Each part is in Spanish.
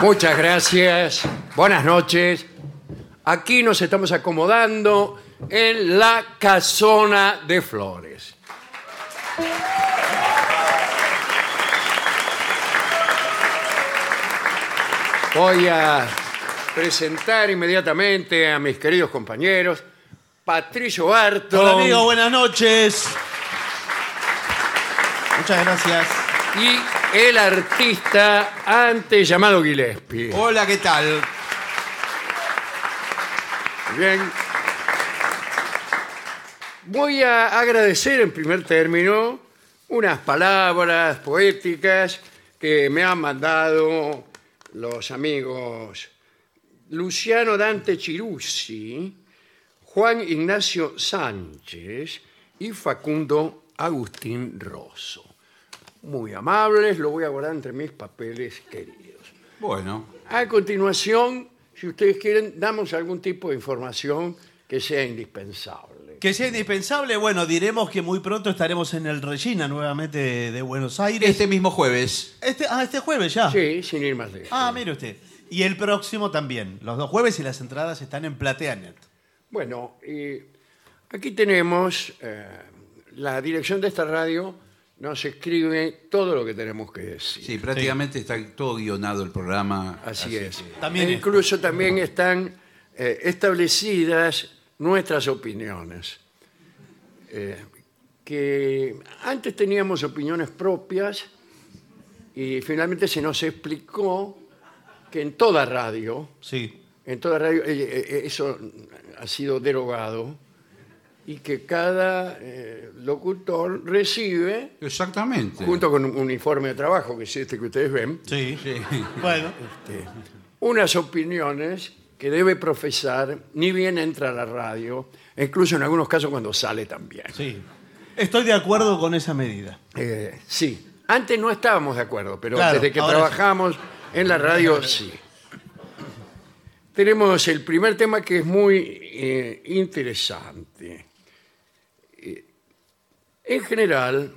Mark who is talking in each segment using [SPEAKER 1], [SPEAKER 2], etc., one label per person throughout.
[SPEAKER 1] Muchas gracias. Buenas noches. Aquí nos estamos acomodando en la casona de flores. Voy a presentar inmediatamente a mis queridos compañeros. Patricio Barton
[SPEAKER 2] Hola amigos, buenas noches. Muchas gracias.
[SPEAKER 1] y el artista antes llamado Gillespie.
[SPEAKER 2] Hola, ¿qué tal?
[SPEAKER 1] Bien. Voy a agradecer en primer término unas palabras poéticas que me han mandado los amigos Luciano Dante Chiruzzi, Juan Ignacio Sánchez y Facundo Agustín Rosso. Muy amables, lo voy a guardar entre mis papeles queridos.
[SPEAKER 2] Bueno.
[SPEAKER 1] A continuación, si ustedes quieren, damos algún tipo de información que sea indispensable.
[SPEAKER 2] Que sea indispensable, bueno, diremos que muy pronto estaremos en el Regina nuevamente de, de Buenos Aires.
[SPEAKER 3] Este mismo jueves.
[SPEAKER 2] Este, ah, este jueves ya.
[SPEAKER 1] Sí, sin ir más lejos.
[SPEAKER 2] Ah, mire usted. Y el próximo también. Los dos jueves y las entradas están en PlateaNet.
[SPEAKER 1] Bueno, y aquí tenemos eh, la dirección de esta radio, nos escribe todo lo que tenemos que decir.
[SPEAKER 3] Sí, prácticamente está todo guionado el programa.
[SPEAKER 1] Así, es.
[SPEAKER 2] También
[SPEAKER 1] E
[SPEAKER 2] es-
[SPEAKER 1] incluso también están eh, establecidas nuestras opiniones. Eh, que antes teníamos opiniones propias y finalmente se nos explicó que en toda radio,
[SPEAKER 2] Sí.
[SPEAKER 1] en toda radio eh, eh, eso ha sido derogado y que cada eh, locutor recibe,
[SPEAKER 3] Exactamente.
[SPEAKER 1] junto con un uniforme de trabajo, que es este que ustedes ven,
[SPEAKER 2] Sí.
[SPEAKER 3] Sí.
[SPEAKER 2] Bueno.
[SPEAKER 1] unas opiniones que debe profesar ni bien entra a la radio, e incluso en algunos casos cuando sale también.
[SPEAKER 2] Sí. Estoy de acuerdo con esa medida.
[SPEAKER 1] Eh, sí, antes no estábamos de acuerdo, pero
[SPEAKER 2] Claro,
[SPEAKER 1] desde que
[SPEAKER 2] ahora
[SPEAKER 1] trabajamos en la radio sí. Tenemos el primer tema que es muy eh, interesante. Eh, en general,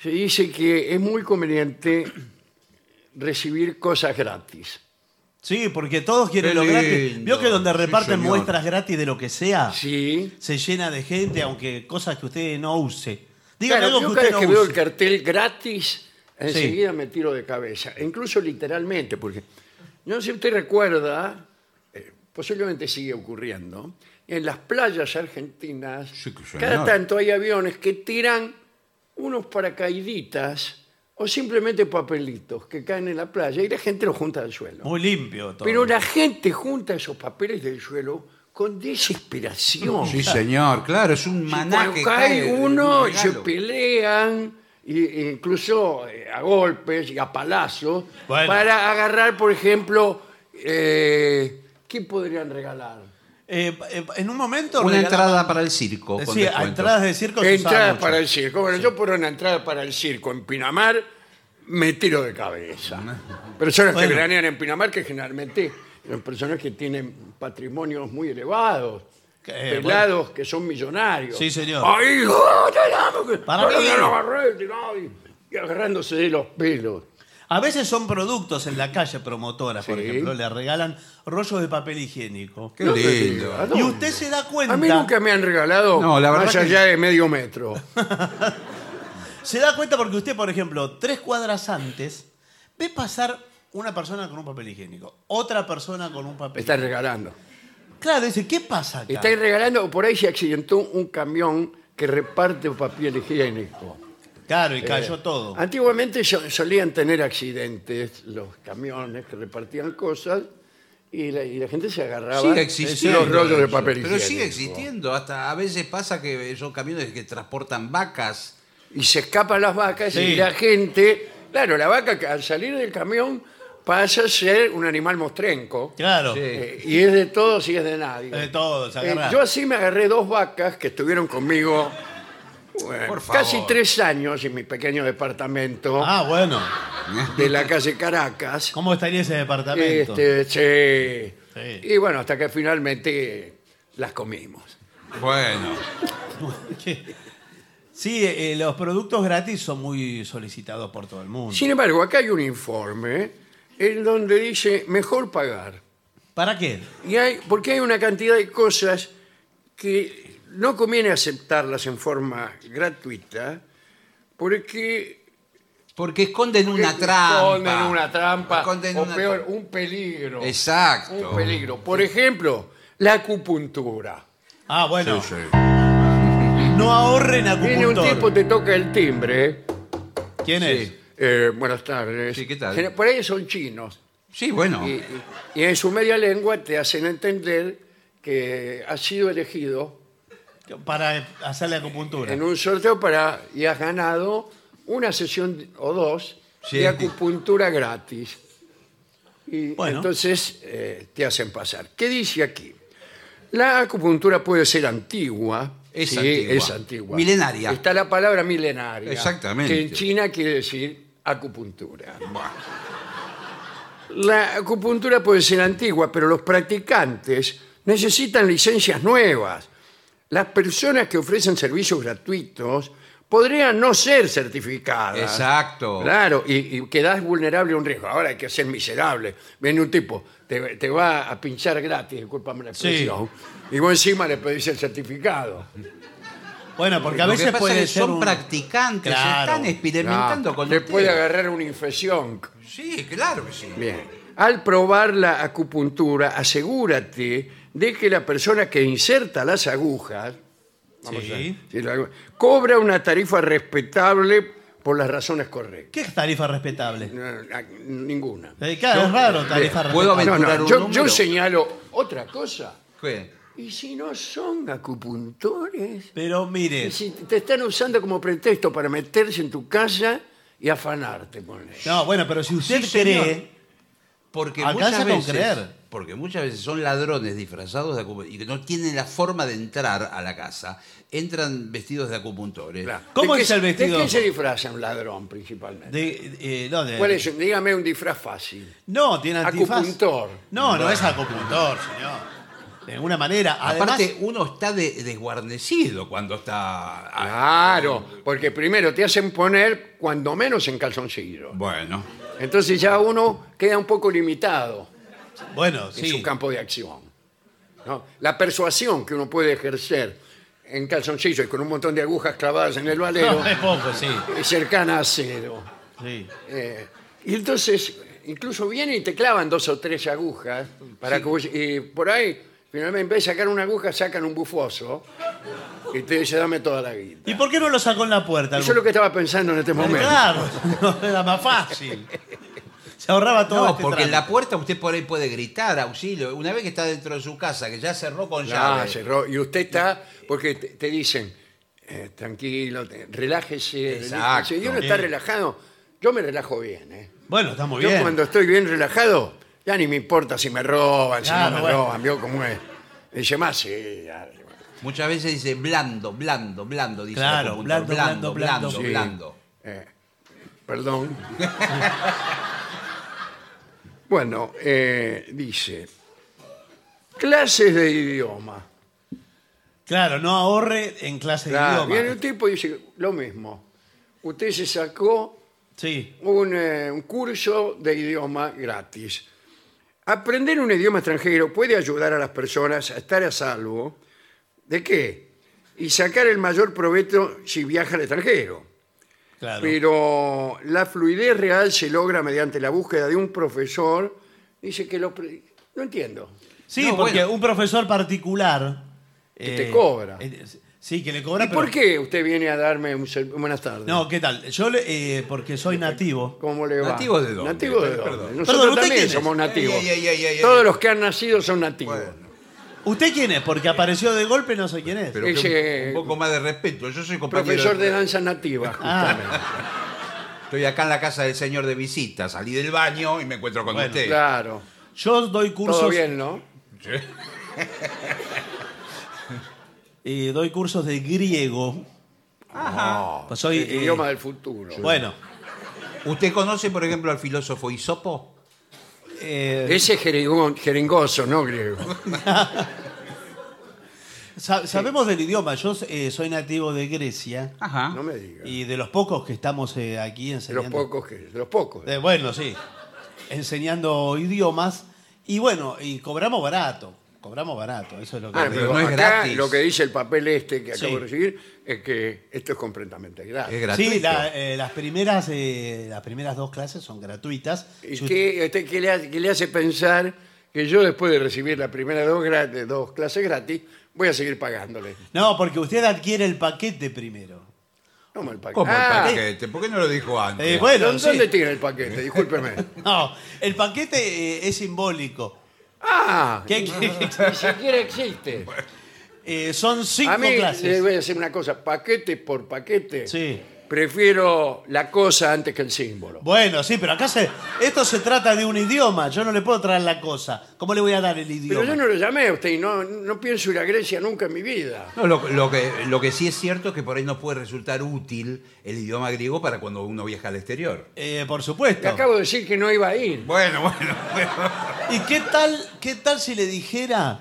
[SPEAKER 1] se dice que es muy conveniente recibir cosas gratis.
[SPEAKER 2] Sí, porque todos quieren
[SPEAKER 3] Qué
[SPEAKER 2] lo gratis.
[SPEAKER 3] lindo.
[SPEAKER 2] Vio que donde
[SPEAKER 3] Sí,
[SPEAKER 2] reparten
[SPEAKER 3] señor.
[SPEAKER 2] muestras gratis de lo que sea,
[SPEAKER 1] Sí,
[SPEAKER 2] se llena de gente, aunque cosas que usted no use. Dígame
[SPEAKER 1] Claro,
[SPEAKER 2] algo
[SPEAKER 1] yo
[SPEAKER 2] que
[SPEAKER 1] cada
[SPEAKER 2] usted
[SPEAKER 1] vez
[SPEAKER 2] no
[SPEAKER 1] que veo el
[SPEAKER 2] use.
[SPEAKER 1] cartel gratis, enseguida me tiro de cabeza. E Incluso literalmente, porque yo no sé si usted recuerda, eh, posiblemente sigue ocurriendo, en las playas argentinas,
[SPEAKER 3] Sí, que
[SPEAKER 1] cada
[SPEAKER 3] señor.
[SPEAKER 1] tanto hay aviones que tiran unos paracaíditas o simplemente papelitos que caen en la playa y la gente los junta al suelo.
[SPEAKER 2] Muy limpio todo.
[SPEAKER 1] Pero la gente junta esos papeles del suelo con desesperación.
[SPEAKER 3] Sí, señor, claro, es un
[SPEAKER 1] Y
[SPEAKER 3] maná
[SPEAKER 1] Cuando
[SPEAKER 3] que
[SPEAKER 1] cae
[SPEAKER 3] cae,
[SPEAKER 1] uno,
[SPEAKER 3] un
[SPEAKER 1] se
[SPEAKER 3] regalo.
[SPEAKER 1] pelean, y- e incluso eh, a golpes y a palazos,
[SPEAKER 2] Bueno.
[SPEAKER 1] para agarrar, por ejemplo, eh, ¿qué podrían regalar?
[SPEAKER 2] Eh, eh, en un momento.
[SPEAKER 3] Una
[SPEAKER 2] regalaban-
[SPEAKER 3] entrada para el circo. con
[SPEAKER 2] Sí,
[SPEAKER 3] descuento.
[SPEAKER 2] entradas de circo. se usaban
[SPEAKER 1] Entradas
[SPEAKER 2] mucho.
[SPEAKER 1] para el circo. Bueno, yo por una entrada para el circo en Pinamar me tiro de cabeza. Personas que
[SPEAKER 2] Bueno.
[SPEAKER 1] veranean en Pinamar, que generalmente son personas que tienen patrimonios muy elevados.
[SPEAKER 2] Que, eh,
[SPEAKER 1] pelados que son millonarios.
[SPEAKER 2] Sí, señor.
[SPEAKER 1] ¡Ay, hijo, te amo, que-
[SPEAKER 2] Para mí.
[SPEAKER 1] no, no, agarré, te lo- y- Y agarrándose de los pelos.
[SPEAKER 2] A veces son productos en la calle promotora, por
[SPEAKER 1] Sí.
[SPEAKER 2] ejemplo, le regalan rollos de papel higiénico.
[SPEAKER 3] Qué
[SPEAKER 1] No me
[SPEAKER 3] lindo.
[SPEAKER 1] diga, ¿no?
[SPEAKER 2] Y usted se da cuenta.
[SPEAKER 1] A mí nunca me han regalado
[SPEAKER 3] No, la verdad
[SPEAKER 1] más
[SPEAKER 3] que-
[SPEAKER 1] allá de medio metro.
[SPEAKER 2] Se da cuenta porque usted, por ejemplo, tres cuadras antes, ve pasar una persona con un papel higiénico, otra persona con un papel.
[SPEAKER 1] Están regalando.
[SPEAKER 2] Claro, dice, ¿qué pasa acá?
[SPEAKER 1] Están regalando, o por ahí se accidentó un camión que reparte papel higiénico.
[SPEAKER 2] Claro, y cayó
[SPEAKER 1] Eh,
[SPEAKER 2] todo.
[SPEAKER 1] Antiguamente so- solían tener accidentes los camiones que repartían cosas y la, y la gente se agarraba
[SPEAKER 3] Sigue existiendo.
[SPEAKER 1] los rollos de papel higiénico.
[SPEAKER 3] Pero sigue existiendo. Hasta a veces pasa que son camiones que transportan vacas.
[SPEAKER 1] y se escapan las vacas
[SPEAKER 2] Sí.
[SPEAKER 1] y la gente, claro, la vaca que al salir del camión
[SPEAKER 4] pasa a ser un animal mostrenco.
[SPEAKER 2] Claro.
[SPEAKER 3] Sí.
[SPEAKER 4] Eh, y es de todos y es de nadie.
[SPEAKER 2] De todos,
[SPEAKER 4] Eh,
[SPEAKER 2] agarrar.
[SPEAKER 4] yo así me agarré dos vacas que estuvieron conmigo eh,
[SPEAKER 3] Por favor.
[SPEAKER 4] casi tres años en mi pequeño departamento
[SPEAKER 2] Ah, bueno.
[SPEAKER 4] de la calle Caracas.
[SPEAKER 2] ¿Cómo estaría ese departamento?
[SPEAKER 4] Este, sí.
[SPEAKER 2] Sí.
[SPEAKER 4] Y bueno, hasta que finalmente las comimos.
[SPEAKER 3] Bueno,
[SPEAKER 2] ¿Qué? Sí, eh, los productos gratis son muy solicitados por todo el mundo.
[SPEAKER 4] Sin embargo, acá hay un informe en donde dice mejor pagar.
[SPEAKER 2] ¿Para qué?
[SPEAKER 4] Y hay, porque hay una cantidad de cosas que no conviene aceptarlas en forma gratuita, porque
[SPEAKER 3] porque esconden una
[SPEAKER 4] esconden
[SPEAKER 3] trampa.
[SPEAKER 4] una trampa,
[SPEAKER 3] Esconden
[SPEAKER 4] o
[SPEAKER 3] una
[SPEAKER 4] peor,
[SPEAKER 3] trampa.
[SPEAKER 4] un peligro.
[SPEAKER 3] Exacto.
[SPEAKER 4] Un peligro. Por ejemplo, la acupuntura.
[SPEAKER 2] Ah, bueno. No ahorren
[SPEAKER 4] Viene un
[SPEAKER 2] acupuntor.
[SPEAKER 4] tipo, te toca el timbre.
[SPEAKER 2] ¿Quién es?
[SPEAKER 4] eh, buenas tardes.
[SPEAKER 3] Sí, ¿qué tal?
[SPEAKER 4] Gen- Por ahí son chinos.
[SPEAKER 3] Sí, bueno.
[SPEAKER 4] Y, y- y en su media lengua te hacen entender que has sido elegido
[SPEAKER 2] Para hacerle acupuntura.
[SPEAKER 4] en un sorteo para y has ganado una sesión o dos
[SPEAKER 3] Sí.
[SPEAKER 4] de acupuntura gratis. Y
[SPEAKER 2] Bueno.
[SPEAKER 4] entonces eh, te hacen pasar. ¿Qué dice aquí? La acupuntura puede ser antigua.
[SPEAKER 3] Es
[SPEAKER 4] sí,
[SPEAKER 3] antigua.
[SPEAKER 4] es antigua.
[SPEAKER 3] Milenaria.
[SPEAKER 4] Está la palabra milenaria.
[SPEAKER 3] Exactamente.
[SPEAKER 4] Que en China quiere decir acupuntura. La acupuntura puede ser antigua, pero los practicantes necesitan licencias nuevas. Las personas que ofrecen servicios gratuitos podrían no ser certificadas.
[SPEAKER 3] Exacto.
[SPEAKER 4] Claro, y, y quedás vulnerable a un riesgo. Ahora hay que ser miserable. Viene un tipo, te, te va a pinchar gratis, discúlpame la
[SPEAKER 2] Sí.
[SPEAKER 4] expresión, y vos encima le pedís el certificado.
[SPEAKER 2] Bueno, porque a
[SPEAKER 3] Lo que
[SPEAKER 2] veces
[SPEAKER 3] pasa
[SPEAKER 2] puede
[SPEAKER 3] es que
[SPEAKER 2] ser
[SPEAKER 3] son
[SPEAKER 2] un-
[SPEAKER 3] practicantes,
[SPEAKER 2] Claro.
[SPEAKER 3] están experimentando
[SPEAKER 4] Ah,
[SPEAKER 3] con
[SPEAKER 4] te
[SPEAKER 3] usted.
[SPEAKER 4] puede agarrar una infección.
[SPEAKER 3] Sí, claro que sí.
[SPEAKER 4] Bien. Al probar la acupuntura, asegúrate de que la persona que inserta las agujas
[SPEAKER 2] Sí.
[SPEAKER 4] si la agu- cobra una tarifa respetable por las razones correctas.
[SPEAKER 2] ¿Qué tarifa respetable?
[SPEAKER 4] No, a- ninguna.
[SPEAKER 2] Eh, claro, es raro tarifa
[SPEAKER 3] Bien, puedo
[SPEAKER 2] respetable.
[SPEAKER 4] No,
[SPEAKER 3] aventurar
[SPEAKER 4] no,
[SPEAKER 3] un
[SPEAKER 4] yo,
[SPEAKER 3] número?
[SPEAKER 4] yo señalo otra cosa.
[SPEAKER 3] ¿Qué?
[SPEAKER 4] ¿Y si no son acupuntores?
[SPEAKER 2] Pero mire,
[SPEAKER 4] ¿Y si te están usando como pretexto para meterse en tu casa y afanarte? ponle?
[SPEAKER 2] no, bueno, pero si usted
[SPEAKER 3] Sí, señor.
[SPEAKER 2] cree,
[SPEAKER 3] Porque
[SPEAKER 2] Alcanza
[SPEAKER 3] muchas
[SPEAKER 2] con
[SPEAKER 3] veces,
[SPEAKER 2] creer.
[SPEAKER 3] Porque muchas veces son ladrones disfrazados de acupuntores y que no tienen la forma de entrar a la casa. Entran vestidos de acupuntores.
[SPEAKER 4] Claro.
[SPEAKER 2] ¿Cómo
[SPEAKER 4] ¿De qué
[SPEAKER 2] es el
[SPEAKER 4] se-
[SPEAKER 2] vestido?
[SPEAKER 4] ¿De qué se disfraza un ladrón principalmente?
[SPEAKER 2] de- eh, no, de-
[SPEAKER 4] ¿Cuál es? Dígame un disfraz fácil.
[SPEAKER 2] no tiene antifaz.
[SPEAKER 4] Acupuntor.
[SPEAKER 2] No, no es acupuntor, señor. De alguna manera. Además,
[SPEAKER 3] Aparte, uno está de- desguarnecido cuando está.
[SPEAKER 2] Ah,
[SPEAKER 4] Claro, porque primero te hacen poner cuando menos en calzoncillo.
[SPEAKER 3] Bueno.
[SPEAKER 4] Entonces ya uno queda un poco limitado
[SPEAKER 2] bueno,
[SPEAKER 4] en su
[SPEAKER 2] sí.
[SPEAKER 4] campo de acción. ¿no? La persuasión que uno puede ejercer en calzoncillo y con un montón de agujas clavadas en el valero
[SPEAKER 2] No, es poco, sí.
[SPEAKER 4] es cercana a cero.
[SPEAKER 2] sí.
[SPEAKER 4] Eh, y entonces, incluso vienen y te clavan dos o tres agujas para que vos- y por ahí, finalmente en vez de sacar una aguja, sacan un bufoso y te dice dame toda la guita.
[SPEAKER 2] ¿Y por qué no lo sacó en la puerta?
[SPEAKER 4] Eso es lo que estaba pensando en este momento.
[SPEAKER 2] Claro, no, era más fácil. Se ahorraba todo.
[SPEAKER 3] No,
[SPEAKER 2] este
[SPEAKER 3] porque en la
[SPEAKER 2] trámite.
[SPEAKER 3] puerta usted por ahí puede gritar auxilio. Una vez que está dentro de su casa, que ya cerró con
[SPEAKER 4] Ya,
[SPEAKER 3] llave.
[SPEAKER 4] cerró. Y usted está, porque te, te dicen, eh, tranquilo, te- relájese.
[SPEAKER 3] Exacto.
[SPEAKER 4] relájese. Y uno está
[SPEAKER 2] Sí.
[SPEAKER 4] relajado. Yo me relajo bien, ¿eh?
[SPEAKER 2] Bueno, está muy
[SPEAKER 4] Yo
[SPEAKER 2] bien.
[SPEAKER 4] cuando estoy bien relajado, ya ni me importa si me roban, si
[SPEAKER 2] Claro,
[SPEAKER 4] no me
[SPEAKER 2] bueno.
[SPEAKER 4] roban, vio cómo es. Dice más, sí, ya,
[SPEAKER 3] Muchas veces dice blando, blando, blando. Dice
[SPEAKER 2] Claro,
[SPEAKER 3] el acupuntor,
[SPEAKER 2] blando, blando,
[SPEAKER 3] blando,
[SPEAKER 2] blando.
[SPEAKER 4] sí,
[SPEAKER 3] blando.
[SPEAKER 4] eh, perdón. bueno, eh, dice, clases de idioma.
[SPEAKER 2] Claro, no ahorre en clase
[SPEAKER 4] Claro,
[SPEAKER 2] de
[SPEAKER 4] viene un
[SPEAKER 2] idioma.
[SPEAKER 4] tipo y dice lo mismo. Usted se sacó
[SPEAKER 2] Sí.
[SPEAKER 4] un, eh, un curso de idioma gratis. Aprender un idioma extranjero puede ayudar a las personas a estar a salvo de qué? Y sacar el mayor provecho si viaja al extranjero.
[SPEAKER 2] Claro.
[SPEAKER 4] Pero la fluidez real se logra mediante la búsqueda de un profesor. Dice que lo... pre- No entiendo.
[SPEAKER 2] Sí,
[SPEAKER 3] No,
[SPEAKER 2] porque
[SPEAKER 3] bueno.
[SPEAKER 2] un profesor particular.
[SPEAKER 4] Que te cobra.
[SPEAKER 2] eh, sí, que le cobra.
[SPEAKER 4] ¿Y por
[SPEAKER 2] pero-
[SPEAKER 4] qué usted viene a darme un... ser- Buenas tardes.
[SPEAKER 2] No, ¿qué tal? Yo, le- eh, porque soy nativo.
[SPEAKER 4] ¿Cómo le va?
[SPEAKER 3] ¿Nativos de dónde?
[SPEAKER 4] Nativos de
[SPEAKER 3] Perdón.
[SPEAKER 4] dónde.
[SPEAKER 3] Perdón,
[SPEAKER 4] Nosotros
[SPEAKER 2] ¿usted quién
[SPEAKER 4] también
[SPEAKER 2] es?
[SPEAKER 4] somos nativos.
[SPEAKER 3] Ey, ey, ey, ey, ey.
[SPEAKER 4] Todos los que han nacido son nativos.
[SPEAKER 2] ¿Usted quién es? Porque apareció de golpe, no sé quién es.
[SPEAKER 3] Pero que
[SPEAKER 4] Ese-
[SPEAKER 3] un poco más de Ah, respeto. Yo soy compañero.
[SPEAKER 2] Ah,
[SPEAKER 4] Profesor de danza nativa, justamente.
[SPEAKER 3] Estoy acá en la casa del señor de visita, salí del baño y me encuentro con
[SPEAKER 2] Bueno,
[SPEAKER 3] usted.
[SPEAKER 4] Claro.
[SPEAKER 2] Yo doy cursos.
[SPEAKER 4] Todo bien, ¿no?
[SPEAKER 2] Y eh, doy cursos de griego. Ajá. soy,
[SPEAKER 4] El
[SPEAKER 2] eh,
[SPEAKER 4] idioma del futuro.
[SPEAKER 2] Bueno.
[SPEAKER 3] ¿Usted conoce, por ejemplo, al filósofo Isopo?
[SPEAKER 2] eh,
[SPEAKER 4] Ese es jerigón- jeringoso, ¿no, griego?
[SPEAKER 2] sa- Sabemos del idioma. Yo eh, soy nativo de Grecia.
[SPEAKER 3] Ajá.
[SPEAKER 4] No me digas.
[SPEAKER 2] Y de los pocos que estamos eh, aquí
[SPEAKER 4] De los
[SPEAKER 2] enseñando.
[SPEAKER 4] pocos que... De los pocos.
[SPEAKER 2] Eh, bueno, sí. Enseñando idiomas. Y bueno, y cobramos barato. Cobramos barato. Eso es lo que.
[SPEAKER 4] Ah,
[SPEAKER 2] digo.
[SPEAKER 3] pero
[SPEAKER 4] pero
[SPEAKER 3] no es
[SPEAKER 4] acá
[SPEAKER 3] gratis.
[SPEAKER 4] lo que dice el papel este que
[SPEAKER 2] Sí.
[SPEAKER 4] acabo de recibir es que esto es completamente
[SPEAKER 3] Es
[SPEAKER 4] gratis.
[SPEAKER 3] gratuito.
[SPEAKER 2] Sí, la- eh, las, primeras, eh, las primeras dos clases son gratuitas.
[SPEAKER 4] ¿Y
[SPEAKER 2] Si
[SPEAKER 4] qué, este, qué le, hace- qué le hace pensar que yo después de recibir la primera dos, gratis- dos clases gratis voy a seguir pagándole?
[SPEAKER 2] usted- No, porque usted adquiere el paquete primero.
[SPEAKER 4] No, mal paquete.
[SPEAKER 3] ¿Cómo
[SPEAKER 4] Ah,
[SPEAKER 3] el paquete? ¿Por qué no lo dijo antes?
[SPEAKER 2] Eh, bueno,
[SPEAKER 4] ¿dó- ¿Dónde
[SPEAKER 2] sí.
[SPEAKER 4] tiene el paquete? Discúlpeme.
[SPEAKER 2] No, el paquete eh, es simbólico.
[SPEAKER 4] Ah,
[SPEAKER 2] ¿Qué- qué-
[SPEAKER 4] ni siquiera existe.
[SPEAKER 2] eh, son cinco
[SPEAKER 4] A mí eh, le
[SPEAKER 2] clases.
[SPEAKER 4] voy a decir una cosa, paquete por paquete.
[SPEAKER 2] Sí.
[SPEAKER 4] Prefiero la cosa antes que el símbolo.
[SPEAKER 2] Bueno, sí, pero acá se, esto se trata de un idioma. Yo no le puedo traer la cosa. ¿Cómo le voy a dar el idioma?
[SPEAKER 4] Pero yo no lo llamé a usted y no, no pienso ir a Grecia nunca en mi vida.
[SPEAKER 3] No, lo, lo que, lo que sí es cierto es que por ahí nos puede resultar útil el idioma griego para cuando uno viaja al exterior.
[SPEAKER 2] Eh, por
[SPEAKER 4] Le
[SPEAKER 2] supuesto.
[SPEAKER 4] acabo de decir que no iba a ir.
[SPEAKER 3] Bueno, bueno, bueno.
[SPEAKER 2] ¿Y qué tal, qué tal si le dijera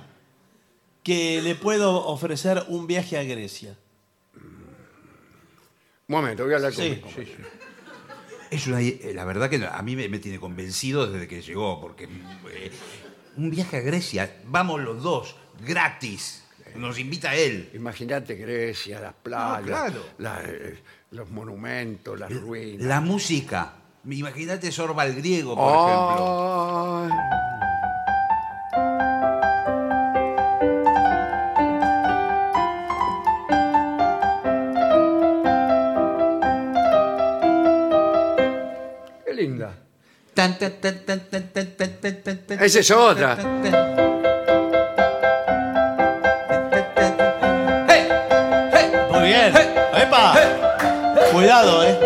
[SPEAKER 2] que le puedo ofrecer un viaje a Grecia?
[SPEAKER 4] Un momento, voy a hablar con
[SPEAKER 2] Sí.
[SPEAKER 4] mi compañero.
[SPEAKER 3] Es una, eh, la verdad que no, a mí me, me tiene convencido desde que llegó, porque eh, un viaje a Grecia, vamos los dos, gratis. Nos invita él.
[SPEAKER 4] Imagínate Grecia, las playas,
[SPEAKER 3] claro.
[SPEAKER 4] la- eh, los monumentos, las ruinas.
[SPEAKER 3] La música. Imagínate Sorba el griego, por
[SPEAKER 4] Oh.
[SPEAKER 3] ejemplo.
[SPEAKER 4] Ay. Qué linda.
[SPEAKER 3] Tan, tan, tan, tan, tan, tan, tan, tan, tan, tan.
[SPEAKER 4] Esa es otra.
[SPEAKER 3] Tan, tan, tan. Tan, tan, tan. ¡Hey! ¡Hey!
[SPEAKER 2] Muy bien.
[SPEAKER 4] Eh,
[SPEAKER 2] ¡Epa! Cuidado, ¿eh?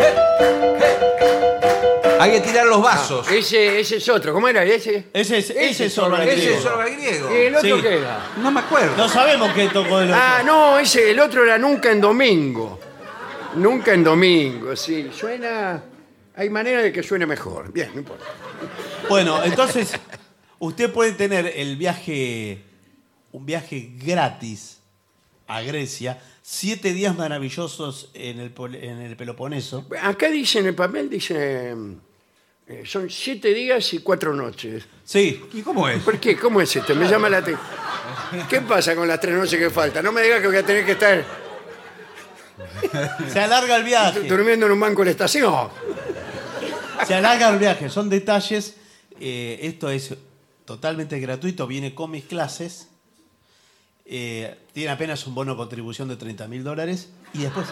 [SPEAKER 3] Hay que tirar los vasos.
[SPEAKER 4] Ese, ese es otro. ¿Cómo era ese?
[SPEAKER 2] Ese es, ese es
[SPEAKER 4] Sorba
[SPEAKER 2] Orban
[SPEAKER 4] el
[SPEAKER 3] Ese
[SPEAKER 2] Griego.
[SPEAKER 3] es Sorba el griego.
[SPEAKER 4] ¿Y el otro
[SPEAKER 2] Sí.
[SPEAKER 4] qué era?
[SPEAKER 3] No me acuerdo.
[SPEAKER 2] No sabemos qué tocó el otro.
[SPEAKER 4] Ah, no, ese, el otro era Nunca en Domingo. Nunca en Domingo, sí. Suena. Hay manera de que suene mejor. Bien, no importa.
[SPEAKER 2] Bueno, entonces, usted puede tener el viaje, un viaje gratis a Grecia, siete días maravillosos en el, Pol- en el Peloponeso.
[SPEAKER 4] Acá dice en el papel, dice. eh, son siete días y cuatro noches.
[SPEAKER 2] Sí,
[SPEAKER 3] ¿Y cómo es?
[SPEAKER 4] ¿Por qué? ¿Cómo es esto? Me llama la atención. ¿Qué pasa con las tres noches que faltan? No me digas que voy a tener que estar
[SPEAKER 2] se alarga el viaje,
[SPEAKER 4] durmiendo en un banco de la estación.
[SPEAKER 2] se alarga el viaje, son detalles. eh, esto es totalmente gratuito, viene con mis clases. eh, tiene apenas un bono contribución de 30 mil dólares y después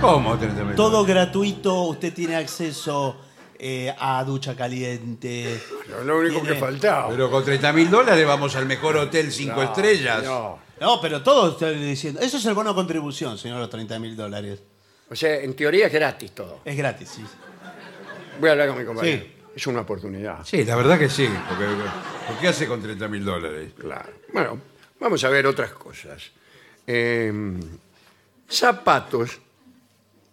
[SPEAKER 3] ¿Cómo? 30 minutos?
[SPEAKER 2] Todo gratuito, usted tiene acceso eh, a ducha caliente.
[SPEAKER 4] Lo- Lo único que
[SPEAKER 2] Tiene-
[SPEAKER 4] faltaba.
[SPEAKER 3] Pero con 30 mil dólares vamos al mejor hotel cinco
[SPEAKER 4] No,
[SPEAKER 3] estrellas.
[SPEAKER 4] no.
[SPEAKER 2] No, pero todo estoy diciendo. Eso es el bono contribución, señor, los 30 mil dólares.
[SPEAKER 4] O sea, en teoría es gratis todo.
[SPEAKER 2] Es gratis, sí.
[SPEAKER 4] Voy a hablar con mi compañero.
[SPEAKER 2] Sí.
[SPEAKER 4] Es una oportunidad.
[SPEAKER 3] Sí, la verdad que sí. Porque, ¿por ¿Qué hace con 30 mil dólares?
[SPEAKER 4] Claro. Bueno, vamos a ver otras cosas. Eh, zapatos.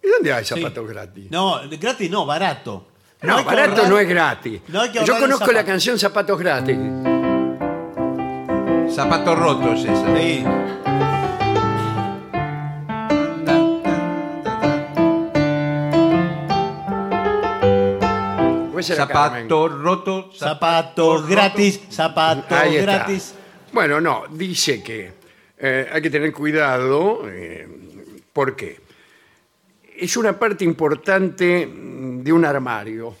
[SPEAKER 4] ¿Y dónde hay zapatos gratis?
[SPEAKER 2] No, gratis no, barato.
[SPEAKER 4] No,
[SPEAKER 2] hay que
[SPEAKER 4] barato
[SPEAKER 2] ahorrar-
[SPEAKER 4] no es gratis.
[SPEAKER 2] no hay que
[SPEAKER 4] Yo
[SPEAKER 2] ahorrar en
[SPEAKER 4] conozco la
[SPEAKER 2] zapatos.
[SPEAKER 4] canción Zapatos Gratis.
[SPEAKER 3] Zapatos rotos esa.
[SPEAKER 2] Sí.
[SPEAKER 4] ¿O esa era Carmen?
[SPEAKER 3] Zapatos rotos.
[SPEAKER 2] Zapatos gratis, zapatos
[SPEAKER 4] Ahí está.
[SPEAKER 2] gratis.
[SPEAKER 4] Bueno, no, dice que eh, hay que tener cuidado. eh, ¿Por qué? Es una parte importante mm, de un armario.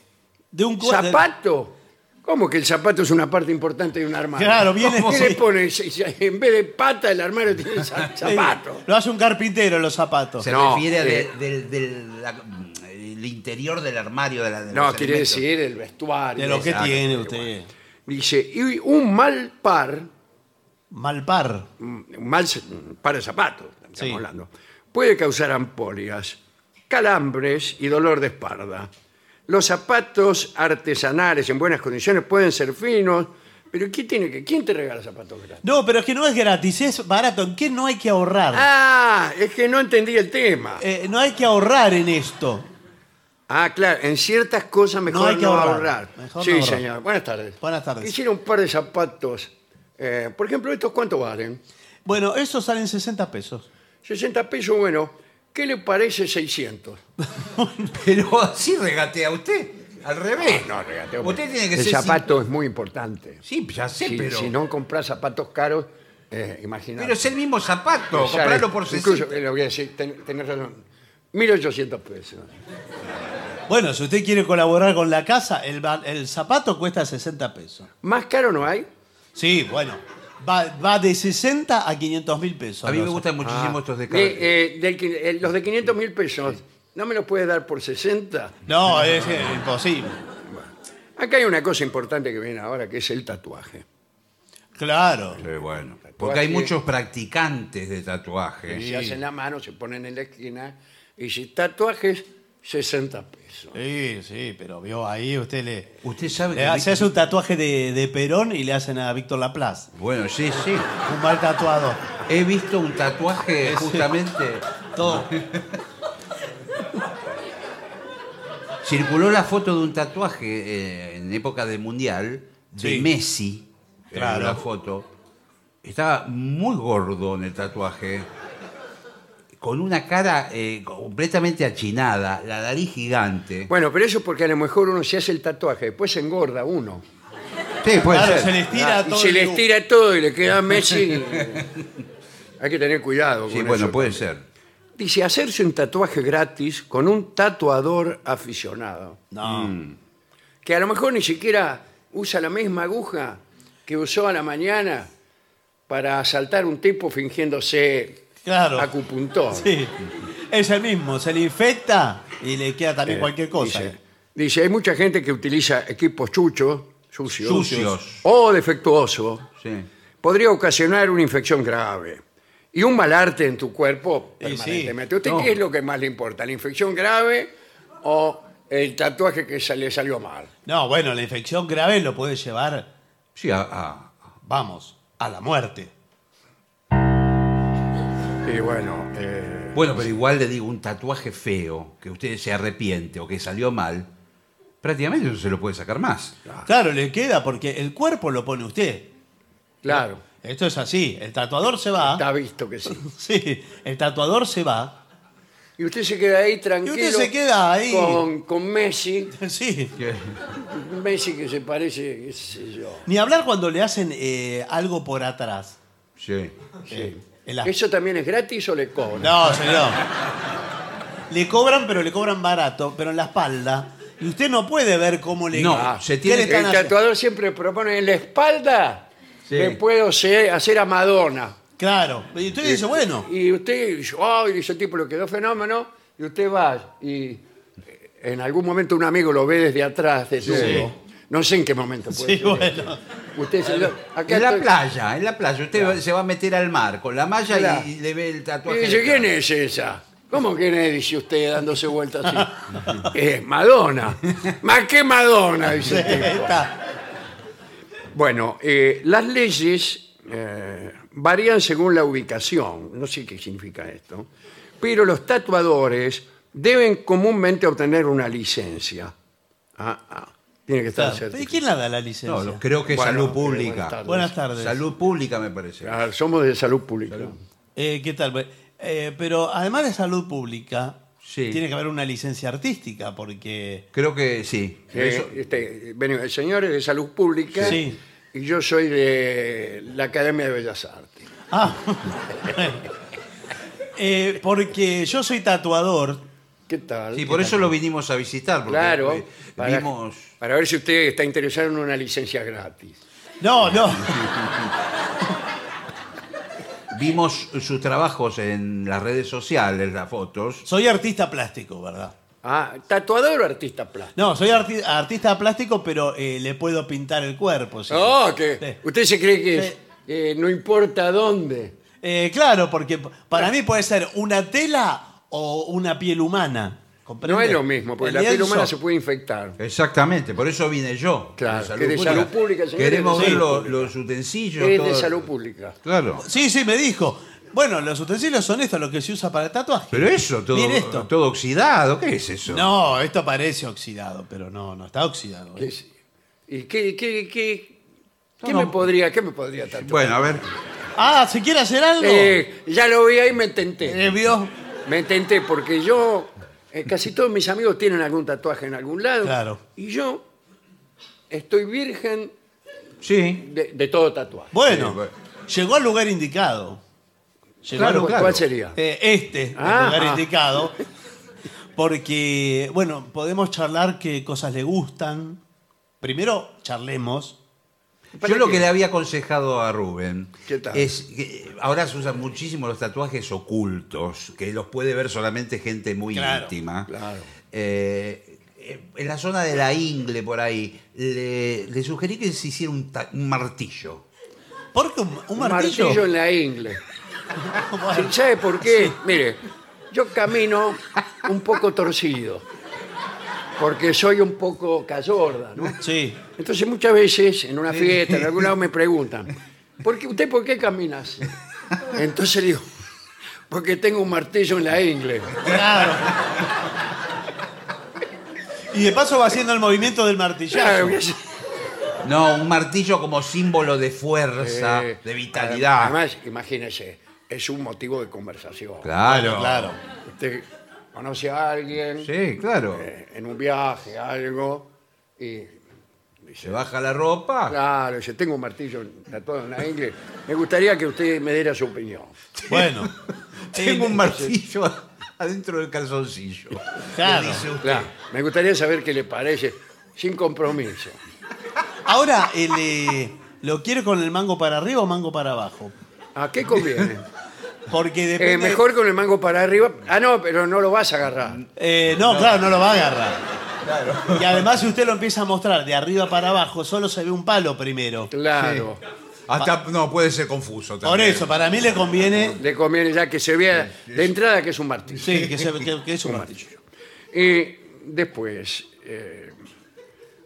[SPEAKER 2] De un cu- de-
[SPEAKER 4] ¿Zapato? ¿Cómo que el zapato es una parte importante de un armario?
[SPEAKER 2] Claro, viene-
[SPEAKER 4] ¿Qué
[SPEAKER 2] sí.
[SPEAKER 4] le pones? En vez de pata, el armario tiene za-
[SPEAKER 2] Sí.
[SPEAKER 4] zapato.
[SPEAKER 2] Lo hace un carpintero los zapatos.
[SPEAKER 3] Se
[SPEAKER 4] No,
[SPEAKER 3] refiere al
[SPEAKER 4] eh.
[SPEAKER 3] del, del- la- el interior del armario de la de
[SPEAKER 4] No,
[SPEAKER 3] los
[SPEAKER 4] quiere
[SPEAKER 3] alimentos.
[SPEAKER 4] decir el vestuario.
[SPEAKER 2] De lo que
[SPEAKER 3] Exacto,
[SPEAKER 2] tiene
[SPEAKER 3] igual.
[SPEAKER 2] usted.
[SPEAKER 4] Dice, y un mal par,
[SPEAKER 2] Malpar.
[SPEAKER 4] mm, un mal z- par de zapatos, estamos
[SPEAKER 2] Sí.
[SPEAKER 4] hablando, puede causar ampollas, calambres y dolor de espalda. Los zapatos artesanales en buenas condiciones pueden ser finos, pero ¿quién, tiene que, ¿quién te regala zapatos gratis?
[SPEAKER 2] No, pero es que no es gratis, es barato. ¿En qué no hay que ahorrar?
[SPEAKER 4] Ah, es que no entendí el tema.
[SPEAKER 2] Eh, no hay que ahorrar en esto.
[SPEAKER 4] Ah, claro, en ciertas cosas mejor no,
[SPEAKER 2] hay que ahorrar. Mejor
[SPEAKER 4] sí,
[SPEAKER 2] no ahorrar.
[SPEAKER 4] señor. Buenas tardes.
[SPEAKER 2] Buenas tardes.
[SPEAKER 4] Quisiera un par de zapatos. Eh, por ejemplo, ¿estos cuánto valen?
[SPEAKER 2] Bueno, esos salen 60 pesos.
[SPEAKER 4] 60 pesos, bueno. ¿Qué le parece 600?
[SPEAKER 3] Pero así regatea usted. Al revés.
[SPEAKER 4] No, regateo.
[SPEAKER 3] Usted tiene que
[SPEAKER 4] El
[SPEAKER 3] ser.
[SPEAKER 4] zapato es muy importante.
[SPEAKER 3] Sí, ya sé,
[SPEAKER 4] Si,
[SPEAKER 3] pero.
[SPEAKER 4] si no compras zapatos caros, eh, imagínate.
[SPEAKER 3] Pero es el mismo zapato,
[SPEAKER 4] Sale-
[SPEAKER 3] comprarlo por 60.
[SPEAKER 4] Incluso, eh, lo voy a decir, ten- tenés razón. 1.800 pesos.
[SPEAKER 2] Bueno, si usted quiere colaborar con la casa, el, ba- el zapato cuesta 60 pesos.
[SPEAKER 4] ¿Más caro no hay?
[SPEAKER 2] Sí, bueno. Va, va de 60 a 500 mil pesos.
[SPEAKER 3] A mí me
[SPEAKER 2] los
[SPEAKER 3] gustan muchísimo estos de
[SPEAKER 4] De-
[SPEAKER 3] carne.
[SPEAKER 4] eh, del qui- eh, los de 500 mil pesos, ¿no me los puedes dar por 60?
[SPEAKER 2] zapatos. No, es eh, imposible.
[SPEAKER 4] Acá hay una cosa importante que viene ahora, que es el tatuaje.
[SPEAKER 2] Claro.
[SPEAKER 3] Sí, bueno. Porque hay muchos practicantes de tatuaje.
[SPEAKER 4] Se hacen la mano, se ponen en la esquina, y si tatuajes, 60 pesos.
[SPEAKER 2] Sí, sí, pero vio ahí, usted le.
[SPEAKER 3] Usted sabe
[SPEAKER 2] le
[SPEAKER 3] que.
[SPEAKER 2] hace, hace un tatuaje de, de Perón y le hacen a Víctor Laplace.
[SPEAKER 3] Bueno, sí, sí.
[SPEAKER 2] Un mal tatuado.
[SPEAKER 3] He visto un tatuaje justamente.
[SPEAKER 2] Todo.
[SPEAKER 3] Circuló la foto de un tatuaje eh, en época del Mundial de
[SPEAKER 2] Sí.
[SPEAKER 3] Messi.
[SPEAKER 2] Claro.
[SPEAKER 3] Claro. La foto. Estaba muy gordo en el tatuaje. Con una cara eh, completamente achinada, la nariz gigante.
[SPEAKER 4] Bueno, pero eso es porque a lo mejor uno se hace el tatuaje, después se engorda uno.
[SPEAKER 3] Sí, puede
[SPEAKER 2] Claro,
[SPEAKER 3] ser.
[SPEAKER 2] se le estira
[SPEAKER 4] Ah, y
[SPEAKER 2] todo.
[SPEAKER 4] se
[SPEAKER 2] el
[SPEAKER 4] le
[SPEAKER 2] dibujo.
[SPEAKER 4] estira todo y le queda a Messi. Hay que tener cuidado.
[SPEAKER 3] Sí,
[SPEAKER 4] con
[SPEAKER 3] bueno, pues-
[SPEAKER 4] eso.
[SPEAKER 3] puede ser.
[SPEAKER 4] Dice, hacerse un tatuaje gratis con un tatuador aficionado,
[SPEAKER 2] No.
[SPEAKER 4] Mm. que a lo mejor ni siquiera usa la misma aguja que usó a la mañana para asaltar un tipo fingiéndose
[SPEAKER 2] Claro.
[SPEAKER 4] acupuntor.
[SPEAKER 2] Sí. Es el mismo, se le infecta y le queda también cualquier cosa.
[SPEAKER 4] Eh, Dice, dice, hay mucha gente que utiliza equipos chuchos, sucios,
[SPEAKER 3] Sucios.
[SPEAKER 4] o defectuosos.
[SPEAKER 3] Sí.
[SPEAKER 4] Podría ocasionar una infección grave y un mal arte en tu cuerpo
[SPEAKER 2] Y sí.
[SPEAKER 4] permanentemente. ¿Usted
[SPEAKER 3] No.
[SPEAKER 4] qué es lo que más le importa? ¿La infección grave o el tatuaje que se le salió mal?
[SPEAKER 2] No, bueno, la infección grave lo puede llevar,
[SPEAKER 3] Sí, ah, a- a-
[SPEAKER 2] vamos, a la muerte.
[SPEAKER 4] Y bueno, eh,
[SPEAKER 3] Bueno, pero igual le digo, un tatuaje feo, que usted se arrepiente o que salió mal, prácticamente no se lo puede sacar más.
[SPEAKER 2] Claro, le queda porque el cuerpo lo pone usted.
[SPEAKER 4] claro,
[SPEAKER 2] Esto es así. El tatuador se va.
[SPEAKER 4] está visto que sí.
[SPEAKER 2] Sí, el tatuador se va.
[SPEAKER 4] Y usted se queda ahí tranquilo.
[SPEAKER 2] se queda ahí.
[SPEAKER 4] Con, con Messi,
[SPEAKER 2] Sí.
[SPEAKER 4] Messi que se parece, qué sé yo.
[SPEAKER 2] Ni hablar cuando le hacen eh, algo por atrás.
[SPEAKER 3] Sí.
[SPEAKER 2] Eh, el as-
[SPEAKER 4] ¿Eso también es gratis o le cobran?
[SPEAKER 2] No, señor. Le cobran, pero le cobran barato, pero en la espalda. Y usted no puede ver cómo le. Ah,
[SPEAKER 3] No,
[SPEAKER 2] ¿Qué
[SPEAKER 3] se tiene
[SPEAKER 2] le
[SPEAKER 3] que-
[SPEAKER 2] están
[SPEAKER 4] El
[SPEAKER 2] haciendo?
[SPEAKER 4] tatuador siempre propone en la espalda.
[SPEAKER 3] Sí.
[SPEAKER 4] Le puedo se- hacer a Madonna.
[SPEAKER 2] Claro. Y usted dice, bueno.
[SPEAKER 4] Y usted, dice, oh, y ese tipo le quedó fenómeno. Y usted va y eh, en algún momento un amigo lo ve desde atrás de todo. No sé en qué momento puede
[SPEAKER 2] Sí,
[SPEAKER 4] ser.
[SPEAKER 2] bueno.
[SPEAKER 4] Usted se lo- acá
[SPEAKER 3] En la
[SPEAKER 4] estoy-
[SPEAKER 3] playa, en la playa. Usted va- se va a meter al mar con la malla y-
[SPEAKER 4] Claro.
[SPEAKER 3] y, le ve el
[SPEAKER 4] Y
[SPEAKER 3] tatuaje.
[SPEAKER 4] dice,
[SPEAKER 3] detrás.
[SPEAKER 4] ¿quién es esa? ¿Cómo quién es? Dice usted dándose vueltas así. es Madonna. ¿Más que Madonna? Dice el tipo.
[SPEAKER 2] Está.
[SPEAKER 4] Bueno, eh, las leyes eh, varían según la ubicación, no sé qué significa esto, pero los tatuadores deben comúnmente obtener una licencia. Ah, ah, tiene que estar
[SPEAKER 2] Claro. ¿Y
[SPEAKER 4] certificado.
[SPEAKER 2] quién la da la licencia?
[SPEAKER 3] No, lo- creo que
[SPEAKER 4] Bueno,
[SPEAKER 3] salud
[SPEAKER 4] pero buenas
[SPEAKER 3] pública.
[SPEAKER 4] tardes.
[SPEAKER 2] Buenas tardes.
[SPEAKER 3] Salud pública me parece.
[SPEAKER 4] Ah, Somos de salud pública.
[SPEAKER 2] Eh, ¿Qué tal? Eh, pero además de salud pública,
[SPEAKER 3] Sí.
[SPEAKER 2] tiene que haber una licencia artística, porque.
[SPEAKER 3] Creo que sí.
[SPEAKER 4] Eh,
[SPEAKER 3] Eso-
[SPEAKER 4] este, bueno, el señor es de salud pública
[SPEAKER 2] Sí.
[SPEAKER 4] y yo soy de la Academia de Bellas Artes.
[SPEAKER 2] Ah. Eh, porque yo soy tatuador.
[SPEAKER 4] ¿Qué tal?
[SPEAKER 3] sí, por eso lo vinimos a visitar. Porque
[SPEAKER 4] Claro,
[SPEAKER 3] eh,
[SPEAKER 4] para,
[SPEAKER 3] vimos.
[SPEAKER 4] para ver si usted está interesado en una licencia gratis.
[SPEAKER 2] No, no.
[SPEAKER 3] Vimos sus trabajos en las redes sociales, las fotos.
[SPEAKER 2] Soy artista plástico, ¿verdad?
[SPEAKER 4] Ah, ¿Tatuador o artista plástico?
[SPEAKER 2] No, soy arti- artista plástico, pero eh, le puedo pintar el cuerpo. sí.
[SPEAKER 4] No, Oh, que
[SPEAKER 2] Sí.
[SPEAKER 4] usted se cree que
[SPEAKER 2] Sí.
[SPEAKER 4] eh, no importa dónde.
[SPEAKER 2] Eh, claro, porque p- para mí puede ser una tela o una piel humana. ¿Comprende?
[SPEAKER 4] No es lo mismo, porque
[SPEAKER 2] El
[SPEAKER 4] la piel
[SPEAKER 2] lienzo-
[SPEAKER 4] humana se puede infectar.
[SPEAKER 3] Exactamente, por eso vine yo.
[SPEAKER 4] Claro,
[SPEAKER 3] de
[SPEAKER 4] que de
[SPEAKER 3] pública.
[SPEAKER 4] salud pública, señor,
[SPEAKER 3] Queremos
[SPEAKER 4] es de
[SPEAKER 3] ver
[SPEAKER 4] salud
[SPEAKER 3] lo-
[SPEAKER 4] pública.
[SPEAKER 3] los utensilios.
[SPEAKER 4] Es de
[SPEAKER 3] todo.
[SPEAKER 4] salud pública.
[SPEAKER 3] Claro.
[SPEAKER 2] Sí, sí, me dijo. Bueno, los utensilios son estos, los que se usa para el tatuaje.
[SPEAKER 3] Pero eso, todo,
[SPEAKER 2] Mire esto.
[SPEAKER 3] todo oxidado, ¿qué es eso?
[SPEAKER 2] No, esto parece oxidado, pero no, no está oxidado.
[SPEAKER 4] ¿Qué
[SPEAKER 2] ¿eh?
[SPEAKER 4] es? ¿Y qué, qué, qué, qué
[SPEAKER 3] No,
[SPEAKER 4] me
[SPEAKER 3] no.
[SPEAKER 4] podría, qué me podría tatuar?
[SPEAKER 3] Bueno, a ver.
[SPEAKER 2] Ah, ¿se quiere hacer algo?
[SPEAKER 4] Eh, ya lo vi ahí y me intenté.
[SPEAKER 2] Eh, vio?
[SPEAKER 4] Me intenté porque yo, eh, casi todos mis amigos tienen algún tatuaje en algún lado.
[SPEAKER 2] Claro.
[SPEAKER 4] Y yo estoy virgen
[SPEAKER 3] Sí.
[SPEAKER 4] de, de todo tatuaje.
[SPEAKER 2] Bueno,
[SPEAKER 3] Sí, bueno.
[SPEAKER 2] llegó al lugar indicado. Llegó al
[SPEAKER 3] Claro,
[SPEAKER 2] lugar-
[SPEAKER 4] ¿Cuál-
[SPEAKER 3] claro.
[SPEAKER 4] ¿Cuál sería?
[SPEAKER 2] Eh, este,
[SPEAKER 4] Ah.
[SPEAKER 2] el lugar indicado. Porque, bueno, podemos charlar qué cosas le gustan. Primero, charlemos.
[SPEAKER 3] Yo lo
[SPEAKER 4] qué?
[SPEAKER 3] que le había aconsejado a Rubén
[SPEAKER 4] ¿Qué tal?
[SPEAKER 3] es que ahora se usan muchísimo los tatuajes ocultos, que los puede ver solamente gente muy
[SPEAKER 2] Claro,
[SPEAKER 3] íntima.
[SPEAKER 4] claro.
[SPEAKER 3] Eh, eh, en la zona de la ingle, por ahí, le, le sugerí que se hiciera un, ta- un martillo.
[SPEAKER 2] Porque un, un
[SPEAKER 4] Un
[SPEAKER 2] martillo.
[SPEAKER 4] en la ingle. Sí, ¿Sabe por qué? Mire, yo camino un poco torcido, porque soy un poco cazorda, ¿no?
[SPEAKER 2] Sí.
[SPEAKER 4] Entonces muchas veces en una fiesta, en algún lado me preguntan, ¿por qué, ¿usted por qué camina así? Entonces digo, porque tengo un martillo en la ingle.
[SPEAKER 2] Claro. Y de paso va haciendo el movimiento del
[SPEAKER 4] Claro,
[SPEAKER 2] martillazo.
[SPEAKER 4] voy a hacer-
[SPEAKER 3] No, un martillo como símbolo de fuerza,
[SPEAKER 4] eh,
[SPEAKER 3] de vitalidad.
[SPEAKER 4] Además, imagínese, es un motivo de conversación.
[SPEAKER 3] claro.
[SPEAKER 2] Claro.
[SPEAKER 4] Usted conoce a alguien
[SPEAKER 3] Sí, claro.
[SPEAKER 4] eh, en un viaje, algo, y
[SPEAKER 3] Se baja la ropa.
[SPEAKER 4] Claro, yo tengo un martillo tatuado en la ingle. Me gustaría que usted me diera su opinión.
[SPEAKER 2] Bueno.
[SPEAKER 3] Tengo
[SPEAKER 2] Eh,
[SPEAKER 3] un martillo adentro del calzoncillo.
[SPEAKER 2] Claro.
[SPEAKER 3] Dice usted.
[SPEAKER 4] Claro, me gustaría saber qué le parece, sin compromiso.
[SPEAKER 2] Ahora, el, eh, ¿lo quiere con el mango para arriba o mango para abajo?
[SPEAKER 4] ¿A qué conviene?
[SPEAKER 2] Porque
[SPEAKER 4] Eh,
[SPEAKER 2] depende.
[SPEAKER 4] mejor con el mango para arriba. Ah, no, pero no lo vas a agarrar.
[SPEAKER 2] Eh, no, claro, no lo va a agarrar. Y además, si usted lo empieza a mostrar de arriba para abajo, solo se ve un palo primero.
[SPEAKER 4] Claro.
[SPEAKER 3] Hasta, no, puede ser confuso
[SPEAKER 2] Por
[SPEAKER 3] también.
[SPEAKER 2] eso, para mí le conviene.
[SPEAKER 4] Le conviene ya que se vea de entrada que es un martillo.
[SPEAKER 2] Sí, que, se- que- que es un martillo.
[SPEAKER 4] Y después, eh,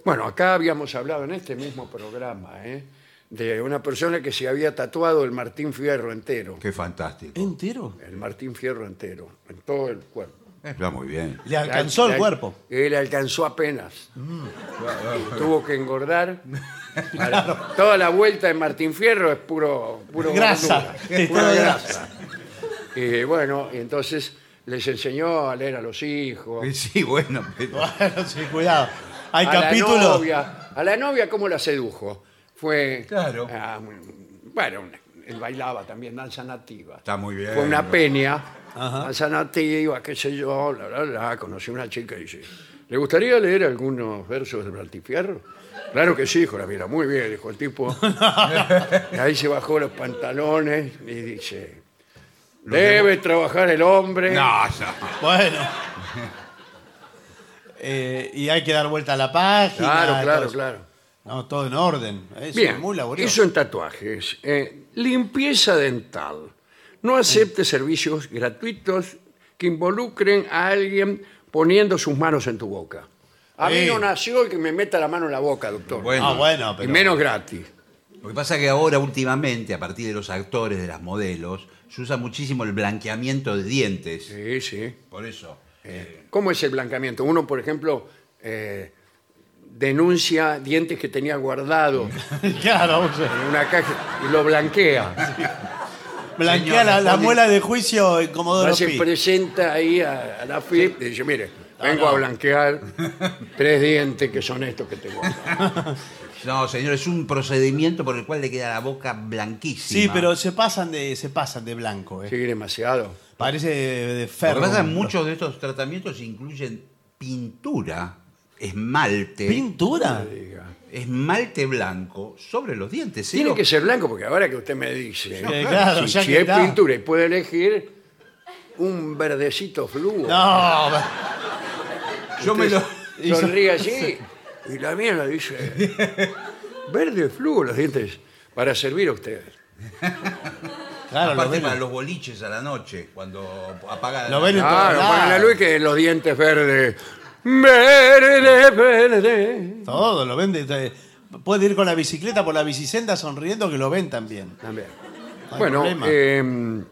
[SPEAKER 4] bueno, acá habíamos hablado en este mismo programa, ¿eh? de una persona que se había tatuado el Martín Fierro entero.
[SPEAKER 3] Qué fantástico.
[SPEAKER 2] ¿Entero?
[SPEAKER 4] El Martín Fierro entero, en todo el cuerpo.
[SPEAKER 3] Está Eh, muy bien.
[SPEAKER 2] Le alcanzó el
[SPEAKER 4] Al-
[SPEAKER 2] cuerpo. Mm.
[SPEAKER 4] Él alcanzó apenas. Tuvo que engordar. Ahora, Toda la vuelta en Martín Fierro es puro, puro
[SPEAKER 2] Grasa.
[SPEAKER 4] gordura,
[SPEAKER 2] Es
[SPEAKER 4] pura
[SPEAKER 2] todo
[SPEAKER 4] grasa. Y bueno, y entonces les enseñó a leer a los hijos.
[SPEAKER 3] Eh, Sí, bueno. pero-
[SPEAKER 2] Bueno, sí, cuidado. Hay
[SPEAKER 4] a
[SPEAKER 2] capítulos.
[SPEAKER 4] La novia, a la novia, ¿cómo la sedujo? Fue.
[SPEAKER 3] Claro.
[SPEAKER 4] ah, bueno, una- él bailaba también danza nativa.
[SPEAKER 3] Está muy bien.
[SPEAKER 4] Fue una peña,
[SPEAKER 2] Ajá.
[SPEAKER 4] danza nativa, qué sé yo, la, la, la. Conocí a una chica y dice: ¿Le gustaría leer algunos versos del Blantifierro? Claro que sí, hijo, la mira, muy bien, dijo el tipo. Y ahí se bajó los pantalones y dice: Debe trabajar el hombre.
[SPEAKER 3] No, no.
[SPEAKER 2] Bueno. Eh, y hay que dar vuelta a la página.
[SPEAKER 4] claro, claro,
[SPEAKER 2] todo-
[SPEAKER 4] claro.
[SPEAKER 2] No, todo en orden. Es
[SPEAKER 4] Bien,
[SPEAKER 2] muy laborioso.
[SPEAKER 4] eso en tatuajes. Eh, limpieza dental. No acepte servicios gratuitos que involucren a alguien poniendo sus manos en tu boca. A mí
[SPEAKER 2] Sí.
[SPEAKER 4] no nació el que me meta la mano en la boca, doctor.
[SPEAKER 3] Bueno,
[SPEAKER 2] Ah, bueno,
[SPEAKER 4] y
[SPEAKER 2] pero.
[SPEAKER 4] menos gratis.
[SPEAKER 3] Lo que pasa es que ahora, últimamente, a partir de los actores, de las modelos, se usa muchísimo el blanqueamiento de dientes.
[SPEAKER 4] Sí, sí.
[SPEAKER 3] Por eso.
[SPEAKER 4] ¿Cómo es el blanqueamiento? Uno, por ejemplo, eh, denuncia dientes que tenía guardado
[SPEAKER 2] Claro, o sea,
[SPEAKER 4] en una caja y lo blanquea.
[SPEAKER 2] Blanquea la, la
[SPEAKER 3] Señor,
[SPEAKER 2] muela de juicio en
[SPEAKER 4] Va,
[SPEAKER 2] Comodoro
[SPEAKER 4] se
[SPEAKER 2] Pi. Ah,
[SPEAKER 4] presenta ahí a, a la FIP y dice, mire, vengo
[SPEAKER 2] no.
[SPEAKER 4] a blanquear tres dientes que son estos que tengo. acá".
[SPEAKER 3] No, señor, es un procedimiento por el cual le queda la boca blanquísima.
[SPEAKER 2] Sí, pero se pasan de, se pasan de blanco. eh.
[SPEAKER 4] Sí, demasiado.
[SPEAKER 2] Parece de, de
[SPEAKER 3] Lo
[SPEAKER 2] ferro.
[SPEAKER 3] que pasa es que muchos de estos tratamientos incluyen pintura, esmalte.
[SPEAKER 2] ¿Pintura?
[SPEAKER 3] esmalte blanco sobre los dientes. ¿eh? ¿sí?
[SPEAKER 4] Tiene
[SPEAKER 3] Lo-
[SPEAKER 4] que ser blanco porque ahora que usted me dice,
[SPEAKER 2] Eh, claro,
[SPEAKER 4] si,
[SPEAKER 2] ya
[SPEAKER 4] si
[SPEAKER 2] que
[SPEAKER 4] es
[SPEAKER 2] está.
[SPEAKER 4] pintura y puede elegir un verdecito fluo.
[SPEAKER 2] No,
[SPEAKER 3] Yo me lo...
[SPEAKER 2] y yo-
[SPEAKER 4] Sonríe así y la mía le dice, verde fluo los dientes para servir a ustedes.
[SPEAKER 2] Claro, lo
[SPEAKER 3] Aparte
[SPEAKER 2] ven,
[SPEAKER 3] para los boliches a la noche, cuando apaga la
[SPEAKER 2] Lo ven en todos
[SPEAKER 4] Claro,
[SPEAKER 2] lados.
[SPEAKER 4] para la luz que los dientes verdes. Verde, verde.
[SPEAKER 2] Todo, lo ven. de- de- puede ir con la bicicleta por la bicisenda sonriendo que lo ven también.
[SPEAKER 4] También.
[SPEAKER 2] No hay
[SPEAKER 4] bueno,
[SPEAKER 2] problema.
[SPEAKER 4] eh,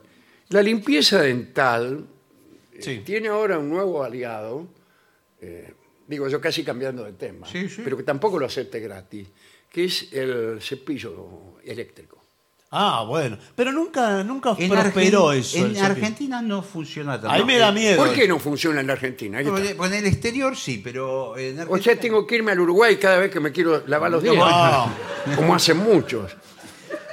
[SPEAKER 4] la limpieza dental
[SPEAKER 2] Sí.
[SPEAKER 4] tiene ahora un nuevo aliado, eh, digo yo casi cambiando de tema,
[SPEAKER 3] Sí, sí.
[SPEAKER 4] pero que tampoco lo acepte gratis, que es el cepillo eléctrico.
[SPEAKER 2] Ah, bueno. Pero nunca, nunca
[SPEAKER 3] En
[SPEAKER 2] prosperó
[SPEAKER 3] Argen-
[SPEAKER 2] eso. el
[SPEAKER 3] En
[SPEAKER 2] cepillo.
[SPEAKER 3] Argentina no funciona tanto.
[SPEAKER 2] Ahí me da miedo.
[SPEAKER 4] ¿Por qué no funciona en la Argentina? Ahí está.
[SPEAKER 3] Bueno, en el exterior sí, pero en Argentina...
[SPEAKER 4] O sea, tengo que irme al Uruguay cada vez que me quiero lavar los dientes,
[SPEAKER 2] No.
[SPEAKER 4] como hacen muchos.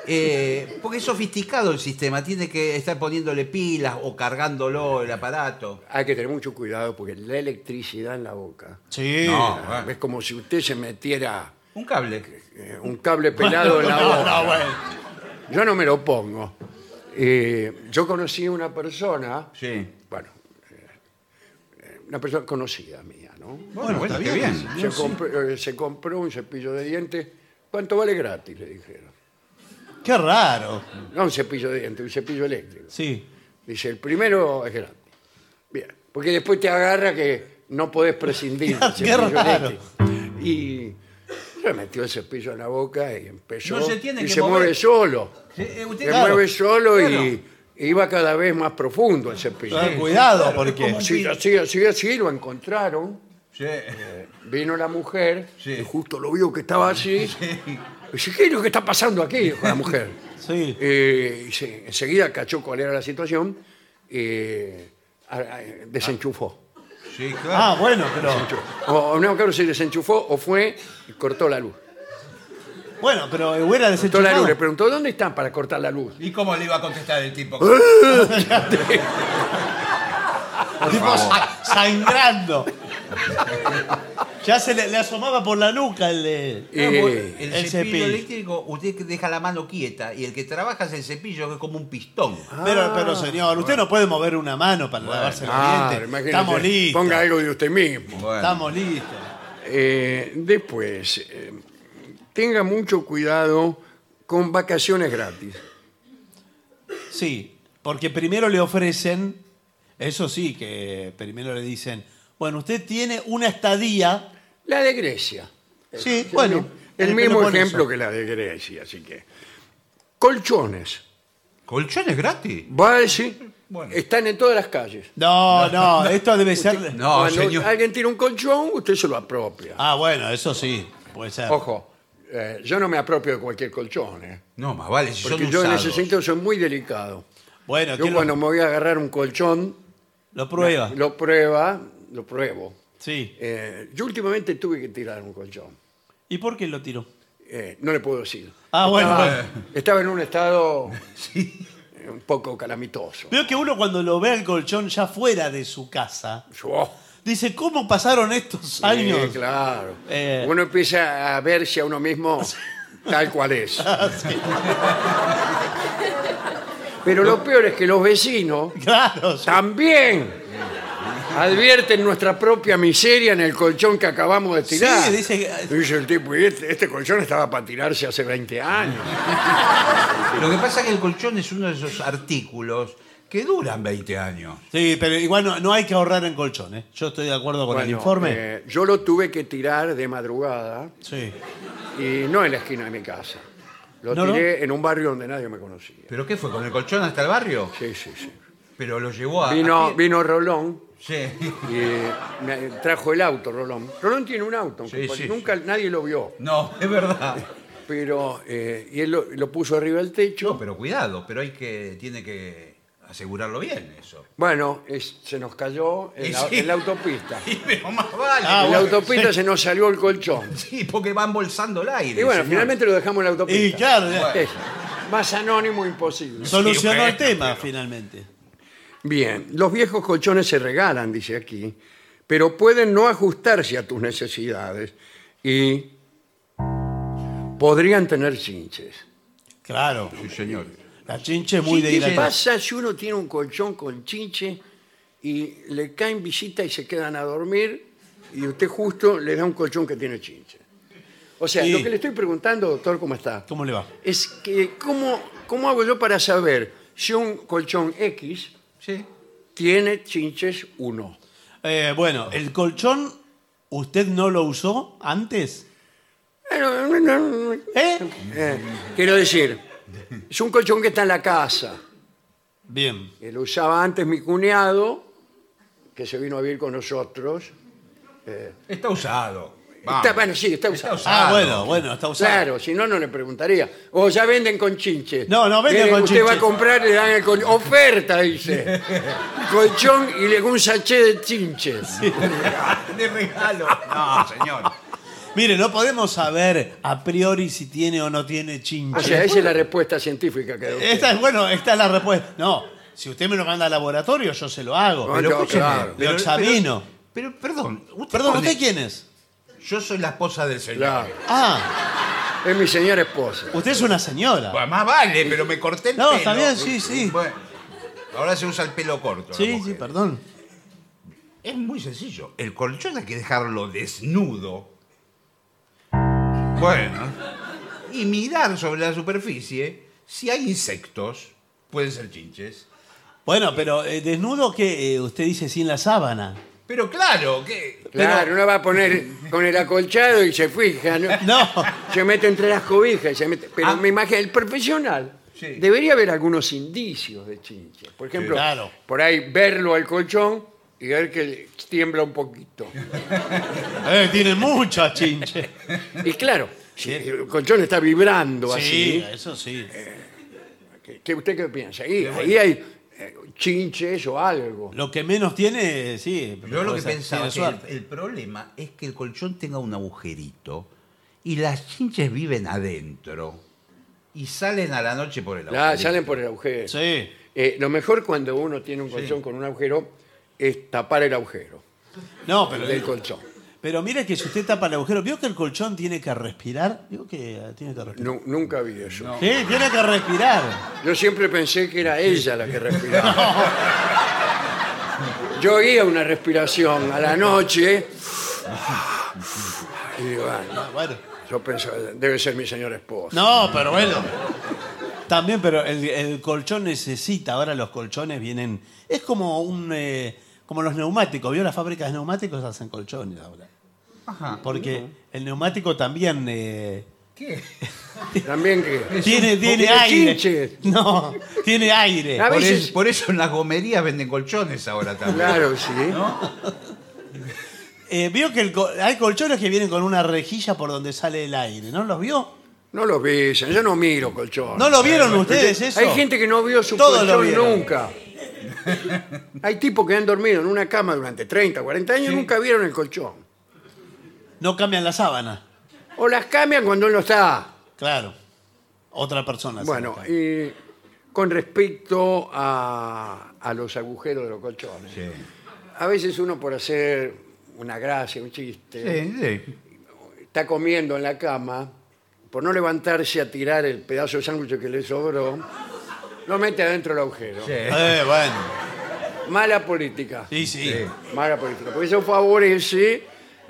[SPEAKER 3] Eh, porque es sofisticado el sistema, tiene que estar poniéndole pilas o cargándolo el aparato.
[SPEAKER 4] Hay que tener mucho cuidado porque la electricidad en la boca
[SPEAKER 2] Sí.
[SPEAKER 3] No. eh,
[SPEAKER 4] ah, es como si usted se metiera
[SPEAKER 3] Un cable.
[SPEAKER 4] eh, un cable pelado en la
[SPEAKER 2] No,
[SPEAKER 4] boca.
[SPEAKER 2] no, bueno.
[SPEAKER 4] Yo no me lo pongo. Eh, yo conocí una persona,
[SPEAKER 3] Sí.
[SPEAKER 4] bueno, eh, una persona conocida mía, ¿no?
[SPEAKER 3] Bueno,
[SPEAKER 2] Bueno,
[SPEAKER 3] bueno,
[SPEAKER 2] está
[SPEAKER 3] qué
[SPEAKER 2] bien.
[SPEAKER 3] bien.
[SPEAKER 4] Se, compró, eh, se compró un cepillo de dientes. ¿Cuánto vale gratis? Le dijeron.
[SPEAKER 2] Qué raro.
[SPEAKER 4] No un cepillo de dientes, un cepillo eléctrico.
[SPEAKER 2] Sí.
[SPEAKER 4] Dice, el primero es gratis. Bien, porque después te agarra que no podés prescindir del
[SPEAKER 2] Qué
[SPEAKER 4] cepillo
[SPEAKER 2] raro.
[SPEAKER 4] eléctrico. Y se metió el cepillo en la boca y empezó.
[SPEAKER 3] No se tiene
[SPEAKER 4] y
[SPEAKER 3] que
[SPEAKER 4] se mueve
[SPEAKER 3] mover.
[SPEAKER 4] solo.
[SPEAKER 3] Sí, eh, usted-
[SPEAKER 4] Se
[SPEAKER 2] Claro.
[SPEAKER 4] mueve solo y
[SPEAKER 3] Claro.
[SPEAKER 4] iba cada vez más profundo el cepillo.
[SPEAKER 2] Ah, Cuidado,
[SPEAKER 3] claro, es
[SPEAKER 2] porque.
[SPEAKER 3] como-
[SPEAKER 4] Sí, así, así, así, lo encontraron.
[SPEAKER 3] Sí.
[SPEAKER 4] Vino la mujer,
[SPEAKER 3] Sí.
[SPEAKER 4] y justo lo vio que estaba así. Dice, ¿qué es lo que está pasando aquí? Dijo la mujer.
[SPEAKER 2] Sí.
[SPEAKER 4] Eh, y se- enseguida cachó cuál era la situación. eh, a- a- desenchufó.
[SPEAKER 3] Sí,
[SPEAKER 2] Ah,
[SPEAKER 3] claro.
[SPEAKER 2] bueno, pero.
[SPEAKER 4] O, o no, claro, se desenchufó o fue y cortó la luz.
[SPEAKER 2] Bueno, pero hubiera
[SPEAKER 4] Cortó la luz, le
[SPEAKER 2] desenchufado.
[SPEAKER 4] preguntó, ¿dónde están para cortar la luz?
[SPEAKER 3] ¿Y cómo le iba a contestar el tipo?
[SPEAKER 2] Tipo sa- sangrando. Ya se le, le asomaba por la nuca el. eh,
[SPEAKER 3] No, porque
[SPEAKER 4] Eh,
[SPEAKER 3] el,
[SPEAKER 2] el
[SPEAKER 3] cepillo,
[SPEAKER 2] cepillo.
[SPEAKER 3] eléctrico, usted que deja la mano quieta y el que trabaja es el cepillo, que es como un pistón.
[SPEAKER 4] Ah.
[SPEAKER 2] Pero, pero señor, usted no puede mover una mano para lavarse los
[SPEAKER 4] Claro,
[SPEAKER 2] dientes.
[SPEAKER 4] imagínese,
[SPEAKER 2] Estamos listos.
[SPEAKER 4] Ah, Ponga algo de usted mismo.
[SPEAKER 3] Bueno.
[SPEAKER 2] Estamos listos.
[SPEAKER 4] Eh, después, eh, tenga mucho cuidado con vacaciones gratis.
[SPEAKER 2] Sí, porque primero le ofrecen, eso sí, que primero le dicen, bueno, usted tiene una estadía.
[SPEAKER 4] La de Grecia.
[SPEAKER 2] Sí, bueno.
[SPEAKER 4] El,
[SPEAKER 2] le
[SPEAKER 4] mismo
[SPEAKER 2] ponen
[SPEAKER 4] ejemplo
[SPEAKER 2] eso.
[SPEAKER 4] que la de Grecia, así que. Colchones.
[SPEAKER 3] ¿Colchones gratis?
[SPEAKER 4] Va a decir,
[SPEAKER 3] Bueno.
[SPEAKER 4] están en todas las calles.
[SPEAKER 2] No, no, esto debe ser.
[SPEAKER 3] No,
[SPEAKER 4] Cuando
[SPEAKER 3] Ah, señor.
[SPEAKER 4] alguien tiene un colchón, usted se lo apropia.
[SPEAKER 2] Ah, bueno, eso sí, puede ser.
[SPEAKER 4] Ojo, eh, yo no me apropio de cualquier colchón, ¿eh?
[SPEAKER 3] No, más vale, si
[SPEAKER 4] porque
[SPEAKER 3] son
[SPEAKER 4] yo en
[SPEAKER 3] usados.
[SPEAKER 4] ese sentido soy muy delicado.
[SPEAKER 2] Bueno,
[SPEAKER 4] Yo
[SPEAKER 2] ¿quién
[SPEAKER 4] cuando
[SPEAKER 2] lo, Ah.
[SPEAKER 4] me voy a agarrar un colchón,
[SPEAKER 2] lo prueba.
[SPEAKER 4] lo prueba, lo pruebo.
[SPEAKER 2] Sí.
[SPEAKER 4] Eh, yo últimamente tuve que tirar un colchón.
[SPEAKER 2] ¿Y por qué lo tiró?
[SPEAKER 4] Eh, no le puedo decir.
[SPEAKER 2] Ah, bueno. bueno.
[SPEAKER 4] Estaba en un estado eh, un poco calamitoso.
[SPEAKER 2] Veo que uno cuando lo ve al colchón ya fuera de su casa,
[SPEAKER 4] Yo, oh,
[SPEAKER 2] dice, ¿cómo pasaron estos
[SPEAKER 4] sí,
[SPEAKER 2] años?
[SPEAKER 4] claro.
[SPEAKER 2] Eh.
[SPEAKER 4] Uno empieza a verse a uno mismo tal cual es.
[SPEAKER 2] Ah,
[SPEAKER 4] Pero lo peor es que los vecinos
[SPEAKER 2] Claro, sí.
[SPEAKER 4] también advierten nuestra propia miseria en el colchón que acabamos de tirar.
[SPEAKER 2] Sí, dice que-
[SPEAKER 4] Dice el tipo, "Y este, este colchón estaba para tirarse hace 20 años.
[SPEAKER 3] Lo que pasa es que el colchón es uno de esos artículos que duran 20 años.
[SPEAKER 2] Sí, pero igual no, no hay que ahorrar en colchones. Yo estoy de acuerdo con el
[SPEAKER 4] Bueno,
[SPEAKER 2] informe.
[SPEAKER 4] eh, yo lo tuve que tirar de madrugada
[SPEAKER 2] Sí.
[SPEAKER 4] y no en la esquina de mi casa. Lo
[SPEAKER 2] No, no.
[SPEAKER 4] tiré en un barrio donde nadie me conocía.
[SPEAKER 3] ¿Pero qué fue? ¿Con el colchón hasta el barrio?
[SPEAKER 4] Sí, sí, sí.
[SPEAKER 3] Pero lo llevó
[SPEAKER 2] Ah,
[SPEAKER 3] a. a
[SPEAKER 4] Vino,
[SPEAKER 3] pie.
[SPEAKER 4] vino Rolón
[SPEAKER 3] Sí.
[SPEAKER 4] y me trajo el auto, Rolón. Rolón tiene un auto, aunque
[SPEAKER 3] Sí,
[SPEAKER 4] cual-
[SPEAKER 3] sí,
[SPEAKER 4] nunca nadie lo vio.
[SPEAKER 3] No, es verdad.
[SPEAKER 4] Pero, eh, y él lo, lo puso arriba del techo.
[SPEAKER 3] No, pero cuidado, pero hay que. tiene que asegurarlo bien eso.
[SPEAKER 4] Bueno, es- se nos cayó en,
[SPEAKER 3] Y
[SPEAKER 4] la,
[SPEAKER 3] sí.
[SPEAKER 4] en la autopista.
[SPEAKER 3] Y pero más vale.
[SPEAKER 2] Ah,
[SPEAKER 4] en la
[SPEAKER 2] bueno,
[SPEAKER 4] autopista se nos salió el colchón.
[SPEAKER 3] Sí, porque va embolsando el aire.
[SPEAKER 4] Y bueno,
[SPEAKER 3] señor.
[SPEAKER 4] finalmente lo dejamos en la autopista.
[SPEAKER 2] Y claro, ya-
[SPEAKER 3] Bueno.
[SPEAKER 4] Es más anónimo imposible.
[SPEAKER 2] solucionó
[SPEAKER 3] Sí,
[SPEAKER 2] el
[SPEAKER 3] bueno,
[SPEAKER 2] tema finalmente.
[SPEAKER 4] Bien, los viejos colchones se regalan, dice aquí, pero pueden no ajustarse a tus necesidades y podrían tener chinches.
[SPEAKER 2] Claro.
[SPEAKER 3] Sí, señor.
[SPEAKER 2] La chinche es muy
[SPEAKER 4] Sí,
[SPEAKER 2] de
[SPEAKER 4] ¿Qué
[SPEAKER 2] ir a-
[SPEAKER 4] pasa si uno tiene un colchón con chinche y le caen visitas y se quedan a dormir y usted justo le da un colchón que tiene chinche? O sea,
[SPEAKER 2] Sí.
[SPEAKER 4] lo que le estoy preguntando, doctor, ¿cómo está?
[SPEAKER 2] ¿Cómo le va?
[SPEAKER 4] Es que, ¿cómo, cómo hago yo para saber si un colchón X
[SPEAKER 3] Sí.
[SPEAKER 4] tiene chinches 1.
[SPEAKER 2] Eh, bueno, el colchón, ¿usted no lo usó antes? ¿Eh?
[SPEAKER 4] Eh, quiero decir, es un colchón que está en la casa.
[SPEAKER 2] Bien.
[SPEAKER 4] que lo usaba antes mi cuñado, que se vino a vivir con nosotros.
[SPEAKER 3] Está usado. Vamos.
[SPEAKER 4] Está, bueno, sí, está usado.
[SPEAKER 3] usado.
[SPEAKER 2] Ah,
[SPEAKER 3] Claro.
[SPEAKER 2] bueno, bueno, está usado.
[SPEAKER 4] Claro, si no, no le preguntaría. O ya venden con chinche.
[SPEAKER 2] No, no venden
[SPEAKER 4] Viene,
[SPEAKER 2] con
[SPEAKER 4] usted
[SPEAKER 2] chinche.
[SPEAKER 4] va a comprar, le dan el colchón. Oferta, dice. colchón y le un sachet de chinches.
[SPEAKER 3] De regalo. No, señor.
[SPEAKER 2] Mire, no podemos saber a priori si tiene o no tiene
[SPEAKER 4] O
[SPEAKER 2] chinche.
[SPEAKER 4] sea, esa es la respuesta científica que doy.
[SPEAKER 2] Esta es, bueno, esta es la respuesta. No, si usted me lo manda al laboratorio, yo se lo hago.
[SPEAKER 4] Bueno,
[SPEAKER 3] Pero escúcheme,
[SPEAKER 4] claro.
[SPEAKER 2] Lo examino.
[SPEAKER 3] Pero, pero, perdón. Usted
[SPEAKER 2] Perdón,
[SPEAKER 3] pone-
[SPEAKER 2] ¿usted quién es?
[SPEAKER 3] Yo soy la esposa del señor.
[SPEAKER 4] Claro,
[SPEAKER 2] Ah,
[SPEAKER 4] es mi señora esposa.
[SPEAKER 2] usted es una señora.
[SPEAKER 3] Bueno, más vale, pero me corté el
[SPEAKER 2] No,
[SPEAKER 3] pelo.
[SPEAKER 2] está bien, sí, sí.
[SPEAKER 3] Bueno, ahora se usa el pelo corto. la
[SPEAKER 2] Sí,
[SPEAKER 3] mujer.
[SPEAKER 2] sí, perdón.
[SPEAKER 3] Es muy sencillo. El colchón hay que dejarlo desnudo. Bueno. Y mirar sobre la superficie si hay insectos. Pueden ser chinches.
[SPEAKER 2] Bueno, pero eh, desnudo que usted dice sin la sábana.
[SPEAKER 3] Pero claro, que.
[SPEAKER 4] Claro, uno va a poner con el acolchado y se fija, ¿no?
[SPEAKER 2] No.
[SPEAKER 4] Se mete entre las cobijas. y se mete- Pero
[SPEAKER 3] Ah.
[SPEAKER 4] me imagino, el profesional
[SPEAKER 3] Sí.
[SPEAKER 4] debería haber algunos indicios de chinche. Por ejemplo,
[SPEAKER 2] Sí, claro.
[SPEAKER 4] por ahí verlo al colchón y ver que tiembla un poquito.
[SPEAKER 2] Eh, tiene mucha chinche.
[SPEAKER 4] Y claro, si el colchón está vibrando
[SPEAKER 2] Sí,
[SPEAKER 4] así,
[SPEAKER 2] eso sí.
[SPEAKER 4] ¿qué- ¿qué, ¿usted qué piensa? Ahí, ahí hay eh, chinches o algo.
[SPEAKER 2] Lo que menos tiene, sí.
[SPEAKER 3] Yo lo que
[SPEAKER 2] tiene
[SPEAKER 3] pensaba que el,
[SPEAKER 2] suerte.
[SPEAKER 3] el problema es que el colchón tenga un agujerito y las chinches viven adentro y salen a la noche por el
[SPEAKER 4] La-
[SPEAKER 3] agujerito.
[SPEAKER 4] salen por el agujero.
[SPEAKER 2] Sí.
[SPEAKER 4] Eh, lo mejor cuando uno tiene un colchón con un agujero es tapar el agujero
[SPEAKER 2] No,
[SPEAKER 4] del
[SPEAKER 2] pero,
[SPEAKER 4] colchón.
[SPEAKER 2] pero mire que si usted tapa el agujero, ¿vio que el colchón tiene que respirar? Digo que eh, tiene que respirar.
[SPEAKER 4] Nu- nunca vi eso.
[SPEAKER 2] Sí, tiene que respirar.
[SPEAKER 4] Yo siempre pensé que era ella la que respiraba. Yo oía una respiración a la noche. Y digo, ah,
[SPEAKER 2] Ah, Bueno.
[SPEAKER 4] yo pensaba, debe ser mi señora esposa.
[SPEAKER 2] No, pero bueno. También, pero el, el colchón necesita, ahora los colchones vienen, es como un eh, como los neumáticos, ¿vio? Las fábricas de neumáticos hacen colchones ahora.
[SPEAKER 3] Ajá.
[SPEAKER 2] Porque el neumático también eh,
[SPEAKER 3] ¿Qué?
[SPEAKER 4] También que.
[SPEAKER 2] tiene, tiene
[SPEAKER 4] tiene
[SPEAKER 2] aire.
[SPEAKER 4] chinches.
[SPEAKER 2] No, tiene aire.
[SPEAKER 4] A
[SPEAKER 3] Por,
[SPEAKER 4] veces-
[SPEAKER 3] es- por eso en las gomerías venden colchones ahora también.
[SPEAKER 4] Claro, sí.
[SPEAKER 2] Eh, vio que el co- hay colchones que vienen con una rejilla por donde sale el aire, ¿no los vio?
[SPEAKER 4] No lo vi, yo no miro colchón.
[SPEAKER 2] ¿No lo vieron ustedes eso?
[SPEAKER 4] Hay gente que no vio su
[SPEAKER 2] Todos lo
[SPEAKER 4] colchón
[SPEAKER 2] vieron.
[SPEAKER 4] nunca. Hay tipos que han dormido en una cama durante 30, 40 años y nunca vieron el colchón.
[SPEAKER 2] No cambian la sábana,
[SPEAKER 4] O las cambian cuando él no está.
[SPEAKER 2] claro. Otra persona. se
[SPEAKER 4] Bueno,
[SPEAKER 2] la cambia.
[SPEAKER 4] y con respecto a, a los agujeros de los colchones,
[SPEAKER 3] Sí.
[SPEAKER 4] a veces uno por hacer una gracia, un chiste,
[SPEAKER 3] Sí, sí.
[SPEAKER 4] está comiendo en la cama, por no levantarse a tirar el pedazo de sándwich que le sobró, lo mete adentro del agujero.
[SPEAKER 3] Sí.
[SPEAKER 2] Eh, bueno.
[SPEAKER 4] Mala política,
[SPEAKER 2] Sí, sí.
[SPEAKER 3] Sí.
[SPEAKER 4] mala política, porque eso favorece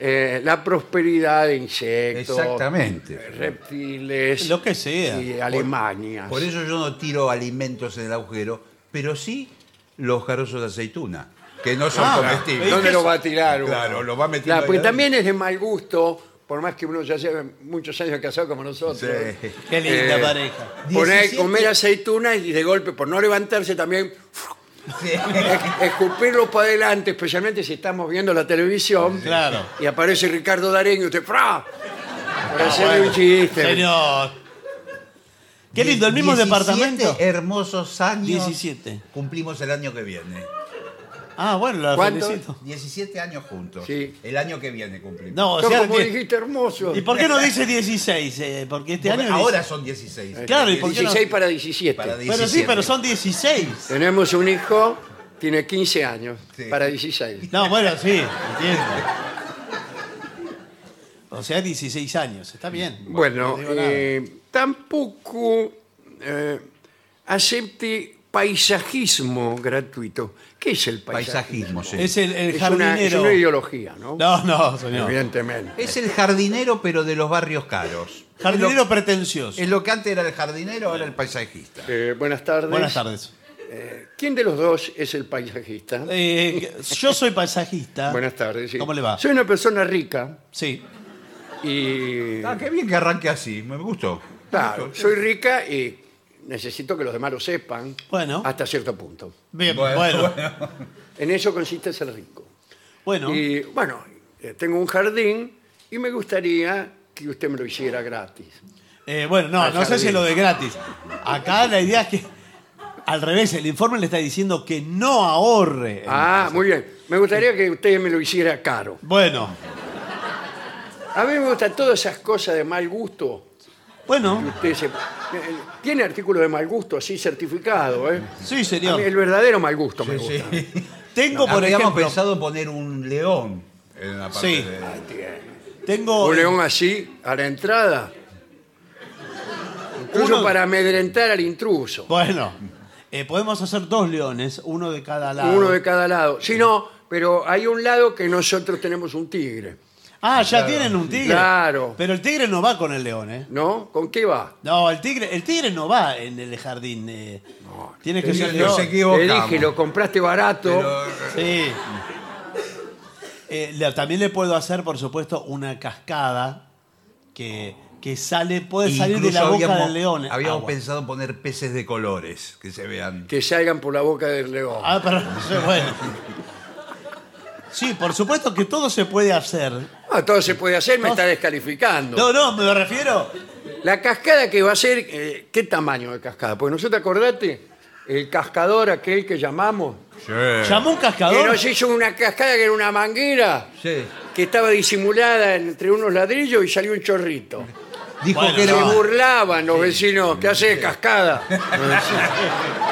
[SPEAKER 4] eh, la prosperidad de insectos,
[SPEAKER 3] Exactamente.
[SPEAKER 4] reptiles
[SPEAKER 2] Lo que sea.
[SPEAKER 4] y Alemania.
[SPEAKER 3] Por eso yo no tiro alimentos en el agujero, pero sí los jarozos de aceituna, que no son
[SPEAKER 2] Ah,
[SPEAKER 3] comestibles.
[SPEAKER 4] ¿Dónde lo va a tirar? uno?
[SPEAKER 3] Claro, lo va metiendo
[SPEAKER 4] Claro,
[SPEAKER 3] ahí
[SPEAKER 4] porque
[SPEAKER 3] adentro.
[SPEAKER 4] también es de mal gusto, por más que uno ya lleve muchos años casado como nosotros.
[SPEAKER 3] Sí.
[SPEAKER 2] Qué linda
[SPEAKER 4] Eh,
[SPEAKER 2] pareja.
[SPEAKER 4] Poner,
[SPEAKER 3] 17.
[SPEAKER 4] comer aceitunas y de golpe, por no levantarse también,
[SPEAKER 3] Sí.
[SPEAKER 4] es- escupirlo para adelante, especialmente si estamos viendo la televisión.
[SPEAKER 2] Claro.
[SPEAKER 4] Y aparece Ricardo Dareño y usted, ¡fra!
[SPEAKER 3] Ah,
[SPEAKER 4] Para hacerle
[SPEAKER 2] bueno.
[SPEAKER 4] un chiste.
[SPEAKER 2] Señor. Qué lindo, el mismo
[SPEAKER 3] 17
[SPEAKER 2] departamento.
[SPEAKER 3] hermosos años.
[SPEAKER 2] 17.
[SPEAKER 3] Cumplimos el año que viene.
[SPEAKER 2] Ah, bueno, la
[SPEAKER 4] ¿Cuánto?
[SPEAKER 2] felicito.
[SPEAKER 3] 17 años juntos.
[SPEAKER 4] Sí.
[SPEAKER 3] El año que viene cumplimos.
[SPEAKER 2] No, o
[SPEAKER 4] Pero
[SPEAKER 2] sea
[SPEAKER 4] como
[SPEAKER 2] que-
[SPEAKER 4] dijiste, hermoso.
[SPEAKER 2] ¿Y por qué no dice 16? eh? porque este
[SPEAKER 3] Porque
[SPEAKER 2] año.
[SPEAKER 3] ahora son 16.
[SPEAKER 2] Claro, ¿y por qué no?
[SPEAKER 4] 16 para 17.
[SPEAKER 3] Para
[SPEAKER 2] dice- Pero sí,
[SPEAKER 3] 17.
[SPEAKER 2] pero son 16.
[SPEAKER 4] Tenemos un hijo, tiene 15 años,
[SPEAKER 3] Sí.
[SPEAKER 4] para 16.
[SPEAKER 2] No, bueno, sí, entiendo. O sea, 16 años, está bien.
[SPEAKER 4] Bueno,
[SPEAKER 2] no digo nada.
[SPEAKER 4] eh, tampoco eh, acepte paisajismo gratuito. ¿Qué es el paisajismo?
[SPEAKER 3] Paisajismo, sí.
[SPEAKER 2] es el, el
[SPEAKER 4] Es una, es
[SPEAKER 2] jardinero.
[SPEAKER 4] una ideología, ¿no?
[SPEAKER 2] no, no, señor.
[SPEAKER 4] Evidentemente.
[SPEAKER 3] Es el jardinero, pero de los barrios caros.
[SPEAKER 2] Jardinero pretencioso.
[SPEAKER 3] Es lo que antes era el jardinero, ahora el paisajista.
[SPEAKER 4] Eh, buenas tardes.
[SPEAKER 2] Buenas tardes.
[SPEAKER 4] Eh, ¿Quién de los dos es el paisajista?
[SPEAKER 2] Eh, yo soy paisajista.
[SPEAKER 4] Buenas tardes. sí.
[SPEAKER 2] ¿Cómo le va?
[SPEAKER 4] Soy una persona rica
[SPEAKER 2] Sí.
[SPEAKER 4] y...
[SPEAKER 3] Ah, qué bien que arranque así, me gustó.
[SPEAKER 4] Claro, soy rica y necesito que los demás lo sepan
[SPEAKER 2] Bueno.
[SPEAKER 4] hasta cierto punto.
[SPEAKER 2] Bien,
[SPEAKER 3] Bueno,
[SPEAKER 2] bueno. Bueno.
[SPEAKER 4] En eso consiste ser rico. Y bueno, eh, tengo un jardín y me gustaría que usted me lo hiciera gratis.
[SPEAKER 2] Eh, bueno, no,
[SPEAKER 4] Al
[SPEAKER 2] no sé
[SPEAKER 4] jardín.
[SPEAKER 2] si lo de gratis. Acá la idea es que, al revés, el informe le está diciendo que no ahorre.
[SPEAKER 4] Ah, muy bien. Me gustaría que usted me lo hiciera caro.
[SPEAKER 2] Bueno,
[SPEAKER 4] A mí me gustan todas esas cosas de mal gusto.
[SPEAKER 2] bueno,
[SPEAKER 4] Usted se- eh, tiene artículos de mal gusto así certificado, ¿eh?
[SPEAKER 2] sí,
[SPEAKER 4] A
[SPEAKER 2] señor.
[SPEAKER 4] mí el verdadero mal gusto me gusta.
[SPEAKER 2] Tengo, por
[SPEAKER 3] Habíamos
[SPEAKER 2] ejemplo,
[SPEAKER 3] pensado poner un león en la parte
[SPEAKER 2] Sí.
[SPEAKER 3] de-
[SPEAKER 2] tengo
[SPEAKER 4] Un león así a la entrada. Incluso
[SPEAKER 2] Uno-
[SPEAKER 4] para amedrentar al intruso.
[SPEAKER 2] Bueno, eh, podemos hacer dos leones, uno de cada lado.
[SPEAKER 4] Uno de cada lado. Si no, pero hay un lado que nosotros tenemos un tigre.
[SPEAKER 2] Ah, ya tienen un tigre.
[SPEAKER 4] Claro.
[SPEAKER 2] Pero el tigre no va con el león, ¿eh?
[SPEAKER 4] ¿No? ¿Con qué va?
[SPEAKER 2] No, el tigre, el tigre no va en el jardín. eh. Tiene que
[SPEAKER 3] te
[SPEAKER 2] ser
[SPEAKER 3] digo,
[SPEAKER 2] león.
[SPEAKER 3] se
[SPEAKER 2] Sí.
[SPEAKER 4] Te
[SPEAKER 3] equivocamos.
[SPEAKER 4] dije, lo compraste barato.
[SPEAKER 2] Eh, le- también le puedo hacer, por supuesto, una cascada que, que sale, puede salir de la
[SPEAKER 3] Incluso
[SPEAKER 2] boca
[SPEAKER 3] habíamos-
[SPEAKER 2] del león. ¿eh?
[SPEAKER 3] Habíamos
[SPEAKER 2] agua.
[SPEAKER 3] pensado poner peces de colores que se vean.
[SPEAKER 4] Que salgan por la boca del león.
[SPEAKER 2] Ah, pero sí, bueno. Sí, por supuesto que todo se puede hacer.
[SPEAKER 4] Ah, todo se puede hacer, me
[SPEAKER 2] No.
[SPEAKER 4] está descalificando.
[SPEAKER 2] No, no, me refiero.
[SPEAKER 4] La cascada que va a ser, eh, ¿qué tamaño de cascada? Porque nosotros, acordate, el cascador aquel que llamamos,
[SPEAKER 2] Llamó un
[SPEAKER 4] que
[SPEAKER 2] cascador.
[SPEAKER 4] nos hizo una cascada que era una manguera,
[SPEAKER 3] Sí.
[SPEAKER 4] que estaba disimulada entre unos ladrillos y salió un chorrito.
[SPEAKER 3] Dijo
[SPEAKER 2] Bueno,
[SPEAKER 3] que
[SPEAKER 4] Se
[SPEAKER 3] era
[SPEAKER 2] no.
[SPEAKER 3] un-
[SPEAKER 4] burlaban los vecinos, ¿qué hace cascada?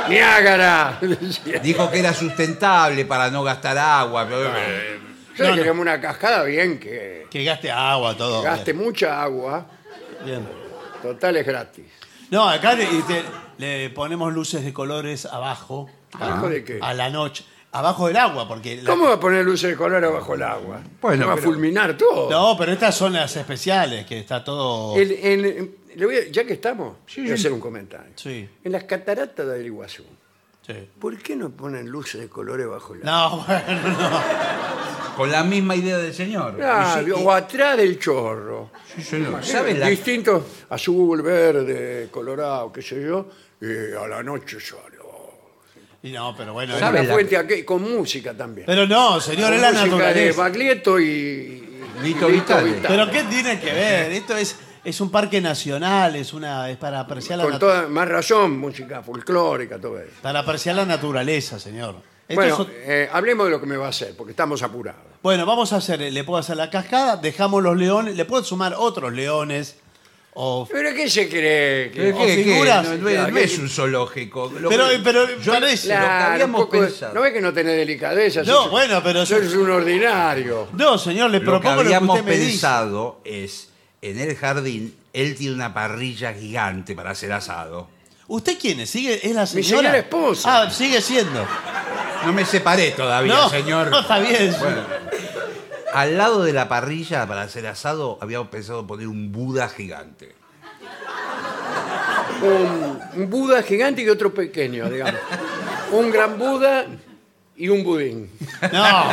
[SPEAKER 4] Niágara. Decía.
[SPEAKER 3] Dijo que era sustentable para no gastar agua. pero- eh,
[SPEAKER 4] Yo
[SPEAKER 2] No, no.
[SPEAKER 4] queríamos una cascada bien que
[SPEAKER 2] Que gaste agua todo.
[SPEAKER 4] gaste mucha agua,
[SPEAKER 2] Bien.
[SPEAKER 4] total es gratis.
[SPEAKER 2] No, acá le, y te- le ponemos luces de colores abajo.
[SPEAKER 4] ¿Abajo de qué?
[SPEAKER 2] A la noche. Abajo del agua, porque. la-
[SPEAKER 4] ¿Cómo va a poner luces de color abajo el agua?
[SPEAKER 3] Bueno,
[SPEAKER 4] va a
[SPEAKER 3] pero-
[SPEAKER 4] fulminar todo.
[SPEAKER 2] No, pero estas son las especiales, que está todo.
[SPEAKER 4] El- en- le voy a- ya que estamos, voy a hacer un comentario.
[SPEAKER 2] Sí,
[SPEAKER 4] En las cataratas del Iguazú,
[SPEAKER 2] sí.
[SPEAKER 4] ¿por qué no ponen luces de colores bajo el agua?
[SPEAKER 2] No, bueno, no.
[SPEAKER 3] Con la misma idea del señor.
[SPEAKER 4] Claro,
[SPEAKER 3] Y sí,
[SPEAKER 4] o atrás del chorro.
[SPEAKER 3] y- señor. ¿Sabe la-
[SPEAKER 4] Distintos, azul, verde, colorado, qué sé yo, y a la noche solo.
[SPEAKER 2] Y no, pero bueno.
[SPEAKER 3] ¿Sabe
[SPEAKER 4] La
[SPEAKER 3] la-
[SPEAKER 4] fuente aquí, con música también.
[SPEAKER 2] Pero no, señor,
[SPEAKER 4] con
[SPEAKER 2] es la
[SPEAKER 4] música de
[SPEAKER 2] naturaleza.
[SPEAKER 4] Baglietto y, y
[SPEAKER 3] Lito Vitale.
[SPEAKER 2] Pero ¿qué tiene que ver? Esto es, es un parque nacional, es una. es para apreciar la
[SPEAKER 4] Con
[SPEAKER 2] naturaleza.
[SPEAKER 4] toda más razón, música folclórica, todo eso.
[SPEAKER 2] Para apreciar la naturaleza, señor. Esto es
[SPEAKER 4] Bueno,
[SPEAKER 2] ot-
[SPEAKER 4] eh, hablemos de lo que me va a hacer, porque estamos apurados.
[SPEAKER 2] Bueno, vamos a hacer, le puedo hacer la cascada, dejamos los leones, le puedo sumar otros leones o
[SPEAKER 4] ¿Pero qué se cree? que-
[SPEAKER 3] ¿Qué- qué- qué?
[SPEAKER 2] figuras.
[SPEAKER 3] No, no es- no es un zoológico. Lo
[SPEAKER 2] Pero,
[SPEAKER 3] que-
[SPEAKER 2] pero parece.
[SPEAKER 3] lo que
[SPEAKER 4] Claro,
[SPEAKER 3] habíamos
[SPEAKER 4] un poco de-
[SPEAKER 3] pensado.
[SPEAKER 4] ¿No ves que no tenés delicadeza?
[SPEAKER 2] No, bueno, pero
[SPEAKER 4] Sos
[SPEAKER 2] yo-
[SPEAKER 4] un ordinario.
[SPEAKER 2] No, señor, le
[SPEAKER 3] Lo que
[SPEAKER 2] propongo lo que
[SPEAKER 3] habíamos
[SPEAKER 2] usted me dice.
[SPEAKER 3] pensado es, en el jardín, él tiene una parrilla gigante para hacer asado.
[SPEAKER 2] ¿Usted quién es? ¿Sigue? ¿Es la señora?
[SPEAKER 4] señora esposa.
[SPEAKER 2] Ah, sigue siendo.
[SPEAKER 3] No me separé todavía,
[SPEAKER 2] no,
[SPEAKER 3] señor.
[SPEAKER 2] No, está bien.
[SPEAKER 3] Bueno. Al lado de la parrilla para hacer asado habíamos pensado poner un Buda gigante.
[SPEAKER 4] Un, un Buda gigante y otro pequeño, digamos. un gran Buda y un budín.
[SPEAKER 2] No.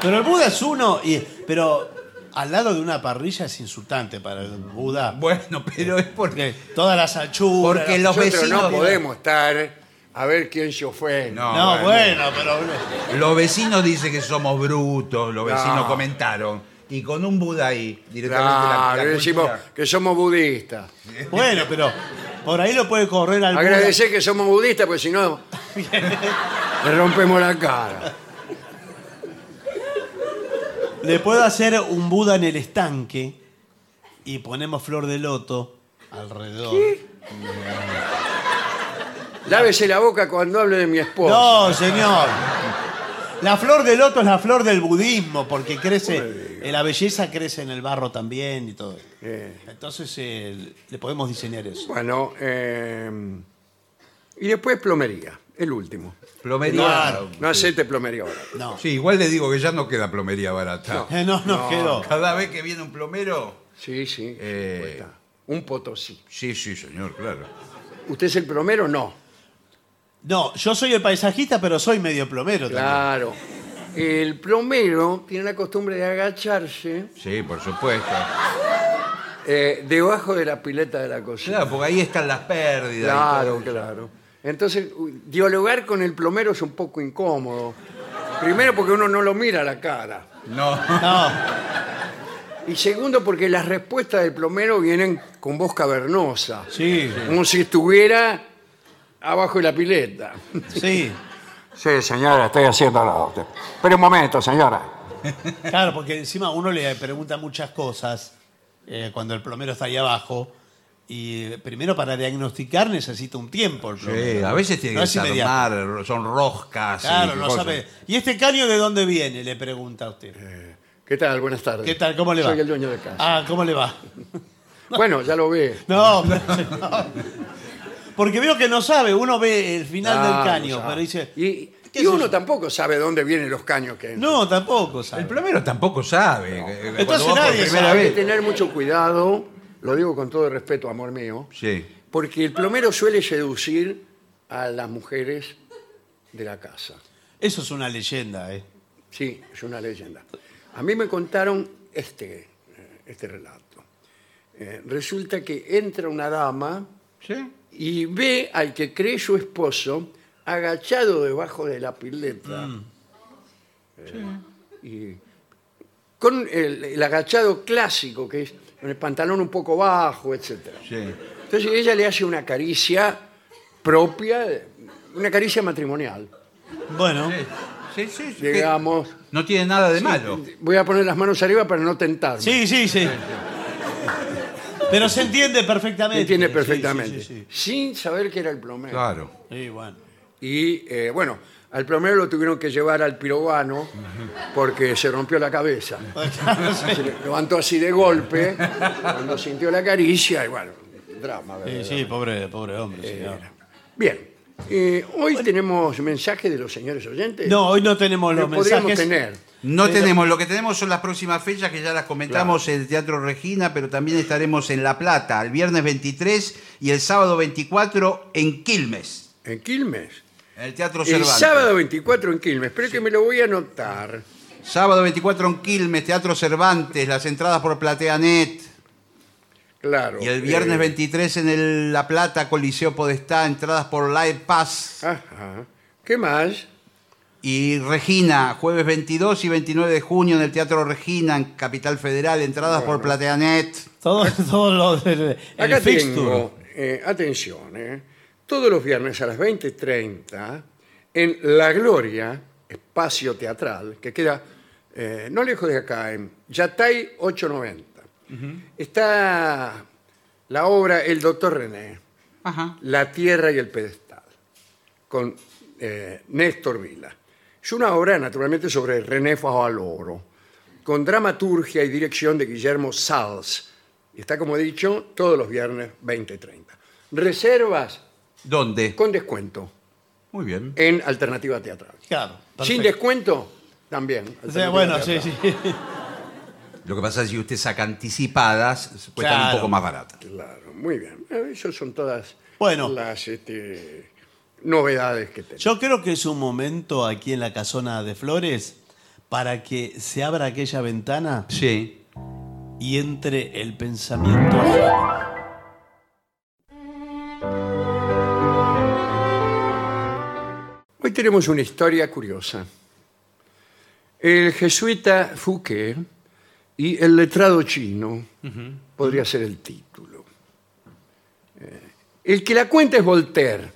[SPEAKER 2] Pero el Buda es uno y pero al lado de una parrilla es insultante para el Buda.
[SPEAKER 3] Bueno, pero es porque...
[SPEAKER 2] Porque todas las anchuras.
[SPEAKER 3] Porque
[SPEAKER 2] las-
[SPEAKER 3] Los
[SPEAKER 4] Nosotros no
[SPEAKER 3] vecinos-
[SPEAKER 4] podemos estar a ver quién se ofende.
[SPEAKER 3] No,
[SPEAKER 2] No, bueno,
[SPEAKER 3] bueno.
[SPEAKER 2] pero
[SPEAKER 3] Los vecinos dicen que somos brutos, los vecinos
[SPEAKER 4] No.
[SPEAKER 3] comentaron. Y con un Buda ahí, directamente la-
[SPEAKER 4] Claro,
[SPEAKER 3] la,
[SPEAKER 4] le decimos
[SPEAKER 3] cultura.
[SPEAKER 4] que somos budistas.
[SPEAKER 2] bueno, pero por ahí lo puede correr al Buda.
[SPEAKER 4] Agradecer que somos budistas, porque si no, le rompemos la cara.
[SPEAKER 2] Le puedo hacer un Buda en el estanque y ponemos flor de loto alrededor.
[SPEAKER 4] Lávese la boca cuando hable de mi esposa.
[SPEAKER 2] No, señor. La flor de loto es la flor del budismo, porque crece, eh, la belleza crece en el barro también y todo.
[SPEAKER 4] Eh.
[SPEAKER 2] Entonces eh, le podemos diseñar eso.
[SPEAKER 4] Bueno, eh, y después plomería, el último.
[SPEAKER 3] Plomería.
[SPEAKER 2] Claro.
[SPEAKER 4] No acepte plomería ahora.
[SPEAKER 2] No,
[SPEAKER 3] Sí, igual le digo que ya no queda plomería barata.
[SPEAKER 2] Eh, no, nos quedó.
[SPEAKER 3] Cada vez que viene un plomero.
[SPEAKER 4] Sí, sí.
[SPEAKER 3] Eh.
[SPEAKER 4] cuesta. Un potosí.
[SPEAKER 3] Sí, sí, señor, claro.
[SPEAKER 4] ¿Usted es el plomero? No.
[SPEAKER 2] No, yo soy el paisajista, pero soy medio plomero también.
[SPEAKER 4] Claro. El plomero tiene la costumbre de agacharse
[SPEAKER 3] Sí, por supuesto.
[SPEAKER 4] eh, debajo de la pileta de la cocina.
[SPEAKER 3] Claro, porque ahí están las pérdidas. y
[SPEAKER 4] Claro,
[SPEAKER 3] todo eso.
[SPEAKER 4] claro. Entonces, u- dialogar con el plomero es un poco incómodo. Primero porque uno no lo mira a la cara.
[SPEAKER 3] No.
[SPEAKER 2] No,
[SPEAKER 4] Y segundo porque las respuestas del plomero vienen con voz cavernosa.
[SPEAKER 2] sí,
[SPEAKER 4] Como si estuviera abajo de la pileta.
[SPEAKER 2] sí.
[SPEAKER 4] Sí, señora, estoy haciéndolo. Pero un momento, señora.
[SPEAKER 2] Claro, porque encima uno le pregunta muchas cosas eh, cuando el plomero está ahí abajo. Y eh, primero para diagnosticar necesita un tiempo el plomero.
[SPEAKER 3] Sí, a veces tiene
[SPEAKER 2] No
[SPEAKER 3] que
[SPEAKER 2] es inmediato.
[SPEAKER 3] desarmar, son roscas. y
[SPEAKER 2] Claro, no
[SPEAKER 3] cosas.
[SPEAKER 2] sabe. ¿Y este caño de dónde viene? Le pregunta a
[SPEAKER 3] Eh,
[SPEAKER 2] usted.
[SPEAKER 4] ¿Qué tal? Buenas tardes.
[SPEAKER 2] ¿Qué tal? ¿Cómo le va?
[SPEAKER 4] Soy el dueño de casa.
[SPEAKER 2] Ah, ¿cómo le va?
[SPEAKER 4] Bueno, ya lo ve.
[SPEAKER 2] No, pero- no. porque veo que no sabe. Uno ve el final del
[SPEAKER 4] Ah,
[SPEAKER 2] caño,
[SPEAKER 4] no sabe.
[SPEAKER 2] pero dice.
[SPEAKER 4] Y,
[SPEAKER 2] ¿qué
[SPEAKER 4] y
[SPEAKER 2] sé
[SPEAKER 4] uno
[SPEAKER 2] yo?
[SPEAKER 4] tampoco sabe dónde vienen los caños que entran.
[SPEAKER 2] No, tampoco sabe.
[SPEAKER 3] El plomero tampoco sabe. Eh, cuando
[SPEAKER 2] Entonces
[SPEAKER 3] va por
[SPEAKER 2] nadie
[SPEAKER 3] primera
[SPEAKER 2] sabe.
[SPEAKER 4] Hay que
[SPEAKER 3] vez.
[SPEAKER 4] tener mucho cuidado, lo digo con todo respeto, amor mío,
[SPEAKER 3] Sí.
[SPEAKER 4] porque el plomero suele seducir a las mujeres de la casa.
[SPEAKER 2] Eso es una leyenda, ¿eh?
[SPEAKER 4] Sí, es una leyenda. A mí me contaron este, eh, este relato. Eh, resulta que entra una dama
[SPEAKER 3] ¿Sí?
[SPEAKER 4] y ve al que cree su esposo agachado debajo de la pileta. Eh, y con el, el agachado clásico, que es con el pantalón un poco bajo, etcétera.
[SPEAKER 3] Sí.
[SPEAKER 4] Entonces ella le hace una caricia propia, una caricia matrimonial,
[SPEAKER 2] Bueno,
[SPEAKER 3] Sí, sí, sí,
[SPEAKER 4] digamos.
[SPEAKER 3] que No tiene nada de malo.
[SPEAKER 4] Voy a poner las manos arriba para no tentarme.
[SPEAKER 2] sí, sí, sí. Pero se entiende
[SPEAKER 4] Me
[SPEAKER 2] perfectamente.
[SPEAKER 4] entiende
[SPEAKER 2] Sí, sí,
[SPEAKER 4] perfectamente.
[SPEAKER 2] sí, sí.
[SPEAKER 4] Sin saber que era el plomero.
[SPEAKER 3] Claro.
[SPEAKER 2] Sí, bueno.
[SPEAKER 4] Y eh, bueno, al plomero lo tuvieron que llevar al pirobano porque se rompió la cabeza. Se le levantó así de golpe cuando sintió la caricia y bueno, drama. ¿verdad?
[SPEAKER 2] Sí, sí, pobre, pobre hombre,
[SPEAKER 4] Eh,
[SPEAKER 2] señor.
[SPEAKER 4] Bien, eh, hoy tenemos mensajes de los señores oyentes.
[SPEAKER 2] No, hoy no tenemos los
[SPEAKER 4] Pero podríamos
[SPEAKER 2] mensajes.
[SPEAKER 4] tener.
[SPEAKER 3] No tenemos, lo que tenemos son las próximas fechas que ya las comentamos en el Teatro Regina, pero también estaremos en La Plata el viernes 23 y el sábado 24 en Quilmes,
[SPEAKER 4] En Quilmes.
[SPEAKER 3] en el Teatro
[SPEAKER 4] El
[SPEAKER 3] Cervantes.
[SPEAKER 4] sábado 24 en Quilmes, pero es que me lo voy a anotar.
[SPEAKER 3] Sábado 24 en Quilmes, Teatro Cervantes, las entradas por Plateanet.
[SPEAKER 4] Claro.
[SPEAKER 3] Y el viernes
[SPEAKER 4] eh,
[SPEAKER 3] 23 en el La Plata, Coliseo Podestá, entradas por Live Pass.
[SPEAKER 4] Ajá. ¿Qué más?
[SPEAKER 3] Y Regina, jueves 22 y 29 de junio en el Teatro Regina, en Capital Federal, entradas por Plateanet.
[SPEAKER 2] Todo, todo lo del el
[SPEAKER 4] Acá
[SPEAKER 2] fixture.
[SPEAKER 4] tengo, eh, atención, eh, todos los viernes a las 20.30 en La Gloria, espacio teatral, que queda eh, no lejos de acá, en Yatay 890, está la obra El Doctor René, La Tierra y el Pedestal, con eh, Néstor Vila. Es una obra, naturalmente, sobre René Favaloro, con dramaturgia y dirección de Guillermo Sals. Y Está, como he dicho, todos los viernes 20.30. Reservas
[SPEAKER 3] ¿Dónde?
[SPEAKER 4] con descuento
[SPEAKER 3] Muy bien.
[SPEAKER 4] en Alternativa Teatral.
[SPEAKER 2] Claro,
[SPEAKER 4] Sin
[SPEAKER 2] perfecto.
[SPEAKER 4] descuento, también.
[SPEAKER 2] O sea,
[SPEAKER 4] Alternativa
[SPEAKER 2] bueno, sí,
[SPEAKER 4] Teatral.
[SPEAKER 2] sí.
[SPEAKER 3] Lo que pasa es que si usted saca anticipadas, cuestan
[SPEAKER 2] Claro.
[SPEAKER 3] un poco más baratas.
[SPEAKER 4] Claro, muy bien. Eh, Esas son todas
[SPEAKER 2] Bueno.
[SPEAKER 4] las este, novedades que tenemos.
[SPEAKER 2] Yo creo que es un momento aquí en la casona de Flores para que se abra aquella ventana
[SPEAKER 3] Sí.
[SPEAKER 2] y entre el pensamiento. afónico.
[SPEAKER 4] Hoy tenemos una historia curiosa. El jesuita Fouquet y el letrado chino podría ser el título. Eh, el que la cuenta es Voltaire.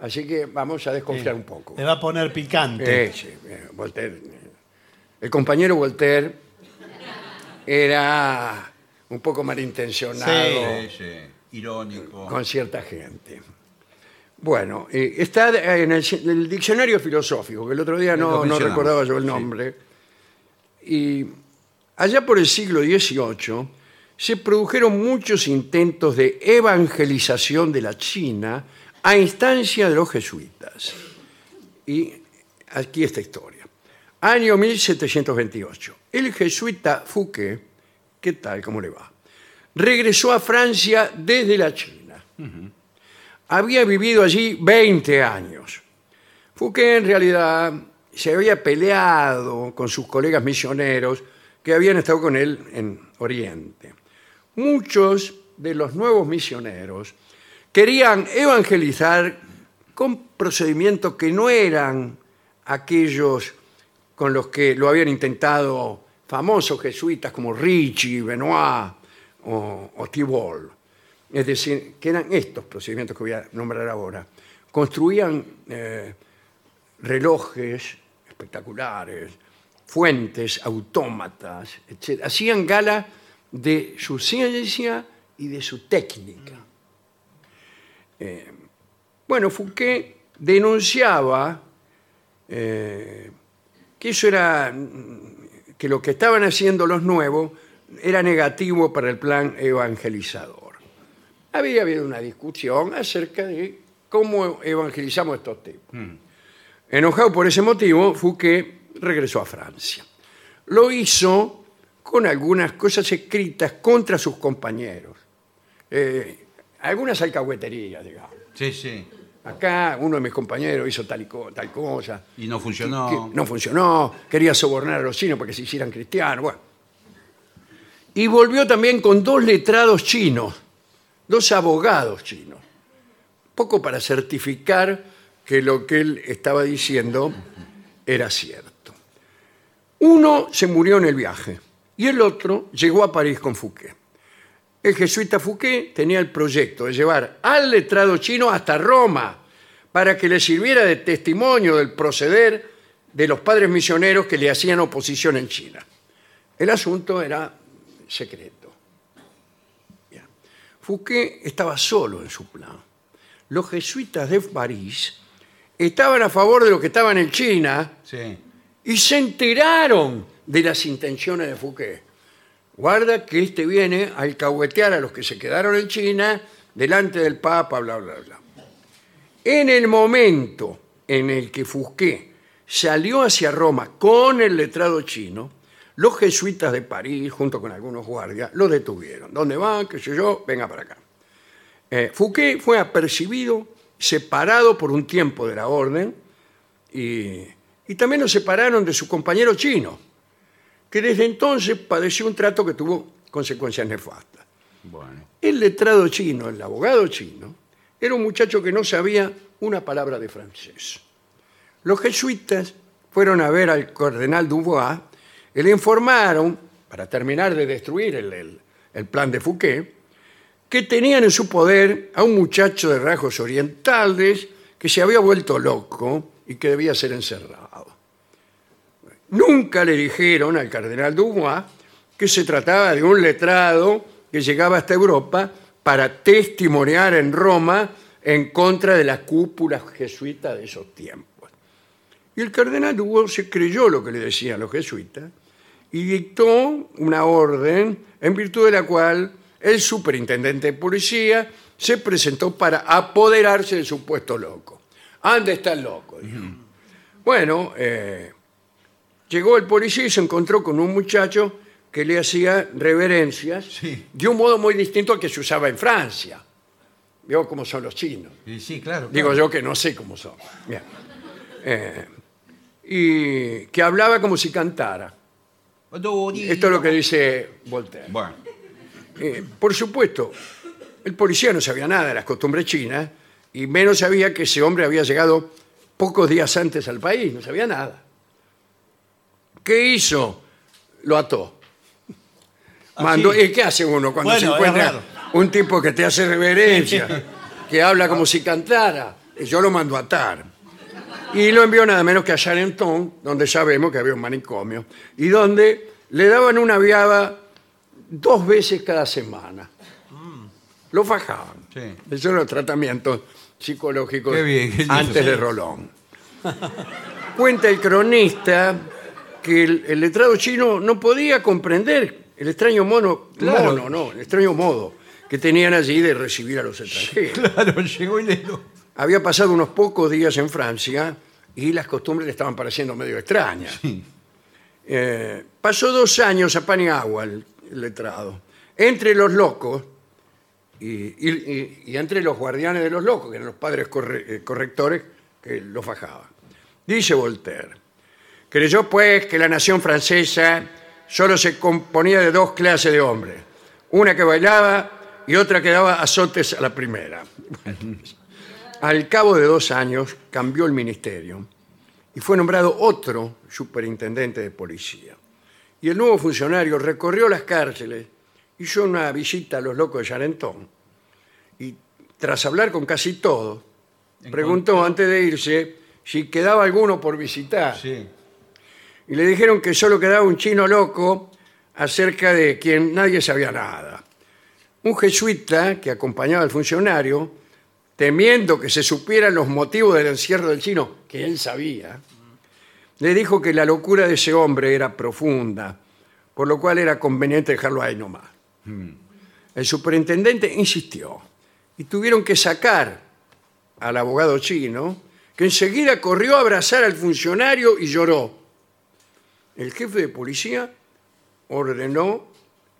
[SPEAKER 4] Así que vamos a desconfiar un poco.
[SPEAKER 2] Le va a poner picante.
[SPEAKER 4] Eh, sí, eh, Voltaire, eh, El compañero Voltaire era un poco malintencionado
[SPEAKER 3] Irónico.
[SPEAKER 4] con cierta gente. Bueno, eh, está de- en el, ci- en el diccionario filosófico, que el otro día
[SPEAKER 3] Lo
[SPEAKER 4] no, no
[SPEAKER 3] mencionamos,
[SPEAKER 4] recordaba yo el
[SPEAKER 3] sí.
[SPEAKER 4] nombre. Y allá por el siglo XVIII se produjeron muchos intentos de evangelización de la China a instancia de los jesuitas. Y aquí esta historia. Año 1728. El jesuita Fouquet, ¿qué tal? ¿Cómo le va? Regresó a Francia desde la China. había vivido allí 20 años. Fouquet en realidad se había peleado con sus colegas misioneros que habían estado con él en Oriente. Muchos de los nuevos misioneros querían evangelizar con procedimientos que no eran aquellos con los que lo habían intentado famosos jesuitas como Ricci, Benoit o, o Tibol. Es decir, que eran estos procedimientos que voy a nombrar ahora. Construían eh, relojes espectaculares, fuentes, autómatas, etc. Hacían gala de su ciencia y de su técnica. Eh, bueno, Fouquet denunciaba eh, que eso era mm, que lo que estaban haciendo los nuevos era negativo para el plan evangelizador. Había habido una discusión acerca de cómo evangelizamos estos tipos. Enojado por ese motivo, Fouquet regresó a Francia. Lo hizo con algunas cosas escritas contra sus compañeros. Eh, algunas alcahueterías, digamos.
[SPEAKER 3] Sí, sí.
[SPEAKER 4] Acá uno de mis compañeros hizo tal, y co- tal cosa.
[SPEAKER 3] Y no
[SPEAKER 4] que
[SPEAKER 3] funcionó.
[SPEAKER 4] no funcionó, quería sobornar a los chinos para que se hicieran cristianos. bueno. Y volvió también con dos letrados chinos, dos abogados chinos, poco para certificar que lo que él estaba diciendo era cierto. Uno se murió en el viaje y el otro llegó a París con Fouquet. El jesuita Fouquet tenía el proyecto de llevar al letrado chino hasta Roma para que le sirviera de testimonio del proceder de los padres misioneros que le hacían oposición en China. El asunto era secreto. Bien. Fouquet estaba solo en su plan. Los jesuitas de París estaban a favor de los que estaban en China
[SPEAKER 3] Sí.
[SPEAKER 4] y se enteraron de las intenciones de Fouquet. Guarda que este viene a alcahuetear a los que se quedaron en China delante del Papa, bla, bla, bla. En el momento en el que Fouquet salió hacia Roma con el letrado chino, los jesuitas de París, junto con algunos guardias, lo detuvieron. ¿Dónde va? ¿Qué sé yo? Venga para acá. Eh, Fouquet fue apercibido, separado por un tiempo de la orden, y, y también lo separaron de su compañero chino, que desde entonces padeció un trato que tuvo consecuencias nefastas.
[SPEAKER 3] Bueno.
[SPEAKER 4] El letrado chino, el abogado chino, era un muchacho que no sabía una palabra de francés. Los jesuitas fueron a ver al cardenal Dubois y le informaron, para terminar de destruir el, el- el plan de Fouquet, que tenían en su poder a un muchacho de rasgos orientales que se había vuelto loco y que debía ser encerrado. Nunca le dijeron al cardenal Dubois que se trataba de un letrado que llegaba hasta Europa para testimoniar en Roma en contra de las cúpulas jesuitas de esos tiempos. Y el cardenal Dubois se creyó lo que le decían los jesuitas y dictó una orden en virtud de la cual el superintendente de policía se presentó para apoderarse del supuesto loco. ¿Dónde está el loco? dijo. Bueno, eh, Llegó el policía y se encontró con un muchacho que le hacía reverencias
[SPEAKER 3] Sí.
[SPEAKER 4] de un modo muy distinto al que se usaba en Francia. Vio cómo son los chinos.
[SPEAKER 3] Y sí, claro.
[SPEAKER 4] Digo
[SPEAKER 3] claro.
[SPEAKER 4] yo que no sé cómo son. Bien. Eh, y que hablaba como si cantara. Esto es lo que dice Voltaire.
[SPEAKER 3] Bueno.
[SPEAKER 4] Eh, por supuesto, el policía no sabía nada de las costumbres chinas y menos sabía que ese hombre había llegado pocos días antes al país, no sabía nada. ¿Qué hizo? Lo ató. Mandó-
[SPEAKER 2] sí.
[SPEAKER 4] ¿Y qué hace uno cuando
[SPEAKER 2] Bueno,
[SPEAKER 4] se
[SPEAKER 2] es
[SPEAKER 4] encuentra
[SPEAKER 2] raro.
[SPEAKER 4] un tipo que te hace reverencia, que habla como si cantara? Y Yo lo mando a atar. Y lo envió nada menos que a Charenton, donde sabemos que había un manicomio, y donde le daban una viaba dos veces cada semana. Lo fajaban.
[SPEAKER 3] Sí.
[SPEAKER 4] Esos eran los tratamientos psicológicos
[SPEAKER 3] Qué bien, qué lindo,
[SPEAKER 4] antes de
[SPEAKER 3] sí.
[SPEAKER 4] Rolón. Cuenta el cronista que el, el letrado chino no podía comprender el extraño mono,
[SPEAKER 3] Claro.
[SPEAKER 4] mono, no, el extraño modo que tenían allí de recibir a los extranjeros.
[SPEAKER 3] Claro, llegó y le dio.
[SPEAKER 4] Había pasado unos pocos días en Francia y las costumbres le estaban pareciendo medio extrañas. Eh, pasó dos años a Paniagua, el, el letrado, entre los locos y, y- y- y entre los guardianes de los locos, que eran los padres corre- eh, correctores que los fajaban. Dice Voltaire, creyó pues que la nación francesa solo se componía de dos clases de hombres, una que bailaba y otra que daba azotes a la primera. Al cabo de dos años cambió el ministerio y fue nombrado otro superintendente de policía. Y el nuevo funcionario recorrió las cárceles, hizo una visita a los locos de Charentón y tras hablar con casi todos, preguntó antes de irse si quedaba alguno por visitar.
[SPEAKER 5] Sí.
[SPEAKER 4] Y le dijeron que solo quedaba un chino loco acerca de quien nadie sabía nada. Un jesuita que acompañaba al funcionario, temiendo que se supieran los motivos del encierro del chino, que él sabía, le dijo que la locura de ese hombre era profunda, por lo cual era conveniente dejarlo ahí nomás. El superintendente insistió y tuvieron que sacar al abogado chino, que enseguida corrió a abrazar al funcionario y lloró. El jefe de policía ordenó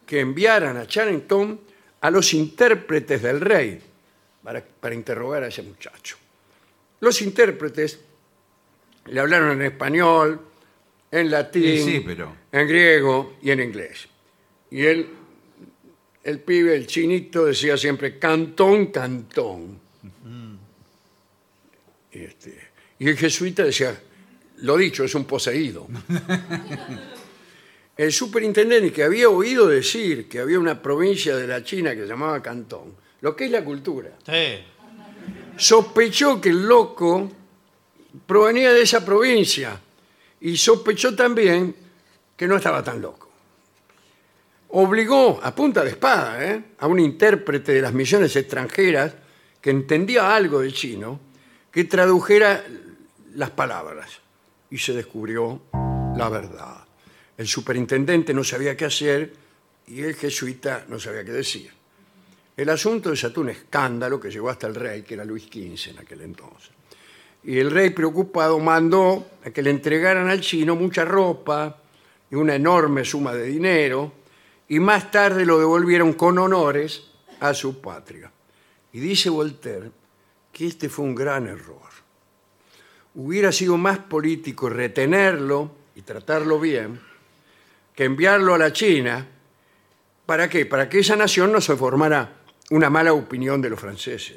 [SPEAKER 4] que enviaran a Charrington a los intérpretes del rey para, para interrogar a ese muchacho. Los intérpretes le hablaron en español, en
[SPEAKER 3] Sí,
[SPEAKER 4] latín,
[SPEAKER 3] sí, pero-
[SPEAKER 4] en griego y en inglés. Y él, el pibe, el chinito, decía siempre cantón, cantón.
[SPEAKER 3] Mm.
[SPEAKER 4] Este, y el jesuita decía, lo dicho, es un poseído. el superintendente que había oído decir que había una provincia de la China que se llamaba Cantón, lo que es la cultura,
[SPEAKER 2] Sí.
[SPEAKER 4] sospechó que el loco provenía de esa provincia y sospechó también que no estaba tan loco. Obligó a punta de espada ¿eh? a un intérprete de las misiones extranjeras que entendía algo de chino que tradujera las palabras y se descubrió la verdad. El superintendente no sabía qué hacer y el jesuita no sabía qué decir. El asunto desató un escándalo que llegó hasta el rey, que era Luis XV en aquel entonces. Y el rey preocupado mandó a que le entregaran al chino mucha ropa y una enorme suma de dinero, y más tarde lo devolvieron con honores a su patria. Y dice Voltaire que este fue un gran error. Hubiera sido más político retenerlo y tratarlo bien que enviarlo a la China ¿Para qué? Para que esa nación no se formara una mala opinión de los franceses.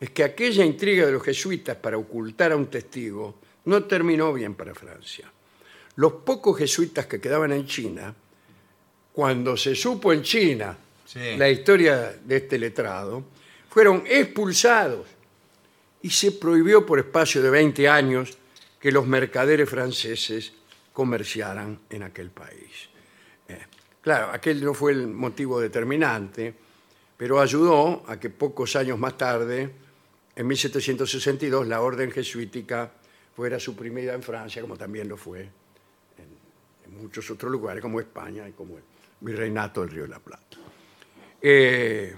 [SPEAKER 4] Es que aquella intriga de los jesuitas para ocultar a un testigo no terminó bien para Francia. Los pocos jesuitas que quedaban en China, cuando se supo en China
[SPEAKER 5] Sí.
[SPEAKER 4] la historia de este letrado, fueron expulsados y se prohibió por espacio de 20 años que los mercaderes franceses comerciaran en aquel país. Eh, Claro, aquel no fue el motivo determinante, pero ayudó a que pocos años más tarde, en 1762, la orden jesuítica fuera suprimida en Francia, como también lo fue en, en muchos otros lugares, como España y como el Virreinato del Río de la Plata. Eh,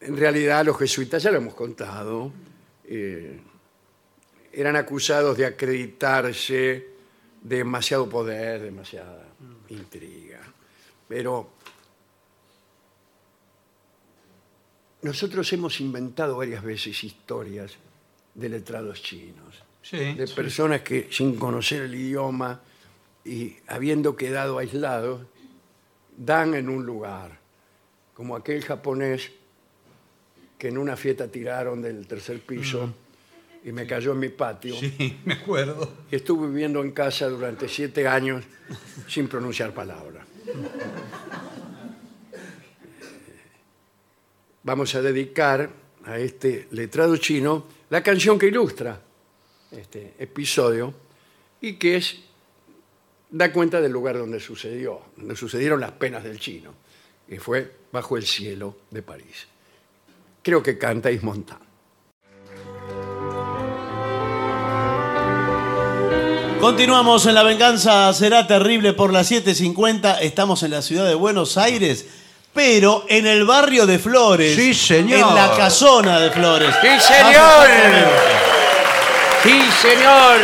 [SPEAKER 4] en realidad, los jesuitas, ya lo hemos contado, eh, eran acusados de acreditarse demasiado poder, demasiada intriga. Pero nosotros hemos inventado varias veces historias de letrados chinos,
[SPEAKER 5] Sí,
[SPEAKER 4] de personas que sin conocer el idioma y habiendo quedado aislados, dan en un lugar, como aquel japonés que en una fiesta tiraron del tercer piso y me cayó en mi patio
[SPEAKER 5] Mm. Sí, me acuerdo.
[SPEAKER 4] y estuve viviendo en casa durante siete años sin pronunciar palabra. Vamos a dedicar a este letrado chino la canción que ilustra este episodio y que es da cuenta del lugar donde sucedió, donde sucedieron las penas del chino, que fue bajo el cielo de París. Creo que canta Ismontán.
[SPEAKER 2] Continuamos en La Venganza Será Terrible por las 7.50. Estamos en la ciudad de Buenos Aires, pero en el barrio de Flores.
[SPEAKER 3] Sí, señor.
[SPEAKER 2] En la casona de Flores.
[SPEAKER 4] ¡Sí, señor! ¡Sí, señor!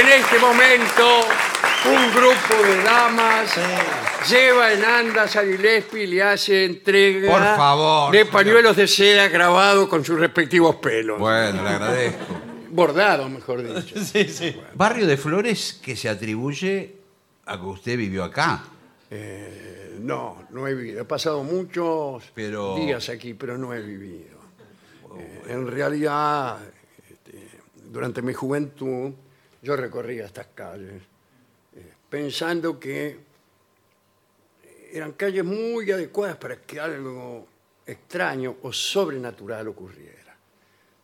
[SPEAKER 4] En este momento un grupo de damas
[SPEAKER 2] Sí.
[SPEAKER 4] lleva en andas a Gillespie y le hace entrega
[SPEAKER 3] Por favor,
[SPEAKER 4] de
[SPEAKER 3] señor.
[SPEAKER 4] pañuelos de seda grabados con sus respectivos pelos.
[SPEAKER 3] Bueno, le agradezco.
[SPEAKER 4] Bordados, mejor dicho.
[SPEAKER 2] Sí, sí.
[SPEAKER 3] Barrio de Flores que se atribuye a que usted vivió acá.
[SPEAKER 4] No, no he vivido. He pasado muchos
[SPEAKER 3] Pero-
[SPEAKER 4] días aquí, pero no he vivido. Eh, en realidad, este, durante mi juventud, yo recorría estas calles eh, pensando que eran calles muy adecuadas para que algo extraño o sobrenatural ocurriera.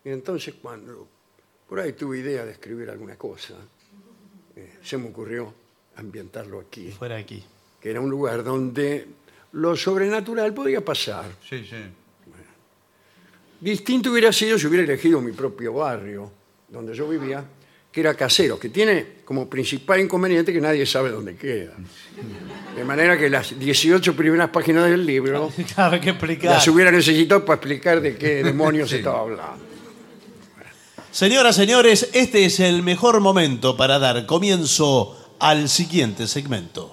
[SPEAKER 4] Y entonces cuando por ahí tuve idea de escribir alguna cosa, eh, se me ocurrió ambientarlo aquí
[SPEAKER 2] Fuera aquí.
[SPEAKER 4] que era un lugar donde lo sobrenatural podía pasar.
[SPEAKER 3] Sí, sí.
[SPEAKER 4] Distinto hubiera sido si hubiera elegido mi propio barrio, donde yo vivía, que era casero, que tiene como principal inconveniente que nadie sabe dónde queda. De manera que las 18 primeras páginas del libro
[SPEAKER 2] Claro, hay que explicar.
[SPEAKER 4] las hubiera necesitado para explicar de qué demonios se
[SPEAKER 3] Sí.
[SPEAKER 4] estaba hablando.
[SPEAKER 2] Señoras, señores, este es el mejor momento para dar comienzo al siguiente segmento.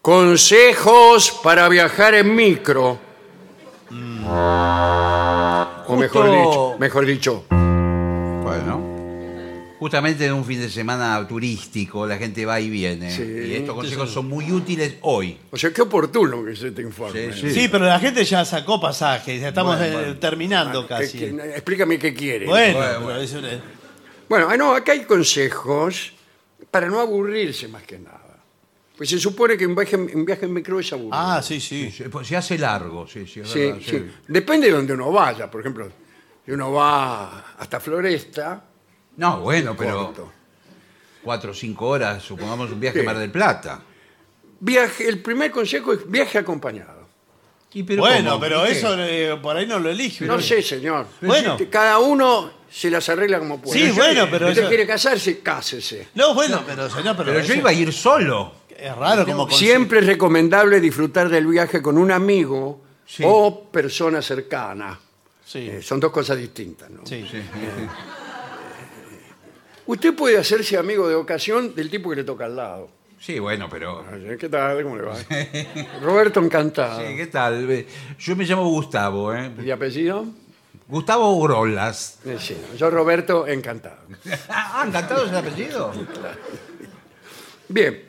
[SPEAKER 4] Consejos para viajar en micro. O
[SPEAKER 3] Mm.
[SPEAKER 4] mejor
[SPEAKER 3] Justo-
[SPEAKER 4] dicho, mejor dicho,
[SPEAKER 3] Bueno. Justamente en un fin de semana turístico, la gente va y viene.
[SPEAKER 4] Sí.
[SPEAKER 3] y estos consejos son muy útiles hoy.
[SPEAKER 4] o sea, qué oportuno que se te informe.
[SPEAKER 3] Sí,
[SPEAKER 2] Sí, pero la gente ya sacó pasajes, ya estamos
[SPEAKER 3] Bueno, bueno. Ah,
[SPEAKER 2] eh, terminando
[SPEAKER 4] ¿Qué-
[SPEAKER 2] casi.
[SPEAKER 4] qué- explícame qué quiere.
[SPEAKER 2] Bueno,
[SPEAKER 3] Bueno,
[SPEAKER 2] pero
[SPEAKER 3] bueno.
[SPEAKER 2] es una-
[SPEAKER 4] Bueno, ah, no, acá hay consejos para no aburrirse más que nada. Pues se supone que un viaje, un viaje en micro es aburrido.
[SPEAKER 2] Ah, sí, sí.
[SPEAKER 3] Sí, pues Se hace largo, sí, sí, es
[SPEAKER 4] Sí,
[SPEAKER 3] verdad,
[SPEAKER 4] sí. Depende de donde uno vaya. Por ejemplo, si uno va hasta Floresta,
[SPEAKER 3] No, bueno, pero
[SPEAKER 4] corto.
[SPEAKER 3] cuatro o cinco horas, supongamos un viaje
[SPEAKER 4] Sí.
[SPEAKER 3] a Mar del Plata.
[SPEAKER 4] Viaje, el primer consejo es viaje acompañado.
[SPEAKER 3] Y
[SPEAKER 2] bueno,
[SPEAKER 3] ¿cómo?
[SPEAKER 2] pero
[SPEAKER 3] ¿Y qué?
[SPEAKER 2] eso eh, por ahí no lo elige.
[SPEAKER 4] No sé, señor.
[SPEAKER 2] Bueno.
[SPEAKER 4] Este, Cada uno se las arregla como puede.
[SPEAKER 2] Sí, bueno, pero
[SPEAKER 4] Si usted
[SPEAKER 2] eso-
[SPEAKER 4] quiere casarse, cásese.
[SPEAKER 2] No, bueno, pero señor, pero,
[SPEAKER 3] Pero
[SPEAKER 2] eso-
[SPEAKER 3] yo iba a ir solo.
[SPEAKER 2] es raro como conse-
[SPEAKER 4] Siempre es recomendable disfrutar del viaje con un amigo
[SPEAKER 3] Sí.
[SPEAKER 4] o persona cercana.
[SPEAKER 2] Sí,
[SPEAKER 4] Eh, son dos cosas distintas, ¿no?
[SPEAKER 2] sí.
[SPEAKER 3] Sí.
[SPEAKER 4] Usted puede hacerse amigo de ocasión del tipo que le toca al lado.
[SPEAKER 3] Sí, bueno, pero.
[SPEAKER 4] Oye, ¿Qué tal? ¿Cómo le va? Roberto Encantado.
[SPEAKER 3] Sí, ¿qué tal? Eh, Yo me llamo Gustavo, ¿eh?
[SPEAKER 4] ¿Y apellido?
[SPEAKER 3] Gustavo Grolas.
[SPEAKER 4] Eh, sí, yo Roberto Encantado.
[SPEAKER 3] ah, encantado es el apellido.
[SPEAKER 4] Bien,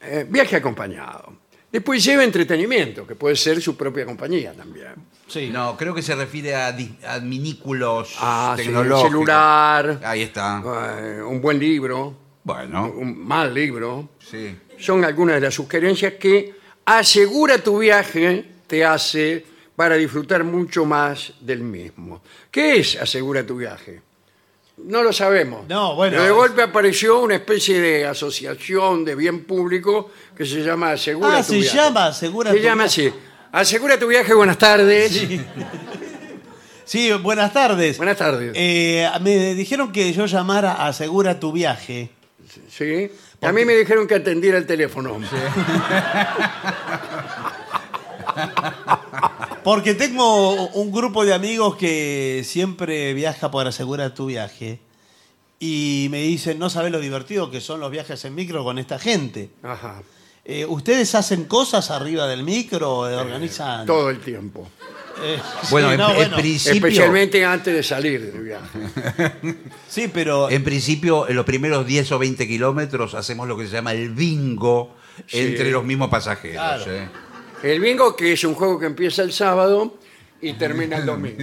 [SPEAKER 4] eh, viaje acompañado. Después lleva entretenimiento, que puede ser su propia compañía también.
[SPEAKER 2] sí.
[SPEAKER 3] No, creo que se refiere a, di- adminículos
[SPEAKER 4] Ah, sí,
[SPEAKER 3] tecnológicos.
[SPEAKER 4] celular.
[SPEAKER 3] Ahí está.
[SPEAKER 4] eh, un buen libro,
[SPEAKER 3] Bueno,
[SPEAKER 4] un mal libro.
[SPEAKER 3] sí.
[SPEAKER 4] Son algunas de las sugerencias que asegura tu viaje te hace para disfrutar mucho más del mismo. ¿Qué es asegura tu viaje? No lo sabemos.
[SPEAKER 2] No, bueno,
[SPEAKER 4] Pero de
[SPEAKER 2] es-
[SPEAKER 4] golpe apareció una especie de asociación de bien público que se llama Asegura
[SPEAKER 2] Ah,
[SPEAKER 4] tu
[SPEAKER 2] se
[SPEAKER 4] viaje.
[SPEAKER 2] llama Asegura
[SPEAKER 4] se
[SPEAKER 2] tu
[SPEAKER 4] llama
[SPEAKER 2] Viaje.
[SPEAKER 4] así. Asegura tu viaje, buenas tardes.
[SPEAKER 2] Sí, buenas tardes.
[SPEAKER 4] Buenas tardes.
[SPEAKER 2] Eh, me dijeron que yo llamara a Asegura tu viaje.
[SPEAKER 4] Sí. A mí me dijeron que atendiera el teléfono.
[SPEAKER 2] Porque tengo un grupo de amigos que siempre viaja por asegurar tu viaje. Y me dicen, no sabes lo divertido que son los viajes en micro con esta gente.
[SPEAKER 4] Ajá.
[SPEAKER 2] Eh, ¿Ustedes hacen cosas arriba del micro? Eh, ¿Organizan?
[SPEAKER 4] Todo el tiempo.
[SPEAKER 2] Eh, sí,
[SPEAKER 3] Bueno, en,
[SPEAKER 2] no,
[SPEAKER 3] en
[SPEAKER 2] bueno.
[SPEAKER 3] principio,
[SPEAKER 4] Especialmente antes de salir del viaje.
[SPEAKER 2] Sí, pero...
[SPEAKER 3] en principio, en los primeros 10 o 20 kilómetros hacemos lo que se llama el bingo entre los mismos pasajeros.
[SPEAKER 2] Claro.
[SPEAKER 3] ¿eh?
[SPEAKER 4] El bingo, que es un juego que empieza el sábado y termina el domingo.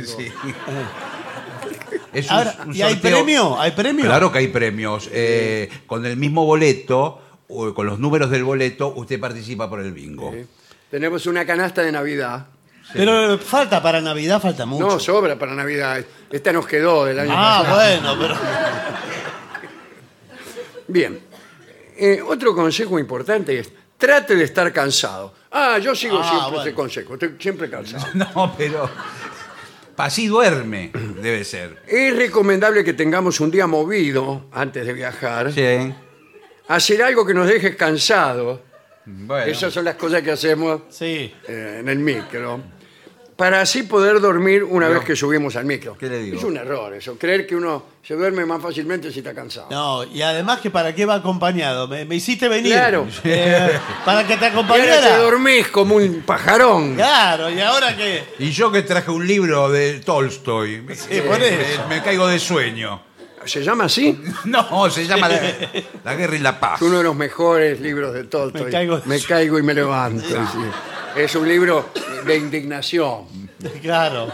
[SPEAKER 3] Es un-
[SPEAKER 2] Ahora,
[SPEAKER 3] un
[SPEAKER 2] ¿Y hay
[SPEAKER 3] sorteo-
[SPEAKER 2] premio? ¿Hay premio?
[SPEAKER 3] Claro que hay premios. Eh, con el mismo boleto, o con los números del boleto, usted participa por el bingo.
[SPEAKER 4] ¿Eh? Tenemos una canasta de Navidad.
[SPEAKER 2] Pero eh, falta para Navidad, falta mucho.
[SPEAKER 4] No, sobra para Navidad. Esta nos quedó del año
[SPEAKER 2] ah,
[SPEAKER 4] pasado.
[SPEAKER 2] bueno, pero... Ah.
[SPEAKER 4] Bien. Eh, otro consejo importante es, trate de estar cansado. Ah, yo sigo
[SPEAKER 2] Ah,
[SPEAKER 4] siempre
[SPEAKER 2] bueno.
[SPEAKER 4] ese consejo. Estoy siempre cansado.
[SPEAKER 3] No, pero. Pasí duerme, debe ser.
[SPEAKER 4] Es recomendable que tengamos un día movido antes de viajar.
[SPEAKER 3] Sí.
[SPEAKER 4] Hacer algo que nos deje cansados.
[SPEAKER 3] Bueno.
[SPEAKER 4] Esas son las cosas que hacemos
[SPEAKER 2] Sí.
[SPEAKER 4] eh, en el micro. para así poder dormir una vez que subimos al micro.
[SPEAKER 3] ¿Qué le digo?
[SPEAKER 4] Es un error eso, creer que uno se duerme más fácilmente si está cansado.
[SPEAKER 2] No, y además que para qué va acompañado. Me, me hiciste venir.
[SPEAKER 4] Claro.
[SPEAKER 2] Eh, para que te
[SPEAKER 4] Y ahora te
[SPEAKER 2] acompañara.
[SPEAKER 4] dormís como un pajarón.
[SPEAKER 2] Claro, y ahora que...
[SPEAKER 3] Y yo que traje un libro de Tolstoy.
[SPEAKER 2] Sí, por eso.
[SPEAKER 3] Me, me caigo de sueño.
[SPEAKER 4] ¿Se llama así?
[SPEAKER 3] No, se llama La, La Guerra y la Paz.
[SPEAKER 4] Es uno de los mejores libros de Tolstoy.
[SPEAKER 2] Me caigo de-
[SPEAKER 4] caigo y me levanto. sí. Es un libro de indignación.
[SPEAKER 2] Claro.